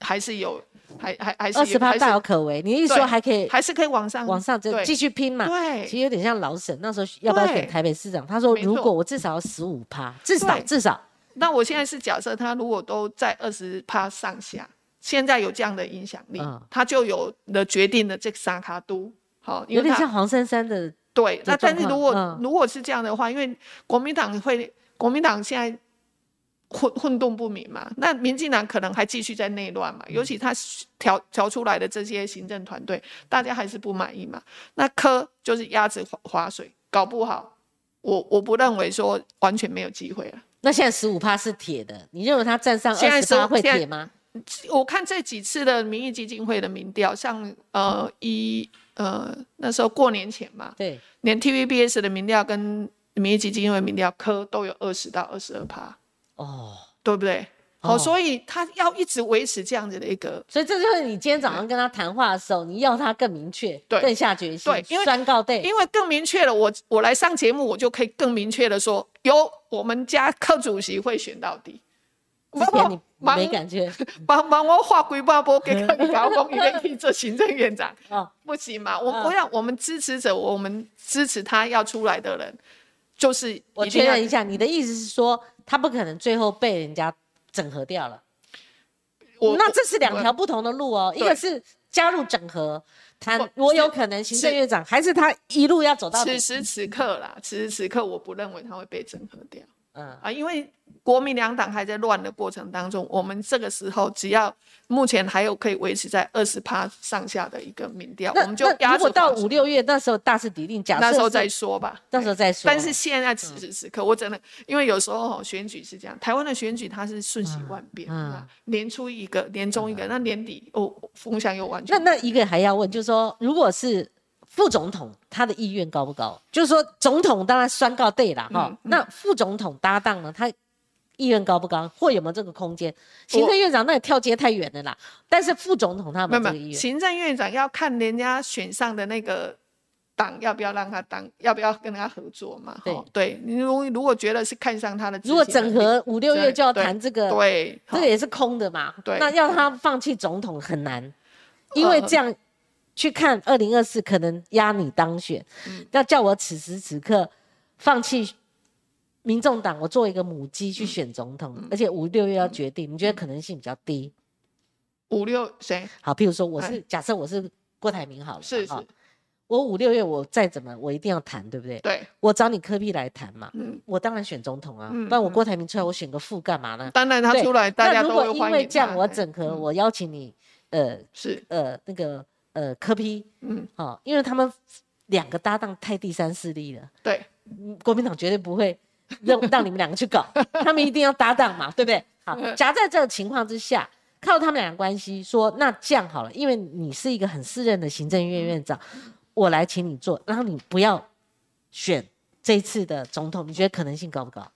Speaker 2: 还是有，还还还是
Speaker 1: 二十
Speaker 2: 有
Speaker 1: 趴
Speaker 2: 还
Speaker 1: 大有
Speaker 2: 是
Speaker 1: 可为，你一说
Speaker 2: 对
Speaker 1: 还可以
Speaker 2: 还是可以往上
Speaker 1: 往上啊就
Speaker 2: 对
Speaker 1: 继续拼嘛。
Speaker 2: 对
Speaker 1: 其实有点像老沈那时候要不要选
Speaker 2: 对
Speaker 1: 台北市长，他说
Speaker 2: 没
Speaker 1: 如
Speaker 2: 错
Speaker 1: 果我至少要十五趴，至少
Speaker 2: 对
Speaker 1: 至少
Speaker 2: 那我现在是假设他如果都在二十趴上下，现在有这样的影响力，
Speaker 1: 嗯
Speaker 2: 他就有了决定的这三卡都。好，因
Speaker 1: 有
Speaker 2: 为
Speaker 1: 点
Speaker 2: 他
Speaker 1: 像黄珊珊的
Speaker 2: 对，那但是
Speaker 1: 状
Speaker 2: 如
Speaker 1: 况
Speaker 2: 果、
Speaker 1: 嗯
Speaker 2: 如果是这样的话，因为国民党会，国民党现在混混沌不明嘛，那民进党可能还继续在内乱嘛，尤其他调调出来的这些行政团队，大家还是不满意嘛。那科就是鸭子划划水，搞不好，我我不认为说完全没有机会了。
Speaker 1: 那现在十五趴是铁的，你认为他站上
Speaker 2: 现
Speaker 1: 二
Speaker 2: 在
Speaker 1: 十趴
Speaker 2: 15
Speaker 1: 会
Speaker 2: 现在
Speaker 1: 铁吗？
Speaker 2: 我看这几次的民意基金会的民调，像呃一呃那时候过年前嘛，
Speaker 1: 对，
Speaker 2: 连 TVBS 的民调跟民意基金会民调科都有二十到二十二趴，
Speaker 1: 哦，
Speaker 2: 对不对？好、
Speaker 1: 哦
Speaker 2: 所以他要一直维持这样子的一个
Speaker 1: 所以这就是你今天早上跟他谈话的时候，你要他更明确，
Speaker 2: 对
Speaker 1: 更下决心，
Speaker 2: 对因为
Speaker 1: 宣告对，
Speaker 2: 因为更明确了，我我来上节目，我就可以更明确的说，由我们家柯主席会选到底。
Speaker 1: 之前你
Speaker 2: 帮
Speaker 1: 没感觉
Speaker 2: 帮帮我画规划波给柯以搞公，一定可以做行政院长，
Speaker 1: 哦，
Speaker 2: 不行嘛？我
Speaker 1: 嗯
Speaker 2: 我想我们支持者，我们支持他要出来的人，就是
Speaker 1: 我
Speaker 2: (laughs) 一定
Speaker 1: 确
Speaker 2: 要
Speaker 1: 认一下，你的意思是说他不可能最后被人家整合掉了？
Speaker 2: 我
Speaker 1: 那这是两
Speaker 2: 我
Speaker 1: 条不同的路哦，一
Speaker 2: 对
Speaker 1: 个是加入整合，谈
Speaker 2: 不
Speaker 1: 我
Speaker 2: 是
Speaker 1: 有可能行政
Speaker 2: 是
Speaker 1: 院长，还是他一路要走到底
Speaker 2: 此？时此刻啦，此时此刻，我不认为他会被整合掉
Speaker 1: 嗯，
Speaker 2: 啊，因为国民两党还在乱的过程当中，我们这个时候只要目前还有可以维持在二十趴上下的一个民调，
Speaker 1: 那
Speaker 2: 我们就
Speaker 1: 那
Speaker 2: 压
Speaker 1: 如
Speaker 2: 着
Speaker 1: 果到
Speaker 2: 划水
Speaker 1: 五六月那时候大势底定，假设
Speaker 2: 那时候
Speaker 1: 是
Speaker 2: 再说吧，
Speaker 1: 到时候再说。
Speaker 2: 但是现在
Speaker 1: 嗯
Speaker 2: 此时此刻，我真的因为有时候、哦、选举是这样，台湾的选举它是瞬息万变，
Speaker 1: 嗯
Speaker 2: 啊，年初一个，年终一个，那年底哦风向又完全
Speaker 1: 那那一个还要问，就是说，如果是副总统，他的意愿高不高？就是说，总统当然宣告对啦，哈、
Speaker 2: 嗯嗯
Speaker 1: 那副总统搭档呢，他意愿高不高，或有没有这个空间？行政院长那也跳接太远了啦，但是副总统他有没有
Speaker 2: 没有
Speaker 1: 这个
Speaker 2: 没
Speaker 1: 意
Speaker 2: 有，
Speaker 1: 愿？
Speaker 2: 行政院长要看人家选上的那个党要不要让他当，要不要跟他合作嘛？
Speaker 1: 对
Speaker 2: 齁对，你如如果觉得是看上他的执行
Speaker 1: 如
Speaker 2: 能力，
Speaker 1: 果整合五六月就要
Speaker 2: 对
Speaker 1: 谈这个，
Speaker 2: 对，
Speaker 1: 这
Speaker 2: 齁
Speaker 1: 个也是空的嘛。
Speaker 2: 对
Speaker 1: 那要他放弃总统很难，因为这样去看二零二四可能压你当选。
Speaker 2: 嗯
Speaker 1: 要叫我此时此刻放弃民众党，我做一个母鸡去选总统，
Speaker 2: 嗯
Speaker 1: 而且五六月要决定，你觉得可能性比较低？
Speaker 2: 五六谁
Speaker 1: 好，譬如说我是
Speaker 2: 哎
Speaker 1: 假设我是郭台铭好了，
Speaker 2: 是是
Speaker 1: 哈，我五六月我再怎么我一定要谈，对不对？
Speaker 2: 对，
Speaker 1: 我找你科比来谈嘛，
Speaker 2: 嗯，
Speaker 1: 我当然选总统啊，
Speaker 2: 嗯
Speaker 1: 不然我郭台铭出来我选个副干嘛呢？
Speaker 2: 当然他
Speaker 1: 对
Speaker 2: 出来大
Speaker 1: 那
Speaker 2: 家
Speaker 1: 如
Speaker 2: 都
Speaker 1: 果
Speaker 2: 会
Speaker 1: 因
Speaker 2: 欢
Speaker 1: 为
Speaker 2: 迎嗯
Speaker 1: 这样，
Speaker 2: 他
Speaker 1: 我
Speaker 2: 嘿
Speaker 1: 整合，
Speaker 2: 嗯
Speaker 1: 我邀请你，呃
Speaker 2: 是
Speaker 1: 呃那个呃柯批，嗯，哦，因为他们两个搭档太第三势力了，
Speaker 2: 对，
Speaker 1: 嗯国民党绝对不会让让你们两个去搞，他们一定要搭档嘛，对不对？
Speaker 2: (laughs)
Speaker 1: 好，夹在这个情况之下，靠他们俩的关系说，那这样好了，因为你是一个很适任的行政院院长，我来请你做，然后你不要选这一次的总统，你觉得可能性高不高？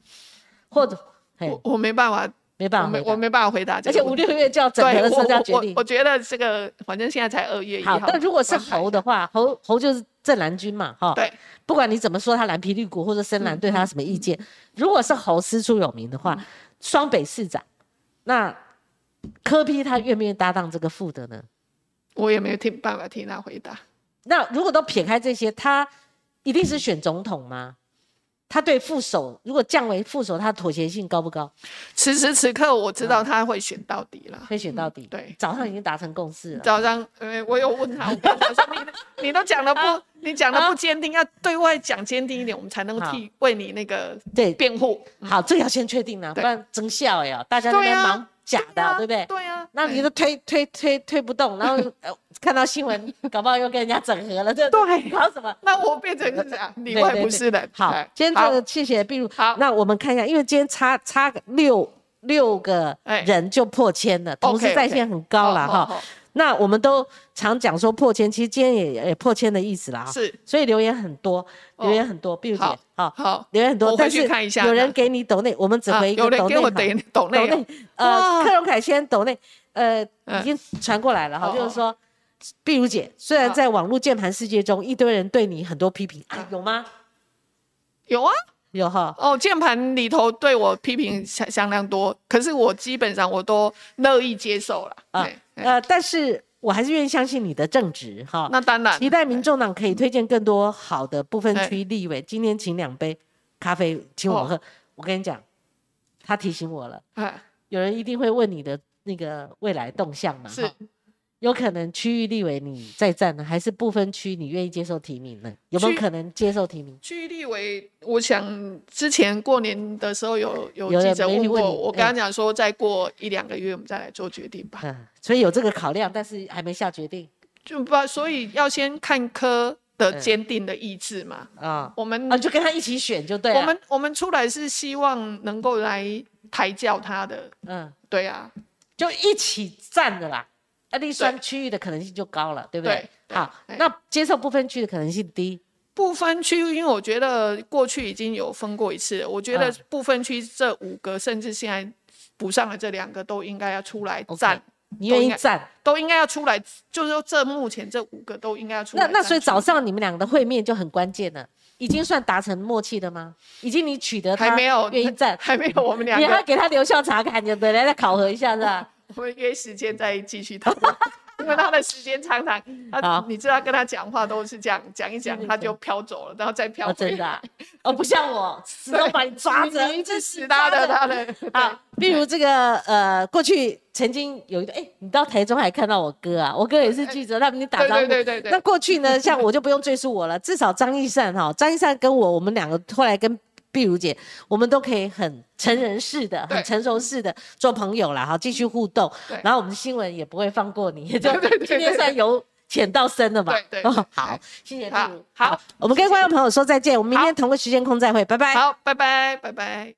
Speaker 1: 或者，嘿，
Speaker 2: 我我没办法，
Speaker 1: 没
Speaker 2: 我
Speaker 1: 办法
Speaker 2: 没
Speaker 1: 回答，
Speaker 2: 我没办法回答这
Speaker 1: 而且
Speaker 2: 个
Speaker 1: 五
Speaker 2: 问题。
Speaker 1: 六月就要整合的时候
Speaker 2: 对
Speaker 1: 就要
Speaker 2: 我
Speaker 1: 决
Speaker 2: 我
Speaker 1: 定
Speaker 2: 我。我觉得这个，反正现在才二月一号
Speaker 1: 好，
Speaker 2: 嘛。
Speaker 1: 但如果是
Speaker 2: 观察一
Speaker 1: 侯的
Speaker 2: 下，
Speaker 1: 话，侯侯就是正蓝军嘛，哈，
Speaker 2: 对，嗯
Speaker 1: 不管你怎么说他蓝皮绿骨或者深蓝对他什么意见，如果是侯师出有名的话，双北市长，那柯批他愿不愿意搭档这个副的呢？
Speaker 2: 我也没有听办法听他回答。
Speaker 1: 那如果都撇开这些，他一定是选总统吗？他对副手如果降为副手，他妥协性高不高？
Speaker 2: 此时此刻，我知道他会选到底了。
Speaker 1: 可以选到底。
Speaker 2: 嗯对
Speaker 1: 早上已经达成共识了。
Speaker 2: 早上，呃，我有问他，我跟他说你，你都讲的不，
Speaker 1: 啊
Speaker 2: 你讲的不坚定，要对外讲坚定一点，我们才能够
Speaker 1: 啊
Speaker 2: 替为你那个
Speaker 1: 对，
Speaker 2: 辩护。
Speaker 1: 好，这个要先确定啊了，不
Speaker 2: 嗯对
Speaker 1: 然真笑呀，大家在那边
Speaker 2: 对啊
Speaker 1: 忙假的，对不对？
Speaker 2: 对啊，
Speaker 1: 那你都推推推推不动，然
Speaker 2: (laughs)
Speaker 1: 后呃看到新闻，搞不好又跟人家整合了，这
Speaker 2: 对
Speaker 1: 搞什么？
Speaker 2: 啊那我变成是这样，里
Speaker 1: 对
Speaker 2: 外
Speaker 1: 对
Speaker 2: 不
Speaker 1: 对
Speaker 2: 是人。
Speaker 1: 好
Speaker 2: 哎，
Speaker 1: 今天
Speaker 2: 好
Speaker 1: 这个谢谢碧如。
Speaker 2: 好
Speaker 1: 那我们看一下，因为今天差差个六六个
Speaker 2: 哎
Speaker 1: 人就破千了，同时
Speaker 2: OK，OK
Speaker 1: 在线很高了
Speaker 2: 好好
Speaker 1: 哈。
Speaker 2: 好
Speaker 1: 那我们都常讲说破千，其实今天也也破千的意思啦哈。
Speaker 2: 是
Speaker 1: 所以留言很多，
Speaker 2: 哦
Speaker 1: 留言很多，碧如姐
Speaker 2: 好，
Speaker 1: 好，
Speaker 2: 好，
Speaker 1: 留言很多，
Speaker 2: 我回
Speaker 1: 但
Speaker 2: 去
Speaker 1: 是
Speaker 2: 看一下
Speaker 1: 有人
Speaker 2: 那
Speaker 1: 给你抖内，我们只
Speaker 2: 啊
Speaker 1: 回一
Speaker 2: 有
Speaker 1: 个
Speaker 2: 人
Speaker 1: 抖
Speaker 2: 给
Speaker 1: 内
Speaker 2: 我
Speaker 1: 哈
Speaker 2: 等懂
Speaker 1: 抖
Speaker 2: 内啊
Speaker 1: 内
Speaker 2: 容，，
Speaker 1: 呃，
Speaker 2: 哇
Speaker 1: 克隆凯先抖内，呃，已
Speaker 2: 嗯
Speaker 1: 经传过来了哈，
Speaker 2: 哦
Speaker 1: 就是说，碧如姐，虽然
Speaker 2: 好
Speaker 1: 在网络键盘世界中，一堆人对你很多批评，啊
Speaker 2: 啊，
Speaker 1: 有吗？
Speaker 2: 有啊，
Speaker 1: 有哈，
Speaker 2: 哦，键盘里头对我批评相相当多，可是我基本上我都乐意接受了。
Speaker 1: 啊
Speaker 2: 哎，哎
Speaker 1: 呃，但是我还是愿意相信你的正直哈。
Speaker 2: 那当然，
Speaker 1: 期待民众党可以推荐更多好的不分
Speaker 2: 嗯
Speaker 1: 区立委。今天请两杯咖啡，请我们
Speaker 2: 哦
Speaker 1: 喝。我跟你讲，他提醒我了，
Speaker 2: 哎，
Speaker 1: 有人一定会问你的那个未来动向嘛？
Speaker 2: 是
Speaker 1: 哈有可能区域立委你再战呢，还是不分区你愿意接受提名呢？有没有
Speaker 2: 区
Speaker 1: 可能接受提名？
Speaker 2: 区立委，我想之前过年的时候有有
Speaker 1: 有
Speaker 2: 记
Speaker 1: 人
Speaker 2: 者
Speaker 1: 媒体
Speaker 2: 问
Speaker 1: 问
Speaker 2: 过，
Speaker 1: 你
Speaker 2: 我
Speaker 1: 哎
Speaker 2: 跟他讲说，再过一两个月我们再来做决定吧。
Speaker 1: 嗯，所以有这个考量，但是还没下决定
Speaker 2: 就不，所以要先看科的坚定的意志嘛。
Speaker 1: 啊、
Speaker 2: 我们
Speaker 1: 嗯啊，就跟他一起选就对了。
Speaker 2: 我们我们出来是希望能够来抬轿他的，
Speaker 1: 嗯，
Speaker 2: 对啊，
Speaker 1: 就一起站的啦。那第三区域的可能性就高了，对不对？
Speaker 2: 对
Speaker 1: 好，
Speaker 2: 对
Speaker 1: 那接受不分区的可能性低。
Speaker 2: 不分区，因为我觉得过去已经有分过一次了，我觉得
Speaker 1: 嗯
Speaker 2: 不分区这五个，甚至现在补上了这两个，都应该要出来
Speaker 1: OK
Speaker 2: 站
Speaker 1: 你愿
Speaker 2: 都
Speaker 1: 意
Speaker 2: 应该
Speaker 1: 站？
Speaker 2: 都应该要出来，就是说这目前这五个都应该要出来
Speaker 1: 那
Speaker 2: 站。
Speaker 1: 那所以早上你们两个的会面就很关键了，已经算达成默契了吗？已经你取得他
Speaker 2: 还没有
Speaker 1: 愿意站，
Speaker 2: 还没有我们两
Speaker 1: 你还要
Speaker 2: 个，
Speaker 1: 给他留校查看，就对了，来考核一下是吧？
Speaker 2: 我们约时间再继续讨
Speaker 1: (laughs)
Speaker 2: 论。因为他的时间常常，他
Speaker 1: 好
Speaker 2: 你知道跟他讲话都是这样讲一讲
Speaker 1: 对对
Speaker 2: 他就飘走了，然后再飘
Speaker 1: 哦，
Speaker 2: 回
Speaker 1: 真
Speaker 2: 来。
Speaker 1: 的
Speaker 2: (laughs)
Speaker 1: 啊、哦，不像我，死都把你抓着，
Speaker 2: 你
Speaker 1: 一
Speaker 2: 一直
Speaker 1: 直
Speaker 2: 死拉着他的。对
Speaker 1: 好，比如这个呃，过去曾经有一段，哎，你到台中还看到我哥啊，我哥也是记者，他们已经打招呼。
Speaker 2: 对对对对
Speaker 1: 那
Speaker 2: 对，
Speaker 1: 过去
Speaker 2: (laughs)
Speaker 1: 呢，像我就不用赘述我了，至少张一善哈，张一善跟我，我们两个后来跟碧如姐，我们都可以很成人式的、
Speaker 2: 对
Speaker 1: 很成熟式的做朋友啦，哈，继续互动
Speaker 2: 对。
Speaker 1: 然后我们新闻也不会放过你，就 (laughs)
Speaker 2: 对对对对
Speaker 1: 今天算由浅到深了嘛。
Speaker 2: 对对对
Speaker 1: 哦，好，谢谢碧
Speaker 2: 好
Speaker 1: 如。
Speaker 2: 好，
Speaker 1: 我们跟观众朋友说再见，我们明天
Speaker 2: 好
Speaker 1: 同个时间空再会，拜拜。
Speaker 2: 好，拜拜，拜拜。